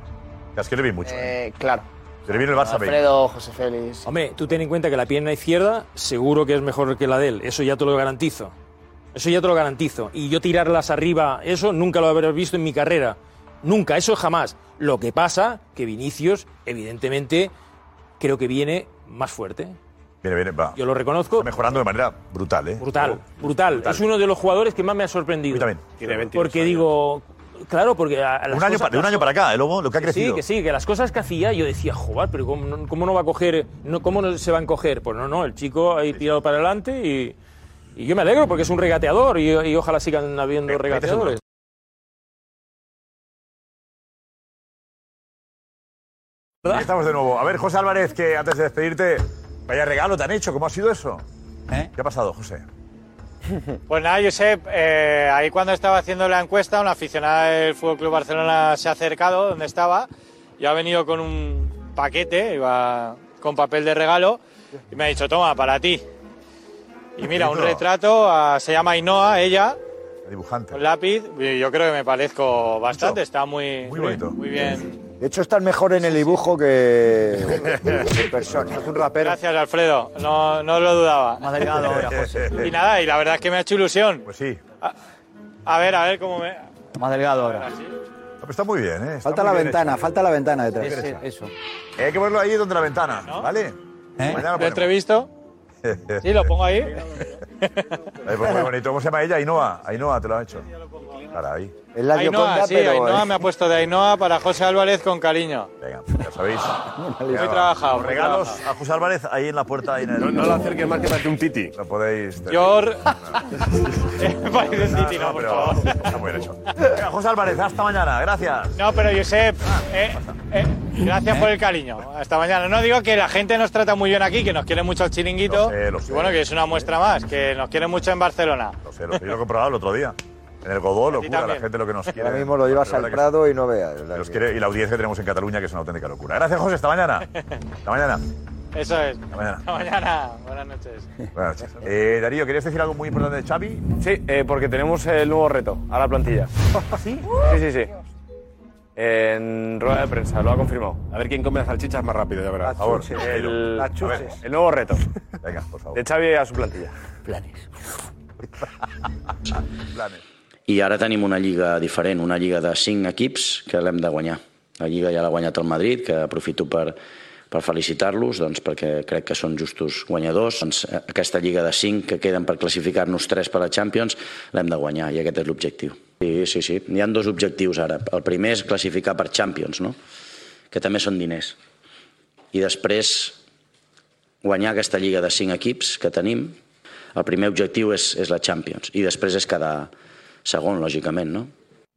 Speaker 9: Es que le vi mucho.
Speaker 4: eh, claro.
Speaker 9: Se le vino el Barça B.
Speaker 4: Alfredo, José Félix.
Speaker 12: Hombre, tú ten en cuenta que la pierna izquierda seguro que es mejor que la de él. Eso ya te lo garantizo. Eso ya te lo garantizo. Y yo tirarlas arriba, eso nunca lo habré visto en mi carrera. Nunca, eso jamás. Lo que pasa que Vinicius, evidentemente, creo que viene más fuerte.
Speaker 9: Viene, viene, va.
Speaker 12: Yo lo reconozco.
Speaker 9: Está mejorando de manera brutal, ¿eh?
Speaker 12: Brutal, brutal, Es uno de los jugadores que más me ha sorprendido.
Speaker 9: Tiene 22
Speaker 12: Porque digo, claro, porque a- a las
Speaker 9: Un año
Speaker 12: cosas-
Speaker 9: pa- de un año para acá, ¿eh, Lobo? Lo que ha crecido.
Speaker 12: Sí, que sí, que las cosas que hacía yo decía, joder, pero ¿cómo no, cómo no va a coger, no, cómo no se va a encoger? Pues no, no, el chico ha tirado para adelante y, y yo me alegro porque es un regateador y, y ojalá sigan habiendo
Speaker 9: Este
Speaker 12: regateadores.
Speaker 9: Y Estamos de nuevo. A ver, José Álvarez, que antes de despedirte, vaya regalo te han hecho. ¿Cómo ha sido eso?
Speaker 5: ¿Eh?
Speaker 9: ¿Qué ha pasado, José?
Speaker 12: Pues nada,
Speaker 17: Josep, eh, ahí cuando estaba haciendo la encuesta, una aficionada del Fútbol Club Barcelona se ha acercado donde estaba y ha venido con un paquete, iba con papel de regalo y me ha dicho, toma, para ti. Y mira, un
Speaker 9: bonito.
Speaker 17: retrato, a- se llama Ainhoa, ella,
Speaker 9: El dibujante.
Speaker 17: con lápiz, y yo creo que me parezco bastante, está muy, muy, muy bien.
Speaker 5: De hecho, estás mejor en el dibujo que en persona. Es un rapero.
Speaker 17: Gracias, Alfredo, no, no lo dudaba.
Speaker 5: Más delgado ahora, José.
Speaker 17: Y nada, y la verdad es que me ha hecho ilusión.
Speaker 9: Pues sí.
Speaker 17: A, a ver, a ver cómo me...
Speaker 5: Más delgado ahora.
Speaker 9: Está muy bien, ¿eh? Está
Speaker 6: Falta
Speaker 9: muy
Speaker 6: la
Speaker 9: bien
Speaker 6: ventana,
Speaker 9: hecho.
Speaker 6: falta la ventana
Speaker 9: Muy
Speaker 6: detrás.
Speaker 12: Este
Speaker 9: bien hecho. Hay que ponerlo ahí donde la ventana, ¿vale?
Speaker 5: ¿Eh?
Speaker 9: Mañana
Speaker 17: ¿Lo he entrevisto? Sí, lo pongo ahí.
Speaker 9: Ahí, pues, muy bonito. ¿Cómo se llama ella? Ainhoa. Ainhoa te lo ha hecho. Para ahí.
Speaker 5: Es
Speaker 17: Ainhoa, sí, Ainhoa me ha puesto de Ainhoa para José Álvarez con cariño.
Speaker 9: Venga, ya sabéis.
Speaker 17: Muy trabajado, muy
Speaker 9: regalos
Speaker 17: trabajado.
Speaker 9: a José Álvarez ahí en la puerta. Ahí no,
Speaker 18: no lo acerques más que parece un piti.
Speaker 9: Lo podéis.
Speaker 17: Yo...
Speaker 9: No, no, pero está muy bien hecho. Venga, José Álvarez, hasta mañana. Gracias. Ah,
Speaker 17: No, pero Josep, eh, eh, gracias por el cariño. Hasta mañana. No digo que la gente nos trata muy bien aquí, que nos quiere mucho el chiringuito.
Speaker 9: Lo sé, lo sé.
Speaker 17: y bueno, que es una muestra más, que nos quiere mucho en Barcelona.
Speaker 9: No sé, lo que yo lo he comprobado el otro día. En el Godó, locura, la
Speaker 17: también.
Speaker 9: gente lo que nos quiere.
Speaker 5: Ahora mismo lo llevas
Speaker 9: La verdad
Speaker 5: al
Speaker 9: que
Speaker 5: Prado y no veas.
Speaker 9: sí, nos quiere, y la audiencia que tenemos en Cataluña, que es una auténtica locura. Gracias, José. Hasta mañana. Hasta mañana.
Speaker 17: Eso es. Hasta
Speaker 9: mañana.
Speaker 17: Hasta mañana. Buenas noches.
Speaker 9: Buenas noches. Eh, Darío, ¿querías decir algo muy importante de Xavi? ¿Ah,
Speaker 16: Sí, eh, porque tenemos el nuevo reto a la plantilla. ¿Sí? Sí, sí, sí. en rueda de prensa, lo ha confirmado.
Speaker 18: A ver quién come las salchichas más rápido, ya verás. Por favor.
Speaker 16: El,
Speaker 18: Las
Speaker 16: a ver,
Speaker 18: chuches.
Speaker 16: el nuevo reto.
Speaker 9: Venga, por favor.
Speaker 16: De Xavi a su plantilla.
Speaker 20: Planes.
Speaker 9: Planes.
Speaker 19: I ara tenim una lliga diferent, una lliga de cinc equips que l'hem de guanyar. La lliga ja l'ha guanyat el Madrid, que aprofito per, per felicitar-los, doncs perquè crec que són justos guanyadors. Doncs, eh, aquesta lliga de cinc que queden per classificar-nos tres per a Champions l'hem de guanyar i aquest és l'objectiu. Sí, sí, sí. Hi han dos objectius ara. El primer és classificar per Champions, no? que també són diners. I després guanyar aquesta lliga de cinc equips que tenim. El primer objectiu és, és la Champions i després és quedar, segon, lògicament, no?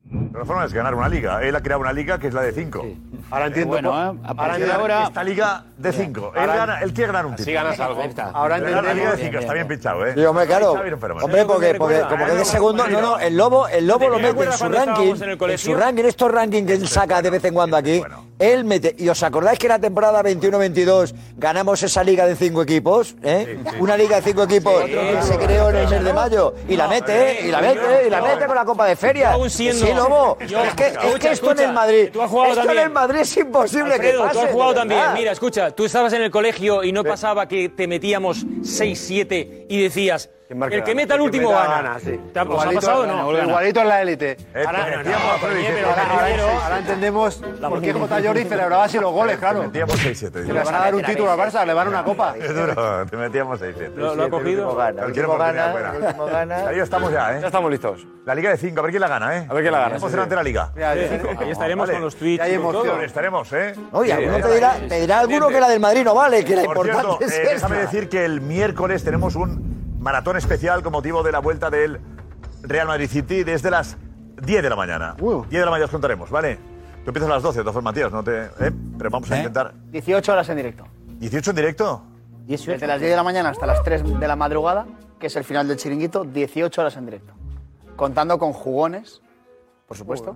Speaker 9: Pero la forma es ganar una liga. Él ha creado una liga que es la de 5.
Speaker 10: Ahora entiendo.
Speaker 9: Bueno,
Speaker 10: po-
Speaker 9: ¿eh? A
Speaker 10: ahora
Speaker 9: partir de
Speaker 10: entiendo-
Speaker 9: ahora- Esta liga de cinco. Él
Speaker 10: Ahora-
Speaker 9: gana- él quiere ganar un
Speaker 10: Así
Speaker 9: título.
Speaker 10: ganas algo.
Speaker 9: Ahora
Speaker 10: Ahora
Speaker 9: entendemos. La liga de
Speaker 10: entendemos.
Speaker 9: cinco. Está bien pinchado, ¿eh?
Speaker 5: Sí, hombre, claro.
Speaker 9: Xavi no Ah, enferma.
Speaker 5: Hombre, porque, porque como que de segundo. No, no, el lobo, el lobo lo
Speaker 9: ¿Te
Speaker 5: mete en
Speaker 9: acuerdas
Speaker 5: su
Speaker 9: cuando estábamos
Speaker 5: ranking.
Speaker 9: en el
Speaker 5: En, su
Speaker 9: colegio?
Speaker 5: ranking, estos rankings que él saca de vez en cuando aquí. Él mete. ¿Y os acordáis que en la temporada 21-22 ganamos esa liga de cinco equipos? ¿eh? Una liga de cinco equipos que se creó en el mes de mayo. Y la mete, ¿eh? y la mete, y la mete con la Copa de Feria.
Speaker 8: Yo aún
Speaker 5: Sí,
Speaker 8: siendo-
Speaker 5: lobo.
Speaker 8: Yo-
Speaker 5: Es que, es que
Speaker 8: Escucha,
Speaker 5: esto en el
Speaker 8: escucha,
Speaker 5: Madrid.
Speaker 8: tú has jugado
Speaker 5: Esto en
Speaker 8: también.
Speaker 5: el Madrid es imposible que
Speaker 8: Alfredo,
Speaker 5: pase.
Speaker 8: tú has jugado
Speaker 5: de
Speaker 8: también.
Speaker 5: verdad.
Speaker 8: Mira, escucha, tú estabas en el colegio y no pasaba que te metíamos 6-7 y decías,
Speaker 10: marca
Speaker 8: el que
Speaker 10: gana?
Speaker 8: meta
Speaker 10: El
Speaker 8: el
Speaker 10: que
Speaker 8: último
Speaker 10: meta
Speaker 8: gana.
Speaker 10: gana, sí.
Speaker 8: ¿Te ha, os ha
Speaker 10: Igualito
Speaker 8: pasado o
Speaker 10: gana,
Speaker 8: no?
Speaker 10: Olga. Igualito en la élite.
Speaker 8: Ahora-
Speaker 10: Ahora- ahora- Ahora entendemos por qué J. Jordi celebraba así los goles, claro.
Speaker 9: Metíamos 6-7.
Speaker 10: Que le van a dar un título al Barça, le van a una copa.
Speaker 9: Es duro, te metíamos 6-7.
Speaker 10: Lo- lo ha cogido.
Speaker 9: Cualquier
Speaker 10: El último
Speaker 9: oportunidad
Speaker 10: gana,
Speaker 9: buena.
Speaker 10: el último gana.
Speaker 9: Ahí estamos ya, ¿eh?
Speaker 10: Ya
Speaker 9: estamos listos. La Liga de 5, a ver quién la gana, ¿eh? A ver
Speaker 10: quién la gana, sí, sí.
Speaker 9: Emocionante la Liga.
Speaker 10: Mira, de cinco.
Speaker 9: Ahí
Speaker 10: estaremos con los tweets,
Speaker 9: Ya hay
Speaker 10: con todo.
Speaker 9: emoción. Estaremos, ¿eh?
Speaker 5: Oye,
Speaker 9: Sí,
Speaker 5: alguno
Speaker 9: eh.
Speaker 5: te dirá, te dirá alguno que la del Madrid no vale, que la
Speaker 9: Por
Speaker 5: importante
Speaker 9: cierto,
Speaker 5: es
Speaker 9: eh,
Speaker 5: esta.
Speaker 9: déjame decir que el miércoles tenemos un maratón especial con motivo de la vuelta del Real Madrid City desde las 10 de la mañana. 10 de la mañana os contaremos, ¿vale? Tú empiezas a las 12, de todas formas, Matías, no te... ¿eh? Pero vamos a intentar...
Speaker 7: 18 horas en directo.
Speaker 9: ¿18 en directo?
Speaker 7: Desde las 10 de la mañana hasta las 3 de la madrugada, que es el final del chiringuito, 18 horas en directo. Contando con jugones, por supuesto,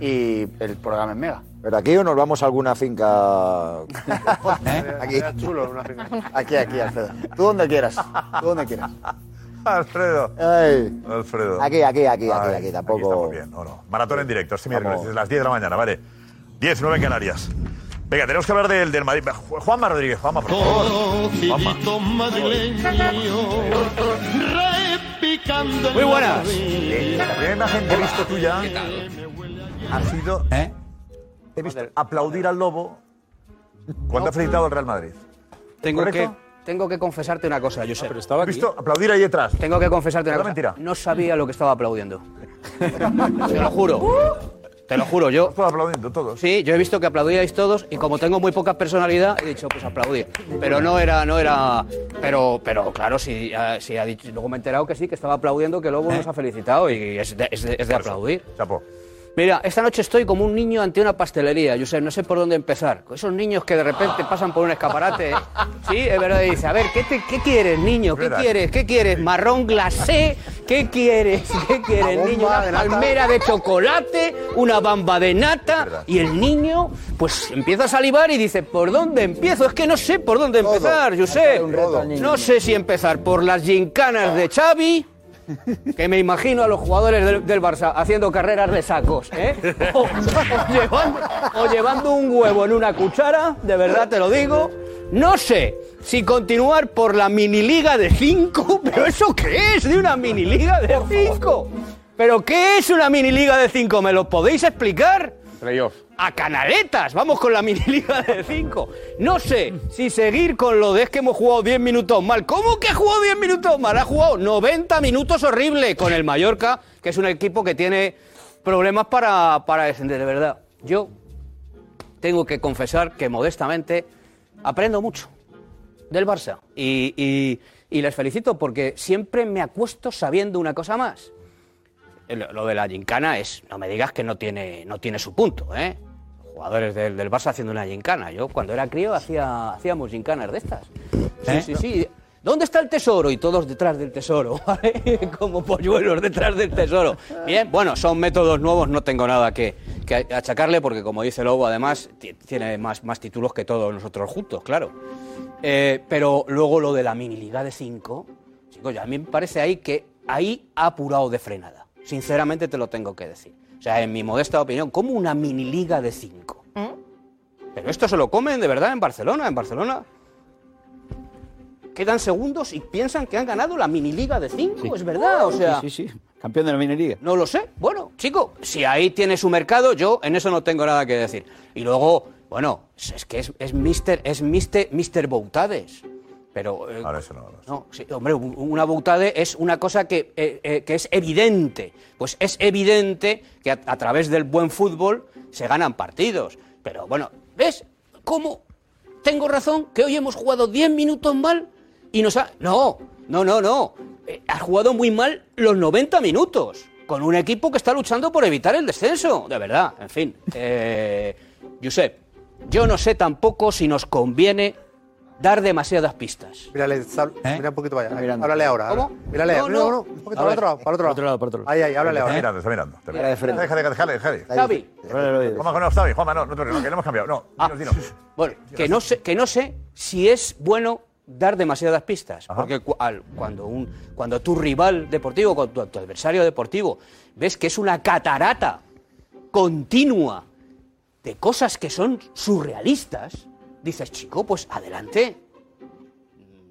Speaker 7: y el programa en Mega.
Speaker 5: Pero aquí o nos vamos a alguna finca.
Speaker 7: Aquí. Aquí, aquí, Alfredo. Tú donde quieras. Tú donde quieras.
Speaker 9: Alfredo.
Speaker 5: Ay.
Speaker 9: Alfredo.
Speaker 5: Aquí, aquí, aquí, aquí,
Speaker 9: Ay,
Speaker 5: aquí, tampoco.
Speaker 9: bien, no, no. Maratón en directo, este miércoles, desde las 10 de la mañana, vale. 10, 9 en Canarias. Venga, tenemos que hablar del, del Madrid. Ju- Juanma Rodríguez, Juanma, por favor. Juanma.
Speaker 11: Muy buenas.
Speaker 9: La primera imagen que he visto tuya ha sido.
Speaker 10: ¿Eh?
Speaker 9: Te he visto aplaudir al lobo cuando ha felicitado al Real Madrid.
Speaker 15: Tengo que,
Speaker 9: ¿Correcto? Ah,
Speaker 15: tengo que confesarte una cosa, Josep. pero estaba
Speaker 9: ¿Has visto aplaudir ahí detrás?
Speaker 15: Tengo que confesarte una
Speaker 9: Era
Speaker 15: cosa.
Speaker 9: mentira.
Speaker 15: No sabía lo que estaba aplaudiendo. Te lo juro. Te lo juro, yo.
Speaker 9: Todos aplaudiendo, todos.
Speaker 15: Sí, yo he visto que aplaudíais todos y como tengo muy poca personalidad, he dicho, pues aplaudir. Pero no era, no era. Pero, pero claro, sí, ah, sí ha dicho. Luego me he enterado que sí, que estaba aplaudiendo, que luego nos ha felicitado y es de, es de- es de aplaudir. Mira, esta noche estoy como un niño ante una pastelería, Josep, no sé por dónde empezar. Con Esos niños que de repente pasan por un escaparate. ¿eh? Sí, es verdad, y dice, a ver, ¿qué, te- qué quieres, niño? ¿Qué verdad. quieres? ¿Qué quieres? ¿Marrón glacé? ¿Qué quieres? ¿Qué quieres, Una bomba niño? de Una nata. palmera de chocolate, una bamba de nata. Y el niño, pues empieza a salivar y dice, ¿por dónde empiezo? Es que no sé por dónde empezar, Josep. No sé si empezar por las gincanas de Xavi. Que me imagino a los jugadores del, del Barça haciendo carreras de sacos, ¿eh? O, o llevando, o llevando un huevo en una cuchara, de verdad te lo digo. No sé si continuar por la miniliga de 5, pero ¿eso qué es de una miniliga de 5? ¿Pero qué es una miniliga de 5? ¿Me lo podéis explicar?
Speaker 18: Playoff.
Speaker 15: a canaletas. Vamos con la miniliga de 5. No sé si seguir con lo de es que hemos jugado 10 minutos mal. ¿Cómo que ha jugado 10 minutos mal? Ha jugado 90 minutos horrible con el Mallorca, que es un equipo que tiene problemas para, para descender, de verdad. Yo tengo que confesar que modestamente aprendo mucho del Barça. Y, y- y les felicito porque siempre me acuesto sabiendo una cosa más. Eh, Lo, lo de la gincana es, no me digas que no tiene, no tiene su punto, ¿eh? Jugadores del, del Barça haciendo una gincana. Yo cuando era crío hacía, hacíamos gincanas de estas. Sí, sí, sí. ¿Dónde está el tesoro? Y todos detrás del tesoro, ¿vale? Como polluelos detrás del tesoro. Bien, bueno, son métodos nuevos, no tengo nada que, que achacarle porque como dice Lobo, además, ti- tiene más, más títulos que todos nosotros juntos, claro. Eh, pero luego lo de la miniliga de 5, chicos, ya a mí me parece ahí que ahí ha apurado de frenada. Sinceramente te lo tengo que decir. O sea, en mi modesta opinión, como una mini liga de cinco.
Speaker 20: ¿Eh?
Speaker 15: Pero esto se lo comen de verdad en Barcelona. En Barcelona quedan segundos y piensan que han ganado la mini liga de cinco. Es verdad, o sea.
Speaker 20: Sí, sí, sí. Campeón de la minería.
Speaker 15: No lo sé. Bueno, chico, si ahí tiene su mercado, yo en eso no tengo nada que decir. Y luego, bueno, es es que es, es Mister, es Mister, Mister Boutades. Pero. eh, no, sí, hombre, un- una Boutade es una cosa que, eh, eh, que es evidente. Pues es evidente que a, a través del buen fútbol se ganan partidos. Pero bueno, ¿ves cómo tengo razón que hoy hemos jugado 10 minutos mal y nos ha... No, no, no, no. Eh, has jugado muy mal los 90 minutos con un equipo que está luchando por evitar el descenso. De verdad, en fin. Eh, Josep, yo no sé tampoco si nos conviene dar demasiadas pistas.
Speaker 10: Mírale, sal- mira un poquito para allá. Háblale ahora.
Speaker 15: ¿Cómo?
Speaker 10: ahora. Mírale,
Speaker 15: No,
Speaker 10: no,
Speaker 15: no.
Speaker 10: no, Un poquito para el otro lado, para el otro lado. Ahí, ahí, háblale ahora.
Speaker 9: Está mirando, está mirando. Está
Speaker 10: Mira de frente.
Speaker 9: Déjale, déjale, déjale.
Speaker 15: Xavi.
Speaker 9: Juanma, no, Xavi, Juanma, no, no, te preocupes, que lo hemos cambiado. No,
Speaker 15: Ah,
Speaker 9: dinos, dinos.
Speaker 15: Bueno, que no, sé, que no sé si es bueno dar demasiadas pistas. Porque cu- al- cuando, un, cuando tu rival deportivo, cuando tu, tu adversario deportivo, ves que es una catarata continua de cosas que son surrealistas, dices, chico, pues adelante.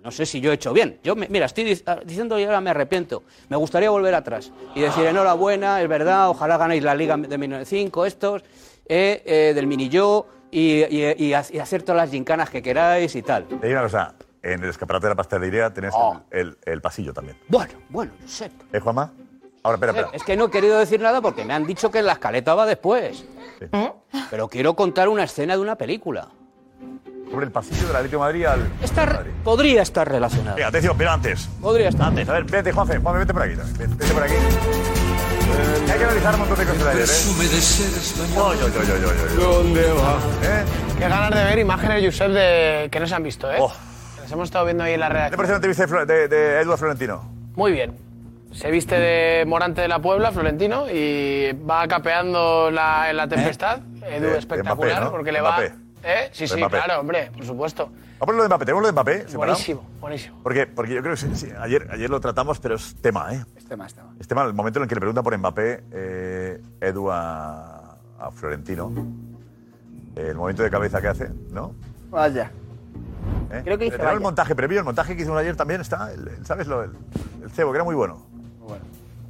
Speaker 15: No sé si yo he hecho bien. Yo, me- mira, estoy dic- ah, diciendo y ahora me arrepiento. Me gustaría volver atrás y decir, enhorabuena, es verdad, ojalá ganéis la Liga de 1905, estos, eh, eh, del mini yo, y, y- y ha- y hacer todas las gincanas que queráis y tal.
Speaker 9: Te digo una cosa, en el escaparate de la pastelería tenés
Speaker 10: Oh.
Speaker 9: el, el- el pasillo también.
Speaker 15: Bueno, bueno, Josep,
Speaker 9: ¿Eh, Juanma? Ahora, espera,
Speaker 15: Josep,
Speaker 9: espera.
Speaker 15: es que no he querido decir nada porque me han dicho que la escaleta va después. Pero quiero contar una escena de una película.
Speaker 9: Sobre el pasillo del Atlético de Madrid al...
Speaker 15: Está re- Podría estar relacionado.
Speaker 9: Venga, atención, pero antes.
Speaker 15: Podría estar.
Speaker 9: Antes, a ver, vete, Juanfe, Juanfe, vete por aquí también. Vete, vete por aquí. Eh, hay que analizar un montón de cosas de ayer, ¿eh? Oy, oy, oy, oy, oy, oy.
Speaker 18: ¿Dónde va?
Speaker 9: ¿Eh?
Speaker 4: Qué ganas de ver imágenes, Josep, de... que no se han visto, ¿eh? Las hemos estado viendo ahí en la
Speaker 9: ¿Qué Oh. te
Speaker 4: redacción.
Speaker 9: pareció la entrevista de, Flo- de, de Eduardo Florentino?
Speaker 4: Muy bien. Se viste de Morante de la Puebla, Florentino, y va capeando la, en la tempestad. Edu,
Speaker 9: ¿Eh? de
Speaker 4: espectacular,
Speaker 9: Mbappé, ¿no?
Speaker 4: porque
Speaker 9: De
Speaker 4: le va...
Speaker 9: Mbappé.
Speaker 4: ¿Eh? Sí,
Speaker 9: De
Speaker 4: sí,
Speaker 9: Mbappé.
Speaker 4: claro, hombre, por supuesto.
Speaker 9: Vamos a lo Ah, de Mbappé, tenemos lo de Mbappé. separado?
Speaker 4: Buenísimo, buenísimo.
Speaker 9: Porque, porque yo creo que sí, sí, ayer, ayer lo tratamos, pero es tema, ¿eh?
Speaker 4: Este más, este más.
Speaker 9: Es tema el momento en el que le pregunta por Mbappé eh, Edu a, a Florentino. El movimiento de cabeza que hace, ¿no?
Speaker 7: Vaya.
Speaker 9: ¿Eh?
Speaker 7: Creo que dice
Speaker 9: Tenemos el
Speaker 7: vaya.
Speaker 9: montaje previo, el montaje que hicieron ayer también está, el- el- ¿sabes? Lo, el, el cebo, que era muy bueno.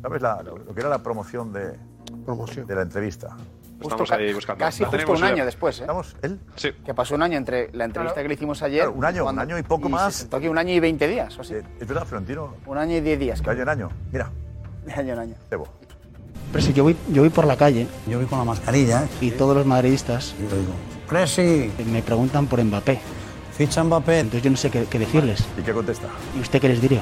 Speaker 9: ¿Sabes la- lo, lo que era la promoción de, de la entrevista? Pues
Speaker 7: Justo ca- Casi justo un año después, ¿eh?
Speaker 9: ¿Estamos? ¿Él?
Speaker 7: Sí. Que pasó un año entre la entrevista que le hicimos ayer.
Speaker 9: Claro, un año,
Speaker 7: cuando-
Speaker 9: un año y poco más. Eh,
Speaker 7: se sentó aquí un año y 20 días, o así.
Speaker 9: Es verdad, Florentino.
Speaker 7: Un año y 10 días.
Speaker 9: De año en año. Mira,
Speaker 7: De año en año.
Speaker 9: cebo.
Speaker 11: Presi, yo voy, yo voy por la calle, yo voy con la mascarilla ¿eh? y todos los madridistas Presi. me preguntan por Mbappé. Ficha Mbappé. Entonces yo no sé qué, qué decirles.
Speaker 9: ¿Y qué contesta?
Speaker 11: ¿Y usted qué les diría?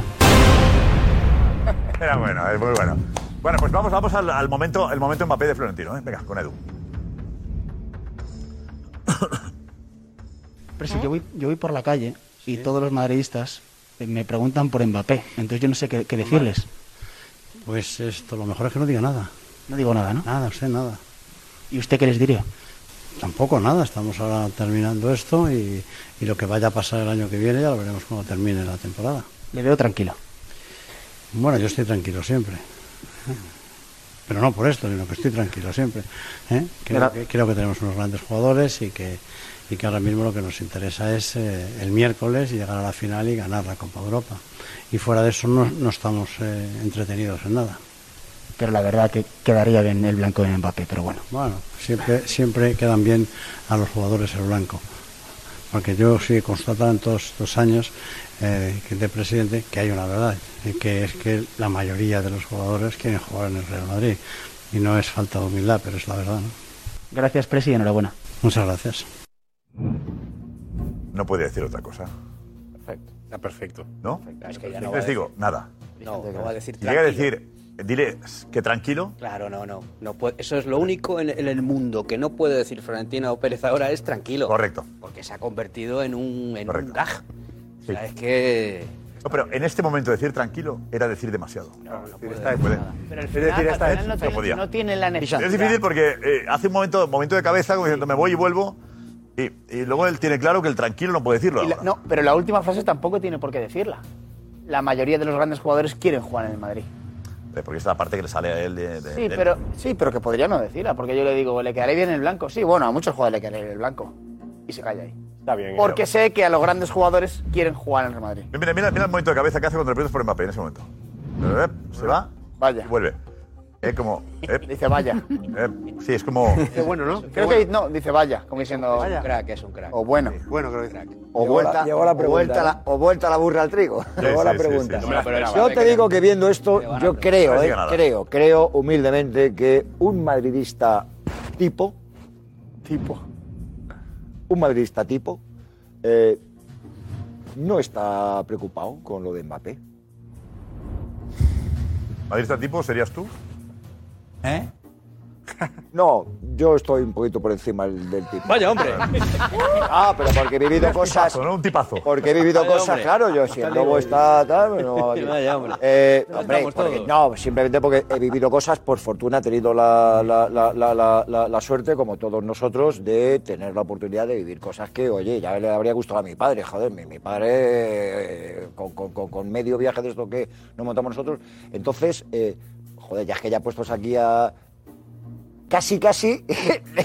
Speaker 9: Era bueno, es muy bueno. Bueno, pues vamos, vamos al, al momento, el momento Mbappé de Florentino, ¿eh? Venga, con Edu.
Speaker 11: Presi,
Speaker 4: ¿Eh?
Speaker 11: yo, voy, yo voy por la calle y todos los madridistas eh, me preguntan por Mbappé. Entonces yo no sé qué, qué decirles.
Speaker 23: Pues esto, lo mejor es que no diga nada.
Speaker 11: No digo nada, ¿no?
Speaker 23: Nada, usted nada.
Speaker 11: ¿Y usted qué les diría?
Speaker 23: Tampoco nada, estamos ahora terminando esto y, y lo que vaya a pasar el año que viene ya lo veremos cuando termine la temporada.
Speaker 11: Le veo tranquilo.
Speaker 23: Bueno, yo estoy tranquilo siempre. Pero no por esto, sino que estoy tranquilo siempre. ¿eh? Creo,
Speaker 11: Era-
Speaker 23: que, creo que tenemos unos grandes jugadores y que, y que ahora mismo lo que nos interesa es eh, el miércoles llegar a la final y ganar la Copa Europa. Y fuera de eso no, no estamos eh, entretenidos en nada.
Speaker 11: Pero la verdad que quedaría bien el blanco de Mbappé, pero bueno.
Speaker 23: Bueno, siempre, siempre quedan bien a los jugadores el blanco. Porque yo sí he constatado en todos estos años eh, que- de presidente que hay una verdad, eh, que es que la mayoría de los jugadores quieren jugar en el Real Madrid. Y no es falta de humildad, pero es la verdad. ¿no?
Speaker 11: Gracias, Presi, y enhorabuena.
Speaker 23: Muchas gracias.
Speaker 9: No puede decir otra cosa,
Speaker 12: Perfecto.
Speaker 18: Está perfecto.
Speaker 9: ¿no?
Speaker 12: Es que ya no
Speaker 11: ¿eh?
Speaker 12: va
Speaker 9: Yo
Speaker 12: a
Speaker 9: les
Speaker 12: decir-
Speaker 9: digo, nada.
Speaker 15: No, no va a decir
Speaker 9: Si Llega a
Speaker 15: tranquilo.
Speaker 9: decir, dile que tranquilo.
Speaker 15: Claro, no, no. no puede- eso es lo único en, en el mundo que no puede decir Florentino Pérez ahora es tranquilo.
Speaker 9: Correcto.
Speaker 15: Porque se ha convertido en un, en un
Speaker 9: Correcto.
Speaker 15: gag. O sea,
Speaker 9: Sí.
Speaker 15: es que.
Speaker 9: No, pero en este momento decir tranquilo era decir demasiado. No, no puede. Está puede.
Speaker 4: Pero al
Speaker 9: Es
Speaker 4: final,
Speaker 9: decir,
Speaker 4: al
Speaker 9: está
Speaker 4: final
Speaker 9: hecho.
Speaker 4: no,
Speaker 9: No podía.
Speaker 4: tiene, no tiene la necesidad.
Speaker 9: Es difícil porque eh, hace un momento, momento de cabeza como diciendo me voy y vuelvo. Y, y luego él tiene claro que el tranquilo no puede decirlo.
Speaker 7: Y la-
Speaker 9: ahora.
Speaker 7: no, pero la última frase tampoco tiene por qué decirla. La mayoría de los grandes jugadores quieren jugar en el Madrid.
Speaker 9: siempre, Eh, porque es la parte que le sale a él de... de-
Speaker 4: Sí,
Speaker 9: de-
Speaker 4: pero, sí, pero que podría no decirla, porque yo le digo, le quedaré bien el blanco. Sí, bueno, a muchos jugadores le quedaré bien el blanco. Y se calla ahí.
Speaker 18: Está bien.
Speaker 4: Porque sé que a los grandes jugadores quieren jugar en el Real Madrid.
Speaker 9: Mira, mira, mira el movimiento de cabeza que hace contra el Pintos por Mbappé en ese momento. Ep, se va. Vaya. Y vuelve. Es como... eh,
Speaker 4: Dice vaya.
Speaker 9: sí, es como...
Speaker 4: Qué bueno, ¿no? Creo que no, dice vaya, como diciendo.
Speaker 5: Vaya.
Speaker 4: Es un crack, es un crack. O bueno.
Speaker 10: Bueno, creo que crack.
Speaker 5: O
Speaker 4: Llegó
Speaker 5: vuelta,
Speaker 4: la- llegó la
Speaker 5: o
Speaker 4: pregunta,
Speaker 5: vuelta
Speaker 4: ¿eh?
Speaker 5: la- o vuelta la burra al trigo.
Speaker 4: Llegó sí, la sí, pregunta. sí. No me la esperaba,
Speaker 5: yo
Speaker 4: ¿eh?
Speaker 5: te digo que viendo esto, yo creo,
Speaker 4: No
Speaker 5: eh,
Speaker 4: diga nada.
Speaker 5: creo, creo humildemente que un madridista tipo, tipo, un madridista tipo, eh, no está preocupado con lo de Mbappé.
Speaker 9: ¿Madridista tipo serías tú?
Speaker 5: No, yo estoy un poquito por encima del, del tipo.
Speaker 9: Vaya, hombre.
Speaker 5: Ah, pero porque he vivido
Speaker 9: Un
Speaker 5: cosas.
Speaker 9: tipazo, ¿no? Un tipazo.
Speaker 5: Porque he vivido
Speaker 9: Vaya,
Speaker 5: cosas,
Speaker 9: hombre.
Speaker 5: claro, yo pues si el lobo está tal, pero no va a venir.
Speaker 9: Vaya, hombre.
Speaker 5: Eh, hombre,
Speaker 9: estamos
Speaker 5: porque-
Speaker 9: todos.
Speaker 5: no, simplemente porque he vivido cosas, por fortuna he tenido la, la- la- la- la- la- la suerte, como todos nosotros, de tener la oportunidad de vivir cosas que, oye, ya le habría gustado a mi padre, joder, mi, mi padre eh, con, con- con- con medio viaje de esto que nos montamos nosotros. Entonces, eh, joder, ya es que ya puestos aquí a, casi, casi,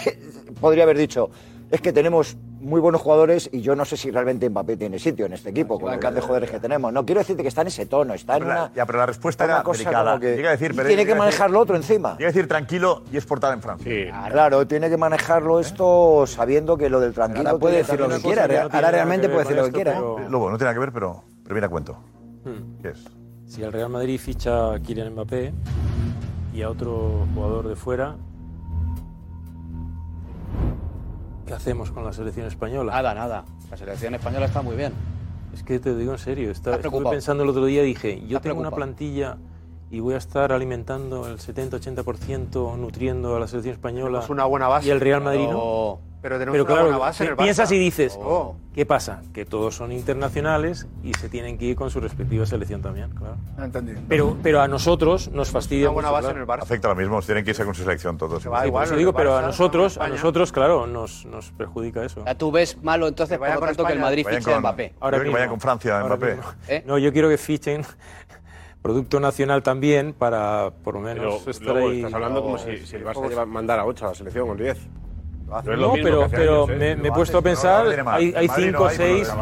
Speaker 5: podría haber dicho, es que tenemos muy buenos jugadores y yo no sé si realmente Mbappé tiene sitio en este equipo, con el cantidad de jugadores que tenemos. No quiero decirte que está en ese tono, está en
Speaker 9: Pero la-
Speaker 5: una...
Speaker 9: ya, pero la respuesta
Speaker 5: una
Speaker 9: era
Speaker 5: cosa
Speaker 9: delicada.
Speaker 5: como que-
Speaker 9: Llega a decir,
Speaker 5: y
Speaker 9: pero-
Speaker 5: tiene
Speaker 9: llega
Speaker 5: que
Speaker 9: a decir-
Speaker 5: manejarlo otro encima.
Speaker 9: Llega a decir tranquilo y es portada en Francia.
Speaker 5: Claro, tiene que manejarlo esto sabiendo que lo del tranquilo...
Speaker 9: Ahora puede
Speaker 5: tiene
Speaker 9: decir lo
Speaker 5: también
Speaker 9: que
Speaker 5: una
Speaker 9: quiera,
Speaker 5: cosa
Speaker 9: re- ahora
Speaker 12: realmente puede decir lo que quiera, ¿eh?
Speaker 9: Lobo, no tiene nada que ver, pero, pero viene a cuento. ¿Qué es?
Speaker 12: Hmm. Si el Real Madrid ficha a Kylian Mbappé y a otro jugador de fuera, ¿qué hacemos con la selección española?
Speaker 15: Nada, nada. La selección española está muy bien.
Speaker 12: Es que te digo en serio, está, estuve
Speaker 15: preocupado.
Speaker 12: pensando el otro día, dije, yo
Speaker 15: Está
Speaker 12: tengo una
Speaker 15: preocupado.
Speaker 12: plantilla y voy a estar alimentando el 70-80%, nutriendo a la selección española.
Speaker 10: Tenemos una buena base.
Speaker 12: Y el Real Madrid
Speaker 10: Pero-
Speaker 12: no.
Speaker 10: pero tenemos una buena base en el Barça.
Speaker 12: piensas y dices,
Speaker 10: Oh.
Speaker 12: ¿qué pasa? Que todos son internacionales y se tienen que ir con su respectiva selección también, claro.
Speaker 10: No entendí.
Speaker 12: Pero, pero a nosotros nos fastidia. mucho, claro.
Speaker 9: Afecta lo mismo, tienen que irse con su selección todos.
Speaker 12: Sí, por eso digo, pero a nosotros, a nosotros, claro, nos, nos perjudica eso.
Speaker 15: Ya tú ves malo entonces, por lo tanto, que el Madrid
Speaker 12: Vayan
Speaker 15: fiche
Speaker 12: con-
Speaker 15: a Mbappé. ¿Eh?
Speaker 12: Ahora mismo. Ahora mismo. No, yo quiero que fichen producto nacional también para, por lo menos,
Speaker 18: Pero,
Speaker 12: estar
Speaker 18: luego,
Speaker 12: ahí.
Speaker 18: estás hablando como si, si el Barça lleva a mandar a 8 a la selección con 10.
Speaker 12: No, pero, pero me, me he puesto a pensar, hay, hay cinco o seis...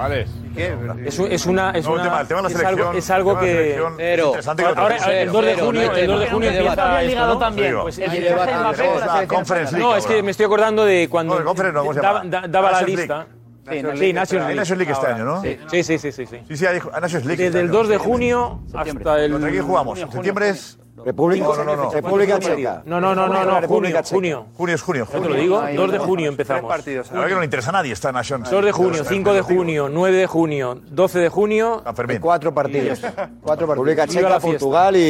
Speaker 12: Es, un- es una... Es,
Speaker 9: No, el
Speaker 12: una-
Speaker 9: tema- el tema de la
Speaker 12: es
Speaker 9: selección-
Speaker 12: algo, es
Speaker 9: el
Speaker 12: algo
Speaker 9: tema de la
Speaker 12: que...
Speaker 9: selección es Cero. interesante que lo
Speaker 12: ahora,
Speaker 9: toquemos.
Speaker 12: el 2 de
Speaker 9: Cero,
Speaker 12: junio,
Speaker 9: no hay
Speaker 12: el 2 de
Speaker 9: tema.
Speaker 12: junio
Speaker 9: No hay debate.
Speaker 12: empieza
Speaker 9: Bien
Speaker 12: esto,
Speaker 9: ligado
Speaker 12: ¿no?
Speaker 9: también, Digo. pues, Hay el debate. Mbappé con la
Speaker 12: Tenemos
Speaker 9: selección Conference española.
Speaker 12: No,
Speaker 9: League
Speaker 12: es que
Speaker 9: ahora.
Speaker 12: me estoy acordando de cuando
Speaker 9: No, Conference no, ¿cómo se
Speaker 12: daba-
Speaker 9: llama?
Speaker 12: da- daba la
Speaker 9: Nations
Speaker 12: lista.
Speaker 9: League.
Speaker 12: Sí,
Speaker 9: Nations
Speaker 12: sí,
Speaker 9: League.
Speaker 12: Nations
Speaker 9: Hay
Speaker 12: League.
Speaker 9: Nations League este
Speaker 12: Ahora.
Speaker 9: año, ¿no?
Speaker 12: Sí, sí, sí, sí. sí, sí.
Speaker 9: Sí, sí, hay a Nations League. este
Speaker 12: Desde el 2 de junio hasta el...
Speaker 9: ¿Contra quién jugamos? ¿En septiembre es...?
Speaker 5: República-
Speaker 9: No, no, no, no.
Speaker 5: República Checa.
Speaker 12: No, no, no, no, no, junio, junio.
Speaker 9: Junio es junio.
Speaker 12: Ya te lo digo, 2 de junio empezamos.
Speaker 9: partidos. La verdad que no le interesa a nadie esta Nations
Speaker 12: 2 de junio, 5 de junio, 9 de junio, 12 de junio.
Speaker 5: Cuatro partidos. Cuatro partidos.
Speaker 12: Viva
Speaker 5: República
Speaker 12: la
Speaker 5: Checa,
Speaker 12: fiesta.
Speaker 5: Portugal
Speaker 6: ¿eh?
Speaker 5: y,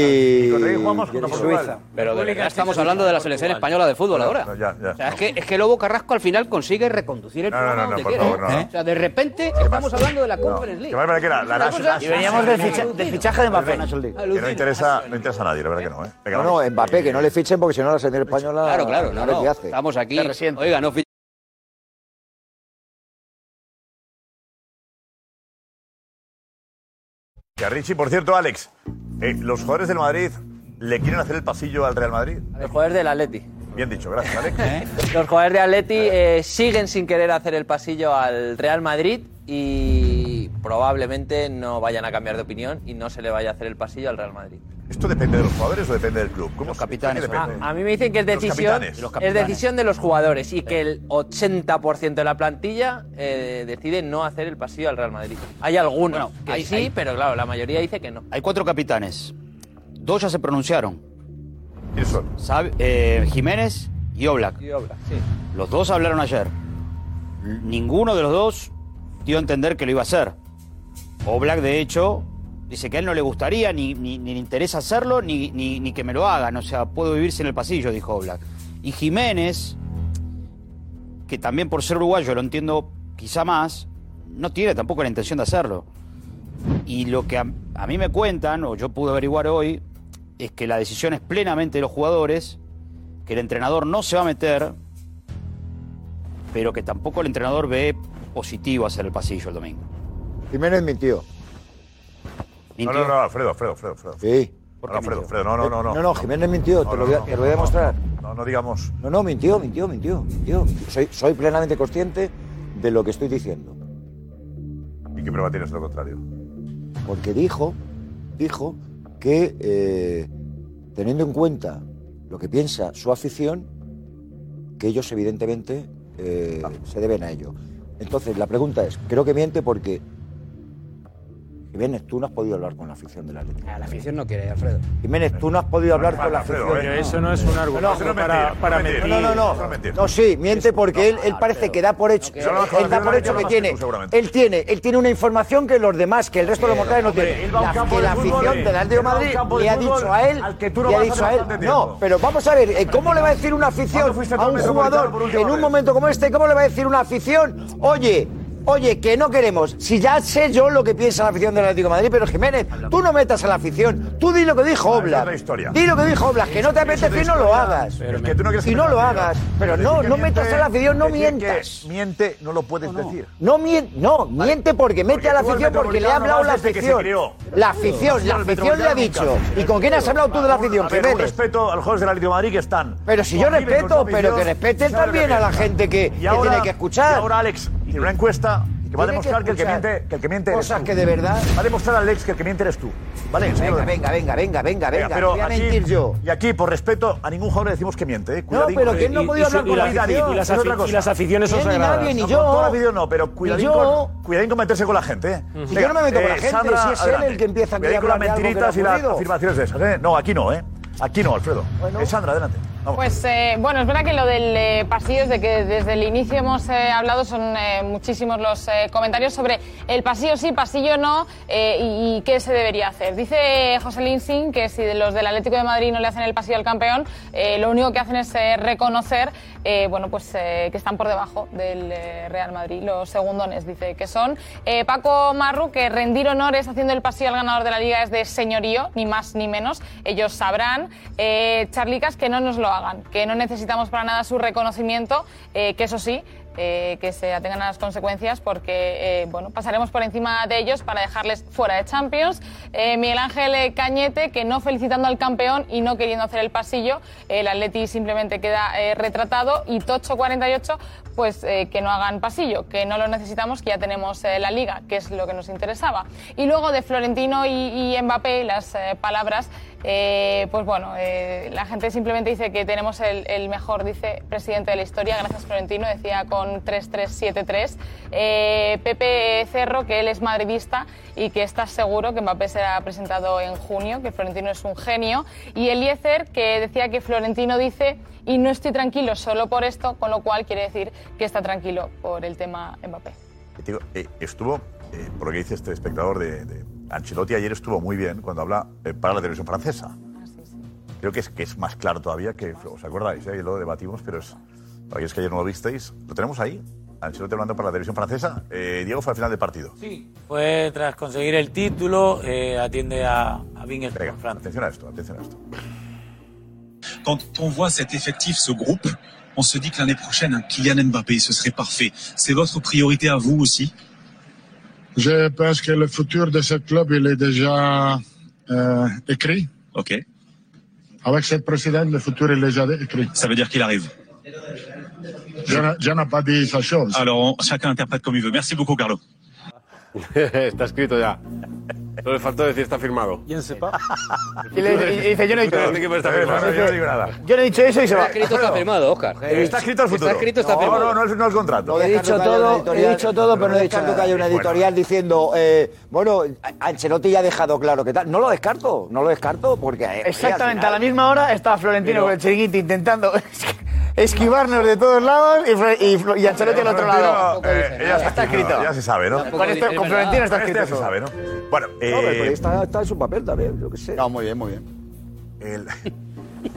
Speaker 5: y
Speaker 15: Suiza. Pero de verdad estamos hablando de la selección española de fútbol ahora. O sea, es que, es que Lobo Carrasco al final consigue reconducir el
Speaker 9: No, no,
Speaker 15: programa
Speaker 9: no,
Speaker 15: donde
Speaker 9: por
Speaker 15: quiere.
Speaker 9: favor, no,
Speaker 15: ¿eh?
Speaker 9: no.
Speaker 15: O sea, de repente estamos hablando de la Conference League.
Speaker 9: Que más verdad que la, la
Speaker 15: Una
Speaker 9: Nations
Speaker 15: cosa-
Speaker 9: League.
Speaker 15: Y veníamos del ficha-
Speaker 5: del fichaje de Mbappé.
Speaker 9: Que no interesa, no interesa a nadie, la verdad que no. ¿eh? Venga,
Speaker 5: No,
Speaker 9: vamos.
Speaker 5: no, Mbappé, que no le fichen porque si no la selección española...
Speaker 15: Claro, claro,
Speaker 5: a
Speaker 15: no,
Speaker 5: ver
Speaker 15: no.
Speaker 5: qué hace.
Speaker 15: Estamos aquí. Oiga, no ficha-
Speaker 9: Que a Richie, por cierto, Alex, eh, los jugadores del Madrid le quieren hacer el pasillo al Real Madrid.
Speaker 14: Los jugadores del Atleti.
Speaker 9: Bien dicho, gracias, Alex.
Speaker 14: Los jugadores de Atleti eh, siguen sin querer hacer el pasillo al Real Madrid y probablemente no vayan a cambiar de opinión y no se le vaya a hacer el pasillo al Real Madrid.
Speaker 9: ¿Esto depende de los jugadores o depende del club? ¿Cómo los capitanes.
Speaker 14: A, a mí me dicen que es
Speaker 9: Los
Speaker 14: decisión,
Speaker 9: capitanes. Los
Speaker 14: es
Speaker 9: capitanes.
Speaker 14: decisión de los jugadores y que el 80% de la plantilla eh, decide no hacer el pasillo al Real Madrid. Hay algunos
Speaker 15: Bueno,
Speaker 14: que
Speaker 15: hay-
Speaker 14: sí,
Speaker 15: hay-
Speaker 14: pero claro, la mayoría dice que no.
Speaker 15: Hay cuatro capitanes. Dos ya se pronunciaron. Sabe- eh, Jiménez y Oblak.
Speaker 14: Y Oblak, sí.
Speaker 15: Los dos hablaron ayer. L- Ninguno de los dos dio a entender que lo iba a hacer. Oblak, de hecho, dice que a él no le gustaría, ni, ni, ni le interesa hacerlo, ni, ni, ni que me lo hagan. O sea, puedo vivir sin el pasillo, dijo Oblak. Y Jiménez, que también por ser uruguayo lo entiendo quizá más, no tiene tampoco la intención de hacerlo. Y lo que a, a mí me cuentan, o yo pude averiguar hoy, es que la decisión es plenamente de los jugadores, que el entrenador no se va a meter, pero que tampoco el entrenador ve positivo hacer el pasillo el domingo.
Speaker 5: Jiménez mintió.
Speaker 9: No, no, no, Alfredo, Alfredo, Alfredo. Alfredo.
Speaker 5: Sí.
Speaker 9: No, no, Fredo, Fredo, no, no, no.
Speaker 5: No, no, Jiménez mintió, te, lo voy a, te lo voy a demostrar.
Speaker 9: No, no digamos.
Speaker 5: No, no, mintió, mintió, mintió, mintió. Soy, soy plenamente consciente de lo que estoy diciendo.
Speaker 9: ¿Y qué prueba tienes de lo contrario?
Speaker 5: Porque dijo, dijo que eh, teniendo en cuenta lo que piensa su afición, que ellos evidentemente eh,
Speaker 9: Ah.
Speaker 5: se deben a ello. Entonces, la pregunta es, creo que miente porque... Jiménez, tú no has podido hablar con la afición del Atlético.
Speaker 29: La afición no quiere, Alfredo.
Speaker 5: Jiménez, tú no has podido hablar con la afición.
Speaker 4: eh,
Speaker 9: eh.
Speaker 12: Pero eso no es un argumento
Speaker 5: no, no,
Speaker 12: para, para mentir.
Speaker 5: No, no, no. No, sí, miente porque él,
Speaker 4: Ah,
Speaker 5: él parece que da por hecho,
Speaker 12: Eso no,
Speaker 5: él, él da
Speaker 12: no,
Speaker 5: por
Speaker 12: no,
Speaker 5: hecho
Speaker 12: no,
Speaker 5: que
Speaker 12: no,
Speaker 5: tiene,
Speaker 12: no, seguramente.
Speaker 5: él tiene, él tiene una información que los demás, que el resto de los mortales no tiene.
Speaker 4: él va a un
Speaker 5: La-
Speaker 4: campo
Speaker 5: que
Speaker 4: de
Speaker 5: la
Speaker 4: fútbol,
Speaker 5: afición del
Speaker 4: él va
Speaker 5: Atlético
Speaker 4: a
Speaker 5: de
Speaker 4: un
Speaker 5: Madrid
Speaker 4: campo de
Speaker 5: le ha
Speaker 4: fútbol
Speaker 5: dicho a él,
Speaker 4: al que tú no
Speaker 5: le ha
Speaker 4: vas a
Speaker 5: dicho a él,
Speaker 4: bastante tiempo.
Speaker 5: no, pero vamos a ver, eh, ¿cómo le va a decir una afición a un jugador en un momento como este, cómo le va a decir una afición, oye? Oye, que no queremos. Si ya sé yo lo que piensa la afición del Atlético de Madrid, pero Jiménez, tú no metas a la afición. Tú di lo que dijo Oblak. Di lo que dijo Oblak, que no te apetece y no lo hagas.
Speaker 9: Es que tú no quieres
Speaker 5: Y no lo hagas. Pero no, no metas a la afición, no mientas.
Speaker 9: Miente, no lo puedes decir.
Speaker 5: No, mien- no miente porque mete a la
Speaker 9: tú al
Speaker 5: afición porque le ha
Speaker 9: Metropolitano
Speaker 5: hablado la
Speaker 9: vas desde que se
Speaker 5: afición.
Speaker 9: crió.
Speaker 5: La afición, la
Speaker 9: Al
Speaker 5: afición le ha
Speaker 9: Metropolitano
Speaker 5: dicho.
Speaker 9: nunca.
Speaker 5: ¿Y con quién has hablado tú de la afición,
Speaker 9: A ver, un
Speaker 5: Jiménez?
Speaker 9: respeto a los jugadores del Atlético de Madrid que están.
Speaker 5: Pero si yo
Speaker 9: conviven con
Speaker 5: respeto,
Speaker 9: su
Speaker 5: pero que
Speaker 9: afición,
Speaker 5: respete
Speaker 9: saben lo
Speaker 5: también a la
Speaker 9: piensan.
Speaker 5: gente que-
Speaker 9: Y
Speaker 5: que
Speaker 9: ahora-
Speaker 5: tiene que escuchar.
Speaker 9: Y ahora, Alex, tiene una encuesta que va a
Speaker 5: Tiene que
Speaker 9: demostrar que, el que
Speaker 5: escuchar
Speaker 9: miente, que el que miente
Speaker 5: cosas
Speaker 9: eres tú.
Speaker 5: que de verdad-
Speaker 9: Va a demostrar, Alex, que el que miente eres tú. ¿Vale?
Speaker 5: Venga, venga, venga, venga, venga, venga, venga,
Speaker 9: pero
Speaker 5: voy a
Speaker 9: aquí-
Speaker 5: mentir yo.
Speaker 9: Y aquí, por respeto, a ningún jugador le decimos que miente. ¿eh? Cuidadín
Speaker 5: pero
Speaker 9: con-
Speaker 5: que él no ha
Speaker 9: y-
Speaker 5: podido
Speaker 9: y su-
Speaker 5: hablar con
Speaker 9: y
Speaker 5: la
Speaker 9: cuidadín,
Speaker 5: afición.
Speaker 9: y las
Speaker 5: Ni él
Speaker 9: otra
Speaker 5: ni
Speaker 9: cosa.
Speaker 5: nadie, ni nadie, ni
Speaker 9: No,
Speaker 5: yo.
Speaker 9: con toda la afición no, pero cuidadín,
Speaker 5: yo.
Speaker 9: Con, cuidadín con meterse con la gente. ¿eh?
Speaker 5: Si yo no me meto con la gente, si es él el que empieza a
Speaker 9: Cuidadín con las
Speaker 5: hablar de algo que no ha
Speaker 9: mentiritas y las
Speaker 5: ocurrido.
Speaker 9: afirmaciones de esas. ¿eh? No, aquí no, ¿eh? Aquí no, Alfredo. Eh, Sandra, adelante. Vamos.
Speaker 3: Pues eh, bueno, es verdad que lo del eh, pasillo, de que desde el inicio hemos eh, hablado, son eh, muchísimos los eh, comentarios sobre el pasillo sí, pasillo no, eh, y, y qué se debería hacer. Dice José Linsing que si de los del Atlético de Madrid no le hacen el pasillo al campeón, eh, lo único que hacen es eh, reconocer eh, bueno, pues, eh, que están por debajo del eh, Real Madrid, los segundones, dice que son. Eh, Paco Marru, que rendir honores haciendo el pasillo al ganador de la liga es de señorío, ni más ni menos, ellos sabrán. Eh, Charlicas, que no nos lo hagan, que no necesitamos para nada su reconocimiento, eh, que eso sí, eh, que se atengan a las consecuencias porque eh, bueno, pasaremos por encima de ellos para dejarles fuera de Champions. Eh, Miguel Ángel eh, Cañete, que no felicitando al campeón y no queriendo hacer el pasillo, el Atleti simplemente queda eh, retratado. Y Tocho 48, pues eh, que no hagan pasillo, que no lo necesitamos, que ya tenemos eh, la liga, que es lo que nos interesaba. Y luego de Florentino y, y Mbappé, las eh, palabras, eh, pues bueno, eh, la gente simplemente dice que tenemos el, el mejor, dice, presidente de la historia, gracias Florentino, decía con 3373. Eh, Pepe Cerro, que él es madridista y que está seguro que Mbappé será presentado en junio, que Florentino es un genio. Y Eliezer, que decía que Florentino dice, y no estoy tranquilo solo por esto, con lo cual quiere decir que está tranquilo por el tema Mbappé.
Speaker 9: Y te digo, eh, estuvo, eh, por lo que dice este espectador de, de Ancelotti, ayer estuvo muy bien cuando habla eh, para la televisión francesa. Creo que es, que es más claro todavía que. ¿Os acordáis? Eh? Lo debatimos, pero es. Para es que ayer no lo visteis, lo tenemos ahí. Ancelotti hablando para la televisión francesa. Eh, Diego fue al final del partido.
Speaker 30: Sí. Fue tras conseguir el título, eh, atiende a, a Bingel
Speaker 9: Venga, atención a esto, atención a esto.
Speaker 31: Quand on voit cet effectif, ce groupe, on se dit que l'année prochaine, un Kylian Mbappé, ce serait parfait. C'est votre priorité à vous aussi
Speaker 32: Je pense que le futur de ce club, il est déjà euh, écrit.
Speaker 31: Ok.
Speaker 32: Avec cette présidente, le futur est déjà écrit.
Speaker 31: Ça veut dire qu'il arrive.
Speaker 32: Je n'ai- je n'ai pas dit sa chose.
Speaker 31: Alors, on- chacun interprète comme il veut. Merci beaucoup, Carlo.
Speaker 18: Está escrito ya. Solo le faltó decir está firmado. ¿Quién sepa?
Speaker 4: Y le- y- y dice, yo no he dicho
Speaker 18: este
Speaker 4: nada.
Speaker 9: Yo no digo nada.
Speaker 4: Yo no he dicho eso y se va.
Speaker 9: firmado, Oscar. Está escrito el futuro. no, No, no, es- no es el contrato.
Speaker 5: He dicho todo, he dicho todo, pero no he descarto que haya una editorial diciendo, eh, bueno, Ancelotti ya ha dejado claro que tal. No lo descarto, no lo descarto porque... eh, oye, al
Speaker 4: Exactamente, a
Speaker 5: final-
Speaker 4: la misma hora estaba Florentino
Speaker 5: Pero-
Speaker 4: con el chiringuito intentando esquivarnos de todos lados y, Fre- y, Flo- y Ancelotti al otro lado.
Speaker 9: Florentino, eh, ya está, escrito. Ya se sabe, ¿no?
Speaker 4: Con, esto- con Florentino está escrito.
Speaker 9: Ya se
Speaker 4: todo.
Speaker 9: sabe, ¿no? Bueno,
Speaker 5: No, pero
Speaker 9: eh,
Speaker 5: está, está en su papel también, yo qué sé. No, muy bien, muy bien.
Speaker 9: el-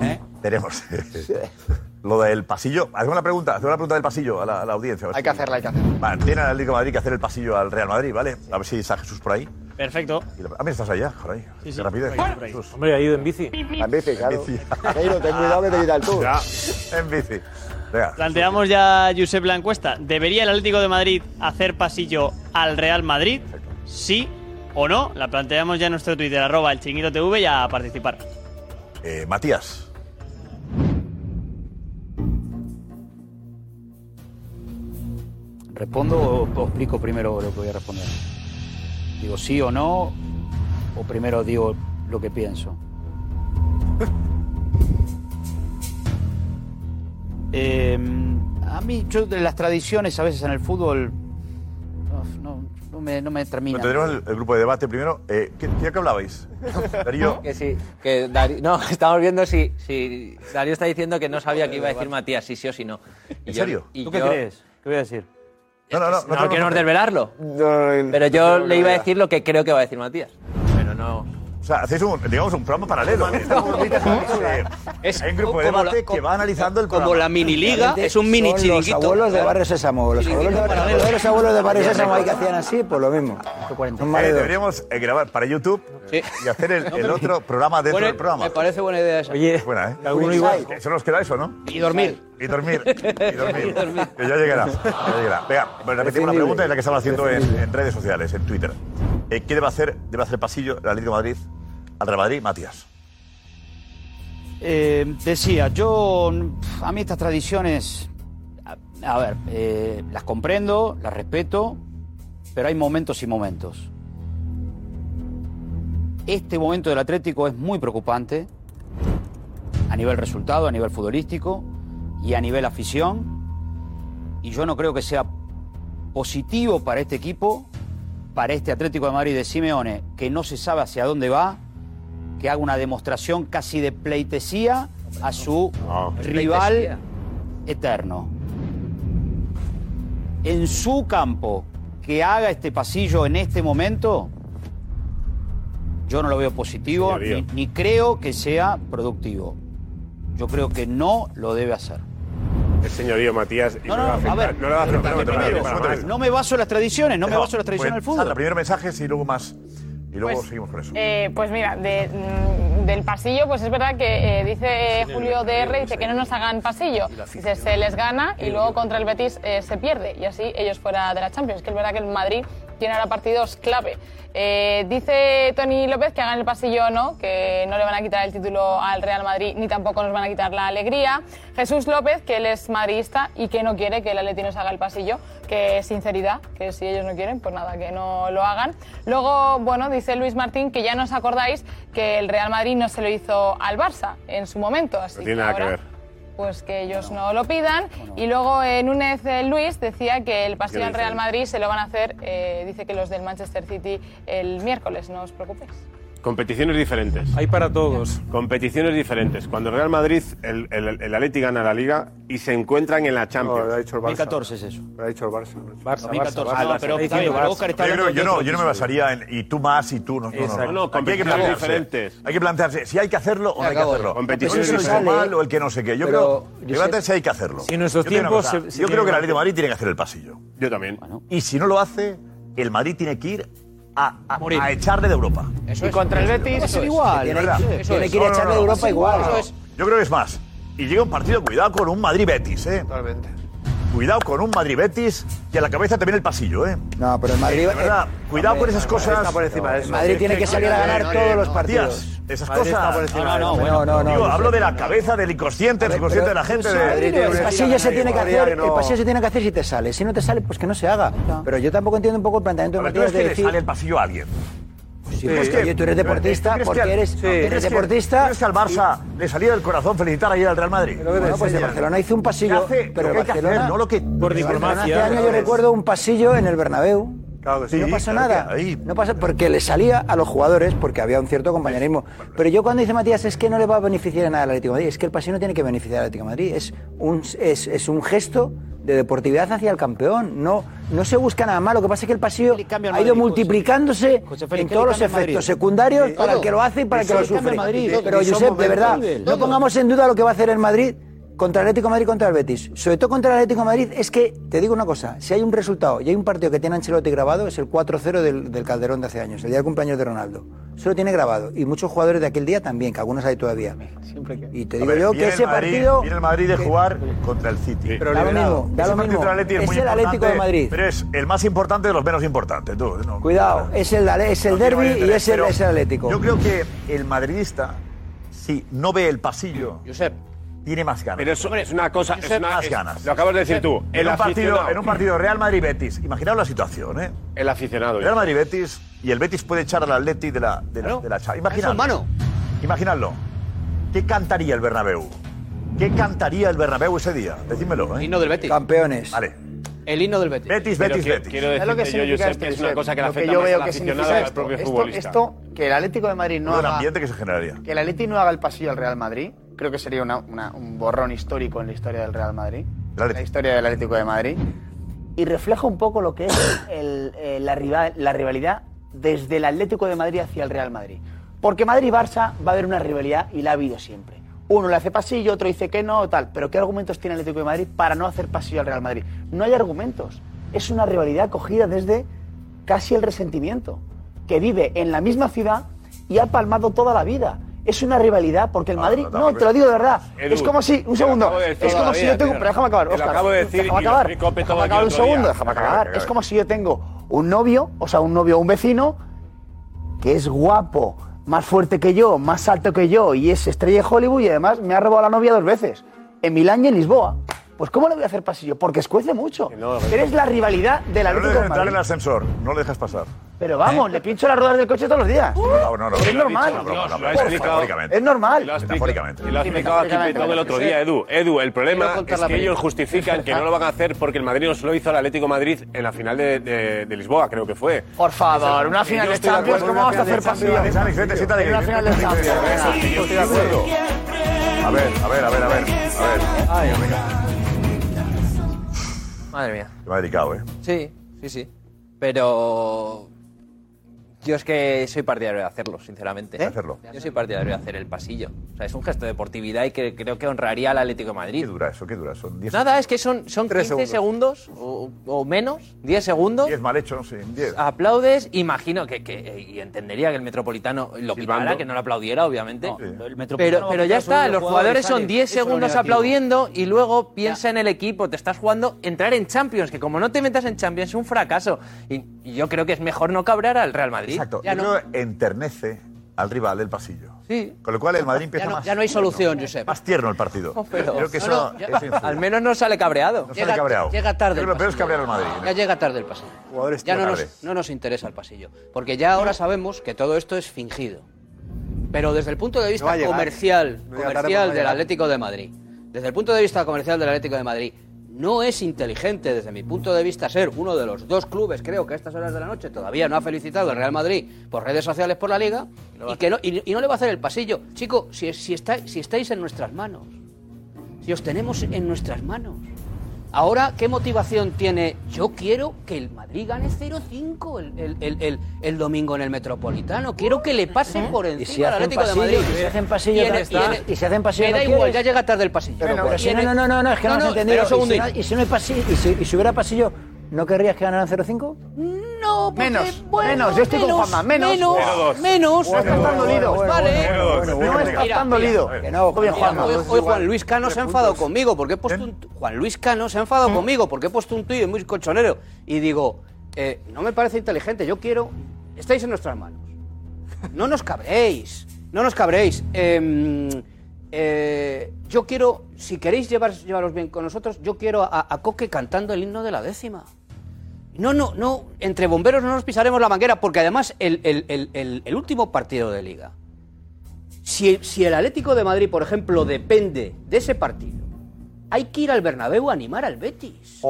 Speaker 9: ¿Eh? tenemos lo del pasillo. Hacemos una pregunta, hacemos una pregunta del pasillo a la, a la audiencia. a ver
Speaker 4: Hay
Speaker 9: si-
Speaker 4: que hacerla, hay que hacerla.
Speaker 9: Vale, tiene al Atlético de Madrid que hacer el pasillo al Real Madrid, ¿vale? A ver si está Jesús por ahí.
Speaker 33: Perfecto.
Speaker 9: Y la- Ah, mira, estás allá, caray.
Speaker 33: Sí, sí,
Speaker 9: Qué rapidez.
Speaker 33: por ahí, por ahí.
Speaker 9: Jesús.
Speaker 12: Hombre, ha ido en bici.
Speaker 5: En bici, claro.
Speaker 9: bici.
Speaker 5: Pero ten cuidado que te quita el tú.
Speaker 9: Ya, en bici. Venga.
Speaker 14: Planteamos ya, Josep, la encuesta. ¿Debería el Atlético de Madrid hacer pasillo al Real Madrid? Sí
Speaker 1: o no, la planteamos ya en nuestro Twitter, arroba el chiringuito TV y a participar.
Speaker 9: Eh, Matías.
Speaker 20: ¿Respondo o, o explico primero lo que voy a responder? Digo sí o no, o primero digo lo que pienso. Eh, a mí, yo de las tradiciones a veces en el fútbol no, no- no me, no me termina.
Speaker 9: Bueno, tendremos el, el grupo de debate primero. Eh, ¿qué, ¿De qué hablabais? Darío.
Speaker 14: Que sí, que Darío, no, estamos viendo si, si Darío está diciendo que no sabía que iba a decir Matías, si sí o si no.
Speaker 9: ¿En serio?
Speaker 14: y
Speaker 20: ¿Tú qué
Speaker 14: yo-
Speaker 20: crees? ¿Qué voy a decir?
Speaker 9: No, no, no.
Speaker 14: No, queremos desvelarlo. Pero yo le iba a decir lo que creo que va a decir Matías. Pero no.
Speaker 9: O sea, hacéis un, digamos, un programa paralelo. Estamos literalmente, eh, hay un grupo de
Speaker 14: como
Speaker 9: debate que va analizando el programa.
Speaker 6: Son Los abuelos de Barrio Sésamo. Los abuelos de, todos los abuelos de Barrio Sésamo ahí que hacían así, pues lo mismo. Son
Speaker 9: Eh,
Speaker 6: maridos.
Speaker 9: deberíamos eh, grabar para YouTube y hacer el, el otro programa dentro
Speaker 6: Bueno,
Speaker 9: del programa.
Speaker 6: me
Speaker 14: parece buena idea esa.
Speaker 9: Oye, buena, ¿eh?
Speaker 6: alguno igual.
Speaker 9: ¿Eso nos queda eso, no?
Speaker 14: Y dormir.
Speaker 9: Y dormir. Y dormir. Que ya llegará. Ya llegará. Venga, bueno, repetimos
Speaker 6: Prescindible.
Speaker 9: la pregunta, es la que estaba haciendo en, en redes sociales, en Twitter. Eh, ¿Qué debe hacer, debe hacer Pasillo, el Atlético de Madrid, al Real Madrid, Matías?
Speaker 20: Eh, decía, yo pf, a mí estas tradiciones, a, a ver, eh, las comprendo, las respeto, pero hay momentos y momentos. Este momento del Atlético es muy preocupante a nivel resultado, a nivel futbolístico y a nivel afición. Y yo no creo que sea positivo para este equipo, para este Atlético de Madrid de Simeone, que no se sabe hacia dónde va, que haga una demostración casi de pleitesía a su rival eterno. En su campo, que haga este pasillo en este momento, yo no lo veo positivo,
Speaker 18: Señoría.
Speaker 20: ni, ni creo que sea productivo. Yo creo que no lo debe hacer.
Speaker 18: El señorío Matías. y
Speaker 20: No,
Speaker 18: le
Speaker 20: no,
Speaker 18: va
Speaker 20: a
Speaker 18: afectar-
Speaker 20: ver,
Speaker 18: no le va a afectar
Speaker 20: pero
Speaker 18: para
Speaker 20: primero,
Speaker 18: bien, para mal.
Speaker 20: No me baso en las tradiciones, no me baso en las tradiciones del
Speaker 9: Pues, Sandra,
Speaker 20: fútbol.
Speaker 9: primero mensajes y luego más. Y luego
Speaker 3: Pues,
Speaker 9: seguimos con eso.
Speaker 3: Eh, pues mira, de, mm, del pasillo, pues es verdad que eh, dice eh, Julio DR, dice que no nos hagan pasillo. Dice, se les gana y luego contra el Betis eh, se pierde. Y así ellos fuera de la Champions. Que es verdad que el Madrid tiene ahora partidos clave. Eh, dice Tony López que hagan el pasillo o no, que no le van a quitar el título al Real Madrid ni tampoco nos van a quitar la alegría. Jesús López, que él es madridista y que no quiere que el Atleti nos haga el pasillo, que sinceridad, que si ellos no quieren, pues nada, que no lo hagan. Luego, bueno, dice Luis Martín que ya no os acordáis que el Real Madrid no se lo hizo al Barça en su momento, así
Speaker 18: No tiene nada que
Speaker 3: ahora,
Speaker 18: ver.
Speaker 3: pues que ellos no, lo pidan. Y luego eh, Núñez eh, Luis decía que el pasillo
Speaker 18: ¿Qué
Speaker 3: al Real
Speaker 18: dice?
Speaker 3: Madrid se lo van a hacer, eh, dice que los del Manchester City el miércoles, no os preocupéis.
Speaker 18: Competiciones diferentes. Hay para todos. Competiciones diferentes. Cuando el Real Madrid, el, el, el Atleti gana la Liga y se encuentran en la Champions.
Speaker 10: ha dicho el Barça. 2014
Speaker 20: es eso.
Speaker 10: Lo ha dicho el Barça. ¿no?
Speaker 18: Barça, 2014, Barça, no, Barça. pero
Speaker 9: Yo
Speaker 18: está bien, pero Óscar está
Speaker 9: creo-
Speaker 18: hablando
Speaker 9: yo, no,
Speaker 18: de
Speaker 9: yo no me
Speaker 18: otro
Speaker 9: basaría en y tú más y tú no. No,
Speaker 18: Exacto.
Speaker 9: no,
Speaker 18: No,
Speaker 9: no. Aquí hay que
Speaker 18: competiciones
Speaker 9: plantearse.
Speaker 18: diferentes.
Speaker 9: Hay que plantearse si hay que hacerlo o no hay que
Speaker 18: Acabo.
Speaker 9: hacerlo.
Speaker 18: Competiciones
Speaker 9: Si el que lo hizo
Speaker 18: diferentes.
Speaker 9: mal o el que no sé qué. Yo
Speaker 18: Pero,
Speaker 9: creo debate si hay que hacerlo.
Speaker 8: Si en nuestros
Speaker 9: Yo te digo una
Speaker 8: tiempos
Speaker 9: cosa,
Speaker 8: se- se
Speaker 9: yo
Speaker 8: tiene
Speaker 9: creo que el
Speaker 8: que
Speaker 9: Atlético de Madrid tiene que hacer el pasillo.
Speaker 18: Yo también.
Speaker 9: Y si no lo hace, el Madrid tiene que ir a, a- a echarle de Europa.
Speaker 15: y contra el Betis.
Speaker 9: Eso es.
Speaker 15: igual.
Speaker 9: Tiene, tiene que ir a echarle de Europa igual. Yo creo que es más. Y llega un partido, cuidado con un Madrid-Betis, ¿eh? Totalmente. Cuidado con un Madrid-Betis, que a la cabeza te viene el pasillo, ¿eh?
Speaker 6: No, pero el Madrid.
Speaker 9: De verdad,
Speaker 6: eh,
Speaker 9: cuidado
Speaker 6: hombre,
Speaker 9: con esas
Speaker 6: el Madrid
Speaker 9: cosas.
Speaker 6: está por encima de
Speaker 9: El
Speaker 6: eso. Madrid tiene que salir a ganar todos los partidos.
Speaker 9: Tías, esas
Speaker 6: Madrid está
Speaker 9: cosas.
Speaker 6: por encima No, no, de eso. bueno, no, no,
Speaker 9: Digo,
Speaker 6: no,
Speaker 9: hablo
Speaker 6: no,
Speaker 9: de la cabeza, del inconsciente, del subconsciente de la gente. ¿eh? de-
Speaker 6: el pasillo se tiene que hacer, el pasillo se tiene que hacer si te sale. Si no te sale, pues que no se haga. Pero yo tampoco entiendo un poco el
Speaker 9: A
Speaker 6: planteamiento de
Speaker 9: ver, ¿tú crees
Speaker 6: Matías de
Speaker 9: que le
Speaker 6: decir.
Speaker 9: sale el pasillo a alguien?
Speaker 6: Sí, pues, oye, tú eres deportista,
Speaker 9: ¿crees
Speaker 6: porque
Speaker 9: que al-
Speaker 6: eres-
Speaker 9: Sí.
Speaker 6: eres
Speaker 9: ¿Crees que-
Speaker 6: deportista
Speaker 9: ¿Crees que al Barça le salía del corazón felicitar ayer al Real Madrid?
Speaker 6: Bueno, pues de Barcelona hizo un pasillo,
Speaker 9: hace?
Speaker 6: pero
Speaker 9: Lo que hay que hacer,
Speaker 6: Barcelona.
Speaker 9: no lo que- Por
Speaker 6: Barcelona
Speaker 9: diplomacia.
Speaker 6: Este año yo recuerdo un pasillo en el Bernabéu.
Speaker 9: sí,
Speaker 6: no pasó
Speaker 9: claro que
Speaker 6: nada. No pasa porque le salía a los jugadores porque había un cierto compañerismo. Pero yo cuando dice Matías es que no le va a beneficiar en nada al Atlético de Madrid, es que el pasillo no tiene que beneficiar al Atlético de Madrid, es un es, es un gesto de deportividad hacia el campeón. No no se busca nada más, lo que pasa es que el pasillo
Speaker 20: al
Speaker 6: ha ido
Speaker 20: Madrid,
Speaker 6: multiplicándose
Speaker 20: José Félix,
Speaker 6: en
Speaker 20: ¿qué
Speaker 6: todos
Speaker 20: le
Speaker 6: los
Speaker 20: cambia al
Speaker 6: efectos
Speaker 20: Madrid?
Speaker 6: secundarios
Speaker 20: Sí,
Speaker 6: para el
Speaker 20: todo.
Speaker 6: que lo hace y para el
Speaker 20: Eso
Speaker 6: que lo
Speaker 20: le cambia
Speaker 6: sufre.
Speaker 20: al Madrid.
Speaker 6: Pero
Speaker 20: Todo.
Speaker 6: Josep, de verdad,
Speaker 20: Todo.
Speaker 6: no pongamos en duda lo que va a hacer el Madrid Contra el Atlético de Madrid, contra el Betis. Sobre todo contra el Atlético de Madrid, es que, te digo una cosa, si hay un resultado y hay un partido que tiene Ancelotti grabado, es el 4-0 del, del Calderón de hace años, el día del cumpleaños de Ronaldo. Eso lo tiene grabado. Y muchos jugadores de aquel día también, que algunos hay todavía. Y te
Speaker 9: A
Speaker 6: digo
Speaker 9: ver,
Speaker 6: yo
Speaker 9: viene
Speaker 6: que
Speaker 9: el
Speaker 6: ese
Speaker 9: Madrid-
Speaker 6: partido...
Speaker 9: Viene el Madrid de
Speaker 6: que-
Speaker 9: jugar contra el City. Pero
Speaker 6: Da lo liberado. mismo, da
Speaker 9: Ese partido
Speaker 6: lo mismo.
Speaker 9: del Atlético
Speaker 6: Es
Speaker 9: muy
Speaker 6: el Atlético de
Speaker 9: importante,
Speaker 6: Madrid.
Speaker 9: Pero es el más importante de los menos importantes, tú. no-
Speaker 6: Cuidado, es el, es el
Speaker 9: no tiene
Speaker 6: derbi
Speaker 9: mayor
Speaker 6: y
Speaker 9: interés,
Speaker 6: es el,
Speaker 9: pero
Speaker 6: es el Atlético.
Speaker 9: Yo creo que el madridista, si no ve el pasillo, tiene más ganas.
Speaker 18: Pero eso es una cosa, es
Speaker 9: Josep,
Speaker 18: una,
Speaker 9: más
Speaker 18: es-
Speaker 9: ganas.
Speaker 18: Lo acabas de decir
Speaker 9: Josep,
Speaker 18: tú.
Speaker 9: En
Speaker 18: El
Speaker 9: un, partido,
Speaker 18: aficionado.
Speaker 9: en un partido Real Madrid-Betis, imaginaos la situación, ¿eh?
Speaker 18: El aficionado.
Speaker 9: Real Madrid-Betis y el Betis puede echar al Atleti de la, de la, de la Champions. Imaginadlo. Imaginadlo. ¿Qué cantaría el Bernabéu? ¿Qué cantaría el Bernabéu ese día? Decídmelo, ¿eh?
Speaker 15: Himno del Betis.
Speaker 6: Campeones.
Speaker 9: Vale.
Speaker 15: El himno del Betis.
Speaker 9: Betis,
Speaker 18: Pero
Speaker 9: Betis,
Speaker 18: quiero-
Speaker 9: Betis.
Speaker 18: quiero decirte yo, Josep, que es una cosa que le
Speaker 4: Lo que
Speaker 18: afecta
Speaker 4: yo
Speaker 18: más
Speaker 4: veo
Speaker 18: al
Speaker 4: que
Speaker 18: aficionado
Speaker 4: significa
Speaker 18: que al
Speaker 4: esto,
Speaker 18: propio
Speaker 4: esto,
Speaker 18: futbolista.
Speaker 4: esto, que el Atlético de Madrid no
Speaker 9: Todo el
Speaker 4: haga,
Speaker 9: ambiente que se generaría.
Speaker 4: que el Atlético no haga el pasillo al Real Madrid, creo que sería una- una- un borrón histórico en la historia del Real Madrid, la historia del Atlético de Madrid, y refleja un poco lo que es el- eh, la, rival- la rivalidad desde el Atlético de Madrid hacia el Real Madrid. Porque Madrid-Barça va a haber una rivalidad y la ha habido siempre. Uno le hace pasillo, otro dice que no, tal. Pero ¿qué argumentos tiene el Atlético de Madrid para no hacer pasillo al Real Madrid? No hay argumentos. Es una rivalidad cogida desde casi el resentimiento, que vive en la misma ciudad y ha palmado toda la vida. Es una rivalidad porque
Speaker 18: Ah,
Speaker 4: el Madrid. No, te lo digo de verdad.
Speaker 18: Edu,
Speaker 4: es como si.
Speaker 18: te
Speaker 4: Un
Speaker 18: lo
Speaker 4: segundo.
Speaker 18: acabo de decir.
Speaker 4: es como si yo
Speaker 18: Todavía,
Speaker 4: tengo.
Speaker 18: tío.
Speaker 4: Pero déjame acabar.
Speaker 18: Te lo
Speaker 4: Oscar,
Speaker 18: acabo de decir
Speaker 4: déjame
Speaker 18: y lo
Speaker 4: acabar.
Speaker 18: explicó Peto
Speaker 4: Déjame
Speaker 18: Baggio
Speaker 4: acabar un
Speaker 18: otro día.
Speaker 4: segundo. Déjame
Speaker 18: Acabar,
Speaker 4: acabar.
Speaker 18: acabar.
Speaker 4: Es como si yo tengo un novio, o sea, un novio o un vecino, que es guapo, más fuerte que yo, más alto que yo y es estrella de Hollywood y además me ha robado la novia dos veces, en Milán y en Lisboa. Pues ¿cómo le voy a hacer pasillo? Porque escuece mucho. Eres la rivalidad
Speaker 9: Pero no
Speaker 4: del
Speaker 9: le
Speaker 4: Atlético
Speaker 9: dejas
Speaker 4: de
Speaker 9: entrar en el
Speaker 4: Madrid.
Speaker 9: ascensor, no le dejas pasar. Ah,
Speaker 4: Pero vamos, le pincho las ruedas del coche todos los días.
Speaker 9: No, no, no.
Speaker 4: es normal.
Speaker 9: Metafóricamente.
Speaker 4: Es normal.
Speaker 9: Metafóricamente.
Speaker 18: Y lo ha explicado aquí Petón el otro día, Edu. Edu, el problema
Speaker 4: Quiero contar
Speaker 18: es
Speaker 4: la
Speaker 18: que ellos
Speaker 4: película.
Speaker 18: justifican que no lo van a hacer porque el Madrid no se lo hizo al Atlético de Madrid en la final de, de- de Lisboa, creo que fue.
Speaker 4: Por favor, una
Speaker 18: Yo
Speaker 4: final de
Speaker 18: estoy de
Speaker 4: Champions,
Speaker 18: acuerdo,
Speaker 4: ¿cómo
Speaker 18: una
Speaker 4: vamos a
Speaker 18: final
Speaker 4: hacer
Speaker 18: de
Speaker 4: pasillo?
Speaker 18: Champions. Alex, vete, siéntate
Speaker 4: Una
Speaker 18: aquí.
Speaker 4: final de Champions.
Speaker 18: Yo estoy de acuerdo.
Speaker 9: A ver, a ver, a ver, a ver. A ver.
Speaker 14: Madre mía.
Speaker 9: Me ha dedicado, ¿eh?
Speaker 14: Sí, sí, sí. Pero. Yo es que soy partidario de hacerlo, sinceramente.
Speaker 9: ¿De hacerlo?
Speaker 14: Yo soy partidario de hacer el pasillo. O sea, es un gesto de deportividad y que creo que honraría al Atlético de Madrid.
Speaker 9: ¿Qué dura eso? ¿Qué dura? Son 10
Speaker 14: Nada, es que son, son 15
Speaker 9: Tres
Speaker 14: segundos, o, o menos, 10 segundos.
Speaker 9: 10 mal hecho, sí, 10.
Speaker 14: Aplaudes, imagino que, que- y entendería que el Metropolitano lo quitara, que no lo aplaudiera, obviamente. pero, pero ya está, los jugadores son 10 segundos aplaudiendo y luego piensa en el equipo, te estás jugando entrar en Champions, que como no te metas en Champions es un fracaso. Y, y yo creo que es mejor no cabrar al Real Madrid.
Speaker 9: Exacto.
Speaker 14: Ya
Speaker 9: Yo
Speaker 14: no,
Speaker 9: creo que enternece al rival del pasillo.
Speaker 14: Sí.
Speaker 9: Con lo cual el Madrid empieza
Speaker 14: Ya no-
Speaker 9: más.
Speaker 14: ya no hay
Speaker 9: tierno.
Speaker 14: solución, Josep.
Speaker 9: Más tierno el partido.
Speaker 14: pero-
Speaker 9: Creo que
Speaker 14: No,
Speaker 9: eso,
Speaker 14: no, ya-
Speaker 9: eso influye.
Speaker 14: al menos no sale cabreado.
Speaker 9: No sale cabreado.
Speaker 15: llega tarde.
Speaker 9: Creo que
Speaker 15: el
Speaker 9: lo peor es
Speaker 15: pasillo.
Speaker 9: cabrear al Madrid.
Speaker 15: Ya llega tarde el pasillo. ya
Speaker 9: llegan
Speaker 15: no
Speaker 9: tarde.
Speaker 15: nos, no nos interesa el pasillo. Porque ya ahora sabemos que todo esto es fingido. Pero desde el punto de
Speaker 4: No va
Speaker 15: vista
Speaker 4: a llegar.
Speaker 15: comercial,
Speaker 4: No llega tarde, pero no va a
Speaker 15: comercial del
Speaker 4: llegar.
Speaker 15: Atlético de Madrid, desde el punto de vista comercial del Atlético de Madrid, no es inteligente desde mi punto de vista ser uno de los dos clubes, creo que a estas horas de la noche todavía no ha felicitado al Real Madrid por redes sociales por la liga y que no, y, y no le va a hacer el pasillo. Chico, si, si, está- si estáis en nuestras manos, si os tenemos en nuestras manos. Ahora, ¿qué motivación tiene? Yo quiero que el Madrid gane 0-5 el, el- el- el- el domingo en el Metropolitano. Quiero que le pase por encima
Speaker 6: si
Speaker 15: al
Speaker 6: hacen
Speaker 15: Atlético
Speaker 6: pasillo,
Speaker 15: de Madrid.
Speaker 6: y si hacen pasillo,
Speaker 15: Y en-
Speaker 6: otra-
Speaker 15: y en-
Speaker 6: y si hacen pasillo,
Speaker 15: Me da
Speaker 6: no
Speaker 15: igual,
Speaker 6: quieres.
Speaker 15: ya llega tarde el pasillo.
Speaker 6: Pero, pero si
Speaker 15: Y en
Speaker 6: no,
Speaker 15: el-
Speaker 6: no, no, no, no, es que no, has entendido.
Speaker 15: espera un
Speaker 6: Y si,
Speaker 15: segundito.
Speaker 6: no- y si no hay pasillo, y si, y si hubiera pasillo, ¿no querrías que ganaran 0-5?
Speaker 15: No, porque,
Speaker 4: Menos,
Speaker 15: bueno,
Speaker 4: menos, yo estoy con
Speaker 15: menos,
Speaker 4: Juanma, menos. Pero
Speaker 15: menos,
Speaker 4: dos.
Speaker 15: menos.
Speaker 4: No estás tan dolido.
Speaker 15: Vale.
Speaker 4: Bueno, bueno, bueno, bueno.
Speaker 15: Mira,
Speaker 4: Tan dolido.
Speaker 15: mira,
Speaker 4: Que no,
Speaker 15: mira,
Speaker 4: Juanma,
Speaker 15: Hoy,
Speaker 4: dos
Speaker 15: hoy
Speaker 4: igual.
Speaker 15: Juan Luis Cano se ha enfadado conmigo
Speaker 4: ¿Eh?
Speaker 15: porque he puesto un tu- Juan Luis Cano se ha enfadado conmigo porque he puesto un tuit muy colchonero y digo eh, no me parece inteligente. Yo quiero estáis en nuestras manos. No nos cabréis, no nos cabréis. Em, eh, yo quiero, si queréis llevar- llevaros bien con nosotros, yo quiero a- a Coque cantando el himno de la décima. No, no, no, entre bomberos no nos pisaremos la manguera, porque además el, el- el- el- el último partido de liga, si, si el Atlético de Madrid, por ejemplo, depende de ese partido, hay que ir al Bernabéu a animar al Betis.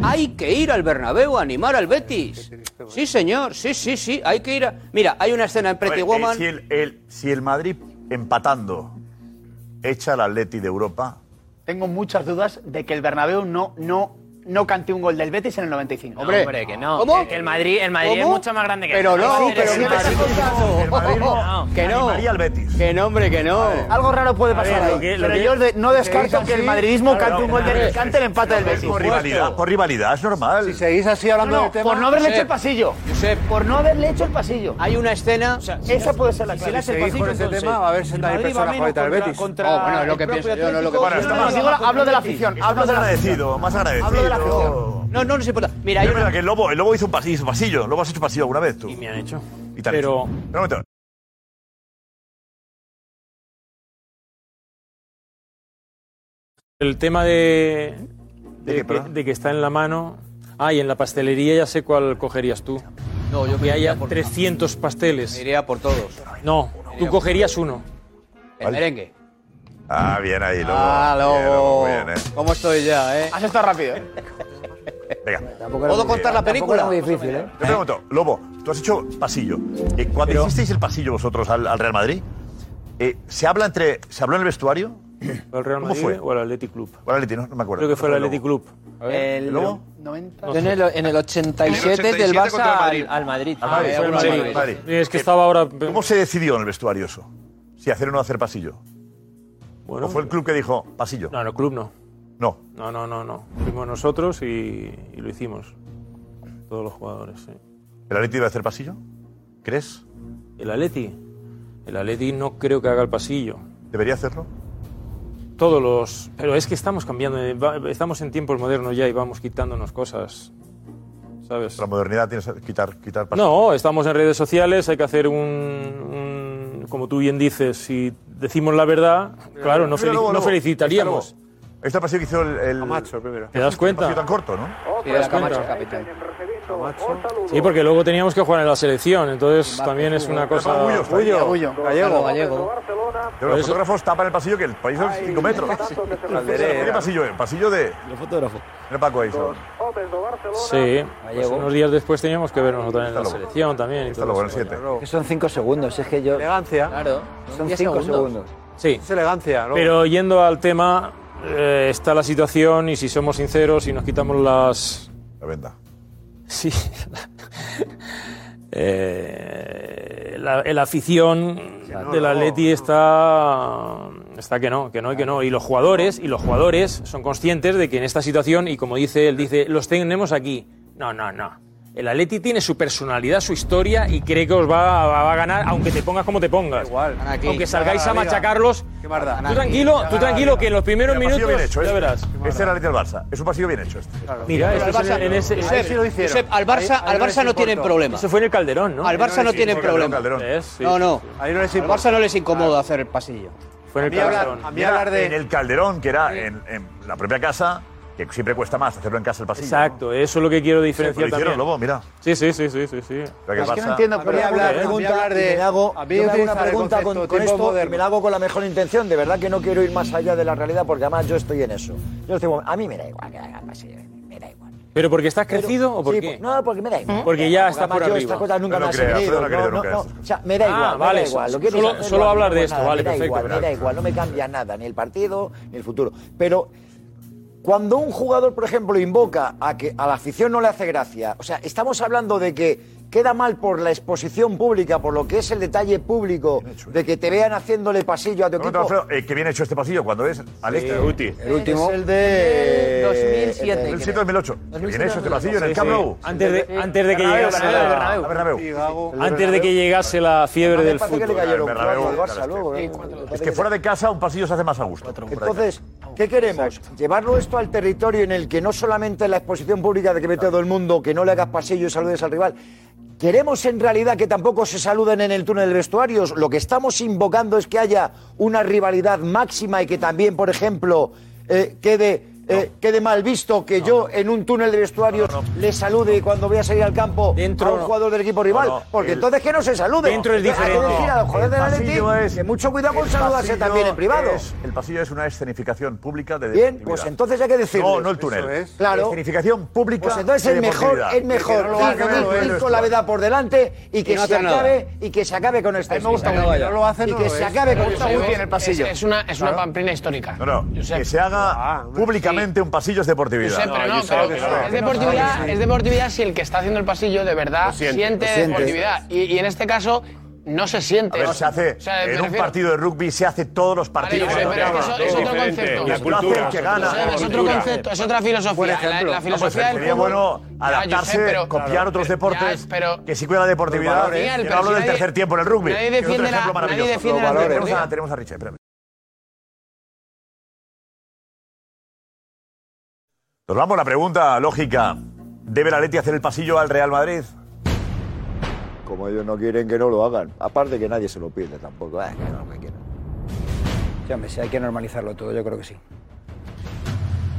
Speaker 15: Hay que ir al Bernabéu a animar al Betis. Sí, señor, sí, sí, sí, hay que ir a... Mira, hay una escena en
Speaker 9: A ver,
Speaker 15: Pretty
Speaker 9: eh,
Speaker 15: Woman...
Speaker 9: si, el, el- si el Madrid empatando echa al Atleti de Europa,
Speaker 4: Tengo muchas dudas de que el Bernabéu no, no, no canté un gol del Betis en el
Speaker 14: No,
Speaker 4: 95.
Speaker 14: hombre, que no.
Speaker 4: ¿Cómo?
Speaker 14: Que el Madrid, el Madrid
Speaker 4: ¿Cómo?
Speaker 14: es mucho más grande que
Speaker 4: Pero
Speaker 14: el
Speaker 4: no,
Speaker 14: Madrid
Speaker 4: pero
Speaker 14: es
Speaker 4: ¿qué
Speaker 14: el
Speaker 4: te
Speaker 14: Madrid.
Speaker 4: Que no.
Speaker 14: Animaría
Speaker 9: al Betis.
Speaker 4: Que no, hombre, que no. Algo raro puede
Speaker 9: A ver,
Speaker 4: pasar ahí.
Speaker 9: lo que- lo
Speaker 4: pero
Speaker 9: que-
Speaker 4: yo de- no
Speaker 9: lo que
Speaker 4: descarto
Speaker 9: es
Speaker 4: que el
Speaker 9: así-
Speaker 4: madridismo
Speaker 9: Claro,
Speaker 4: cante un gol del cante el empate del Betis.
Speaker 9: Por rivalidad, por rivalidad, es normal. Si
Speaker 4: seguís así hablando del tema- Por no haberle hecho el pasillo. Por no haberle hecho el pasillo.
Speaker 15: Hay una escena.
Speaker 4: Esa puede ser la
Speaker 15: si
Speaker 4: clave.
Speaker 15: le hace el Si seguís con pasillo, ese entonces, tema, va a haber 70.000
Speaker 4: Madrid va
Speaker 15: personas
Speaker 4: menos
Speaker 15: favoritas del
Speaker 4: contra-
Speaker 15: Betis.
Speaker 4: contra
Speaker 15: Oh, bueno, es lo
Speaker 4: el
Speaker 15: que
Speaker 4: propio
Speaker 15: pienso, yo no es lo que
Speaker 4: Atlético.
Speaker 15: pienso.
Speaker 4: No, no, digo la- hablo de la afición.
Speaker 9: Está
Speaker 4: Hablo
Speaker 9: más
Speaker 4: de la
Speaker 9: agradecido, más agradecido.
Speaker 4: Hablo de la
Speaker 15: No, no nos importa. Mira,
Speaker 9: yo verdad que el lobo, el lobo hizo un pasillo, hizo pasillo. ¿Lobo has hecho pasillo alguna vez tú? Y me
Speaker 12: han hecho.
Speaker 9: Y te han hecho. Pero un momento.
Speaker 12: El tema de, de,
Speaker 9: qué,
Speaker 12: que-
Speaker 9: perdón?
Speaker 12: de que está en la mano. Ah, y en la pastelería ya sé cuál cogerías tú. No, yo que haya 300 pasteles.
Speaker 15: iría por todos.
Speaker 12: No, tú cogerías uno.
Speaker 15: El merengue.
Speaker 9: Ah, bien ahí, lobo.
Speaker 15: Ah,
Speaker 9: Bien,
Speaker 15: lobo.
Speaker 9: muy bien, eh.
Speaker 15: ¿Cómo estoy ya, eh? Has
Speaker 4: estado rápido, eh.
Speaker 9: Venga.
Speaker 15: ¿Puedo contar la película?
Speaker 9: difícil, ¿eh? Te pregunto, Lobo, tú has hecho pasillo. Eh, cuando hicisteis el pasillo vosotros al, al Real Madrid, eh, ¿se habla entre. ¿Se habló en el vestuario?
Speaker 12: ¿Al Real
Speaker 9: ¿Cómo
Speaker 12: Madrid
Speaker 9: fue?
Speaker 12: o al Athletic Club?
Speaker 9: O al Athletic, no, no me acuerdo.
Speaker 12: Creo que fue el
Speaker 9: Lobo.
Speaker 12: Athletic Club.
Speaker 15: El-
Speaker 9: ¿Lobo?
Speaker 15: Yo en el, en el 87 del
Speaker 9: 87 contra el
Speaker 15: Barça
Speaker 9: Madrid.
Speaker 15: al, al Madrid.
Speaker 9: Ah, fue el Madrid. Madrid. Eh,
Speaker 12: Es que estaba ahora.
Speaker 9: ¿Cómo se decidió en el vestuario eso? Si hacer o no hacer pasillo. ¿O fue el club que dijo pasillo?
Speaker 12: No, no, club no.
Speaker 9: No.
Speaker 12: No, no, no, no. Fuimos nosotros y, y lo hicimos. Todos los jugadores, sí.
Speaker 9: ¿El Atleti iba a hacer pasillo? ¿Crees?
Speaker 12: ¿El Atleti? El Atleti no creo que haga el pasillo.
Speaker 9: ¿Debería hacerlo?
Speaker 12: Todos los... Pero es que estamos cambiando, eh, va- estamos en tiempos modernos ya y vamos quitándonos cosas. ¿Sabes?
Speaker 9: La modernidad tienes que quitar, quitar pasillo.
Speaker 12: No, estamos en redes sociales, hay que hacer un... un- como tú bien dices, si decimos la verdad, claro, no, felici- no felicitaríamos.
Speaker 9: Esta Este pasillo que hizo el. el Camacho
Speaker 18: primero.
Speaker 12: ¿Te das cuenta?
Speaker 9: tan corto, ¿no?
Speaker 12: ¿Te das cuenta?
Speaker 18: Camacho.
Speaker 12: Sí, porque luego teníamos que jugar en la selección, entonces también es una cosa...
Speaker 9: Gallego.
Speaker 15: Gallego.
Speaker 9: Pero los fotógrafos tapan el pasillo que el país son 5 metros.
Speaker 18: Calderera.
Speaker 9: ¿Qué pasillo es? Pasillo de. Los fotógrafos. Era Paco ahí.
Speaker 12: Sí, pues unos días después teníamos que vernos otra vez en la selección también. y todo eso.
Speaker 6: Que son cinco segundos, es que yo.
Speaker 18: Elegancia. Claro.
Speaker 6: Son
Speaker 12: diez
Speaker 6: cinco
Speaker 12: segundos.
Speaker 6: segundos.
Speaker 12: Sí.
Speaker 18: Es elegancia, ¿no?
Speaker 12: Pero yendo al tema, eh, está la situación y si somos sinceros y nos quitamos las...
Speaker 9: La venda.
Speaker 12: Sí. Eh, la, el afición del Atleti está, está que no, que no y que no. Y los jugadores, y los jugadores son conscientes de que en esta situación, y como dice él, dice, los tenemos aquí. No, no, no. El Atleti tiene su personalidad, su historia y cree que os va, va- va a ganar, aunque te pongas como te pongas. Aunque salgáis a machacarlos.
Speaker 18: Qué marda.
Speaker 12: Tú tranquilo, tú tranquilo, que en los primeros
Speaker 9: Mira,
Speaker 12: minutos
Speaker 9: pasillo bien hecho,
Speaker 12: ya
Speaker 9: este.
Speaker 12: verás.
Speaker 9: Este era el del Barça. Es un pasillo bien hecho este.
Speaker 12: Mira,
Speaker 9: Pero
Speaker 12: esto
Speaker 9: al
Speaker 12: es en-
Speaker 9: Barça-
Speaker 12: en ese-
Speaker 9: ahí
Speaker 12: ese-
Speaker 9: sí lo hicieron.
Speaker 15: Josep, al Barça, al Barça no tienen problema.
Speaker 12: Eso fue en el Calderón, ¿no?
Speaker 15: Al Barça no tienen problema. No, no. Al Barça no les incomoda hacer el pasillo.
Speaker 12: Fue
Speaker 15: en el Calderón.
Speaker 9: Y era En el Calderón, que era en, en la propia casa, que siempre cuesta más hacerlo en casa el pasillo.
Speaker 12: Exacto, eso es lo que quiero diferenciar
Speaker 9: Lo hicieron,
Speaker 12: también.
Speaker 9: Lobo, mira.
Speaker 12: Sí, sí, sí, sí, sí, sí.
Speaker 9: que
Speaker 12: Es que
Speaker 9: pasa-
Speaker 12: no entiendo,
Speaker 5: Voy a hablar,
Speaker 12: ¿eh?
Speaker 5: voy a
Speaker 12: Voy a
Speaker 5: hablar de. hago,
Speaker 12: a mí
Speaker 5: yo me hago una
Speaker 12: utilizar el
Speaker 5: pregunta con,
Speaker 12: concepto
Speaker 5: con
Speaker 12: tiempo
Speaker 5: esto y
Speaker 12: moderno.
Speaker 5: me la hago con la mejor intención. De verdad que no quiero ir más allá de la realidad porque además yo estoy en eso. Yo estoy, a mí me da igual que hagan pasillo.
Speaker 12: ¿Pero porque estás crecido o por
Speaker 5: Sí,
Speaker 12: qué?
Speaker 5: pues, no, porque me da igual.
Speaker 12: Porque ya
Speaker 5: Porque
Speaker 12: está
Speaker 5: además
Speaker 12: por
Speaker 5: yo
Speaker 12: arriba.
Speaker 5: estas cosas nunca
Speaker 12: No lo
Speaker 5: me has
Speaker 12: creas,
Speaker 5: creído,
Speaker 12: Alfredo, no creas,
Speaker 5: no,
Speaker 12: no
Speaker 5: no,
Speaker 12: creas.
Speaker 5: no. O sea, me da
Speaker 12: Ah,
Speaker 5: igual, me
Speaker 12: vale,
Speaker 5: da igual. Lo
Speaker 12: solo-
Speaker 5: quiero
Speaker 12: solo
Speaker 5: hacer, lo
Speaker 12: hablar
Speaker 5: hago,
Speaker 12: de
Speaker 5: pues
Speaker 12: esto,
Speaker 5: nada,
Speaker 12: vale,
Speaker 5: me da
Speaker 12: perfecto.
Speaker 5: igual, me da igual, no me cambia nada, ni el partido, ni el futuro. Pero cuando un jugador, por ejemplo, invoca a que a la afición no le hace gracia, o sea, estamos hablando de que queda mal por la exposición pública, por lo que es el detalle público, de que te vean haciéndole pasillo a tu
Speaker 9: No,
Speaker 5: equipo.
Speaker 9: no, Alfredo, eh, qué bien hecho este pasillo cuando es al este.
Speaker 5: el
Speaker 9: Guti.
Speaker 5: El último. Es el de- 2007, creo.
Speaker 9: 2007, 2008. Qué bien hecho este pasillo en el
Speaker 12: Sí,
Speaker 9: Camp
Speaker 12: sí.
Speaker 9: Nou.
Speaker 12: Antes de- antes de que
Speaker 9: Bernabéu,
Speaker 12: llegase
Speaker 9: Bernabéu,
Speaker 12: la-
Speaker 9: Bernabéu, Bernabéu.
Speaker 12: Antes de que llegase la fiebre del
Speaker 9: parece que
Speaker 12: fútbol.
Speaker 9: le cayeron Bernabéu, cuatro al Barça claro, luego, Es que fuera de casa un pasillo se hace más a gusto. Fuera de
Speaker 5: Entonces, ¿qué queremos? Llevarlo esto al territorio en el que no solamente la exposición pública de que vete a todo el mundo, que no le hagas pasillo y saludes al rival. Queremos en realidad que tampoco se saluden en el túnel de vestuarios. Lo que estamos invocando es que haya una rivalidad máxima y que también, por ejemplo, eh, quede, eh, quede mal visto que yo en un túnel de vestuarios le salude y cuando voy a salir al campo a un
Speaker 12: no.
Speaker 5: jugador del equipo rival.
Speaker 12: No, no,
Speaker 5: Porque
Speaker 12: el-
Speaker 5: entonces que no se salude.
Speaker 12: Dentro es
Speaker 5: Entonces, hay que
Speaker 12: diferente.
Speaker 5: decir a los jugadores
Speaker 9: El
Speaker 5: del Atleti
Speaker 9: pasillo es-
Speaker 5: que mucho cuidado con
Speaker 9: El
Speaker 5: saludarse
Speaker 9: pasillo
Speaker 5: también en privado.
Speaker 9: es- el pasillo es una escenificación pública de
Speaker 5: Bien,
Speaker 9: deportividad.
Speaker 5: pues entonces hay que decirles.
Speaker 9: No, no el túnel.
Speaker 5: Eso es. Claro.
Speaker 9: Escenificación pública.
Speaker 5: Pues entonces
Speaker 9: de
Speaker 5: es mejor,
Speaker 9: deportividad.
Speaker 5: es mejor
Speaker 9: Que no lo
Speaker 5: ir
Speaker 9: hagan,
Speaker 5: con
Speaker 9: que
Speaker 5: el
Speaker 9: no lo
Speaker 5: fútbol
Speaker 9: hagan.
Speaker 5: con la verdad por delante y que
Speaker 9: Y no
Speaker 5: se
Speaker 9: hace nada.
Speaker 5: acabe y que se acabe con esto.
Speaker 9: me gusta Guti, no lo hacen,
Speaker 5: y
Speaker 9: no
Speaker 5: que
Speaker 9: lo
Speaker 5: se
Speaker 9: ves.
Speaker 5: acabe
Speaker 9: Me
Speaker 5: con este
Speaker 9: gusta
Speaker 5: esto.
Speaker 9: Guti en el pasillo.
Speaker 4: Es, es una, es una
Speaker 9: Claro.
Speaker 4: pamplina histórica.
Speaker 9: No, no, que se haga
Speaker 4: hombre.
Speaker 9: públicamente solamente un pasillo es deportividad.
Speaker 2: Siempre no, pero es deportividad, es deportividad si el que está haciendo el pasillo de verdad
Speaker 9: Lo siente,
Speaker 2: siente
Speaker 9: lo siente.
Speaker 2: deportividad. Y, y en este caso no se siente.
Speaker 9: A ver, se hace
Speaker 2: O sea, me
Speaker 9: en un
Speaker 2: refiero-
Speaker 9: partido de rugby se hace todos los partidos.
Speaker 2: Vale, yo sé, pero es que eso- es otro concepto.
Speaker 9: La cultura, el que gana.
Speaker 2: Es otro concepto, es otra
Speaker 9: Por
Speaker 2: filosofía. La,
Speaker 9: ejemplo.
Speaker 2: la
Speaker 9: No, pues
Speaker 2: filosofía del
Speaker 9: sería
Speaker 2: fútbol-
Speaker 9: bueno
Speaker 2: Ya, yo sé,
Speaker 9: adaptarse,
Speaker 2: pero-
Speaker 9: copiar
Speaker 2: claro,
Speaker 9: otros
Speaker 2: pero-
Speaker 9: deportes
Speaker 2: ya, pero-
Speaker 9: que sí cuida la deportividad.
Speaker 2: Los valores.
Speaker 9: Yo
Speaker 2: Pero
Speaker 9: hablo
Speaker 2: si
Speaker 9: del
Speaker 2: nadie-
Speaker 9: tercer tiempo en el rugby.
Speaker 2: nadie
Speaker 9: que es otro
Speaker 2: defiende la-
Speaker 9: ejemplo
Speaker 2: nadie
Speaker 9: maravilloso.
Speaker 2: defiende la
Speaker 9: Los valores. Tenemos a-
Speaker 2: deportividad.
Speaker 9: Tenemos a Richie, espérame. Nos vamos, la pregunta lógica. ¿Debe la Leti hacer el pasillo al Real Madrid?
Speaker 5: Como ellos no quieren que no lo hagan. Aparte que nadie se lo pide tampoco. Ah, que hagan lo que quieran.
Speaker 6: Ya, hombre, si hay que normalizarlo todo, yo creo que sí.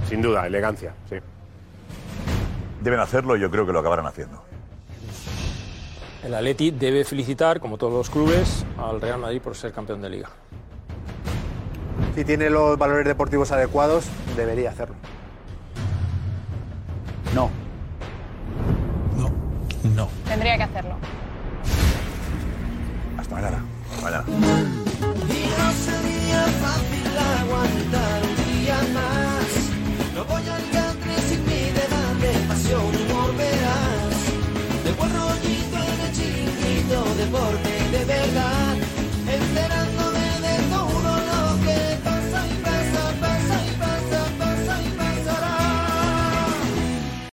Speaker 34: Sin duda, elegancia, sí.
Speaker 9: Deben hacerlo y yo creo que lo acabarán haciendo.
Speaker 12: El Atleti debe felicitar, como todos los clubes, al Real Madrid por ser campeón de liga.
Speaker 10: Si tiene los valores deportivos adecuados, debería hacerlo.
Speaker 4: No.
Speaker 35: No.
Speaker 3: Tendría que hacerlo.
Speaker 9: Hasta mañana. Mañana.
Speaker 7: Y no sería fácil aguantar un día más. No voy al country sin mi debate, pasión y humor verás. De buen rollito en el chiringuito deporte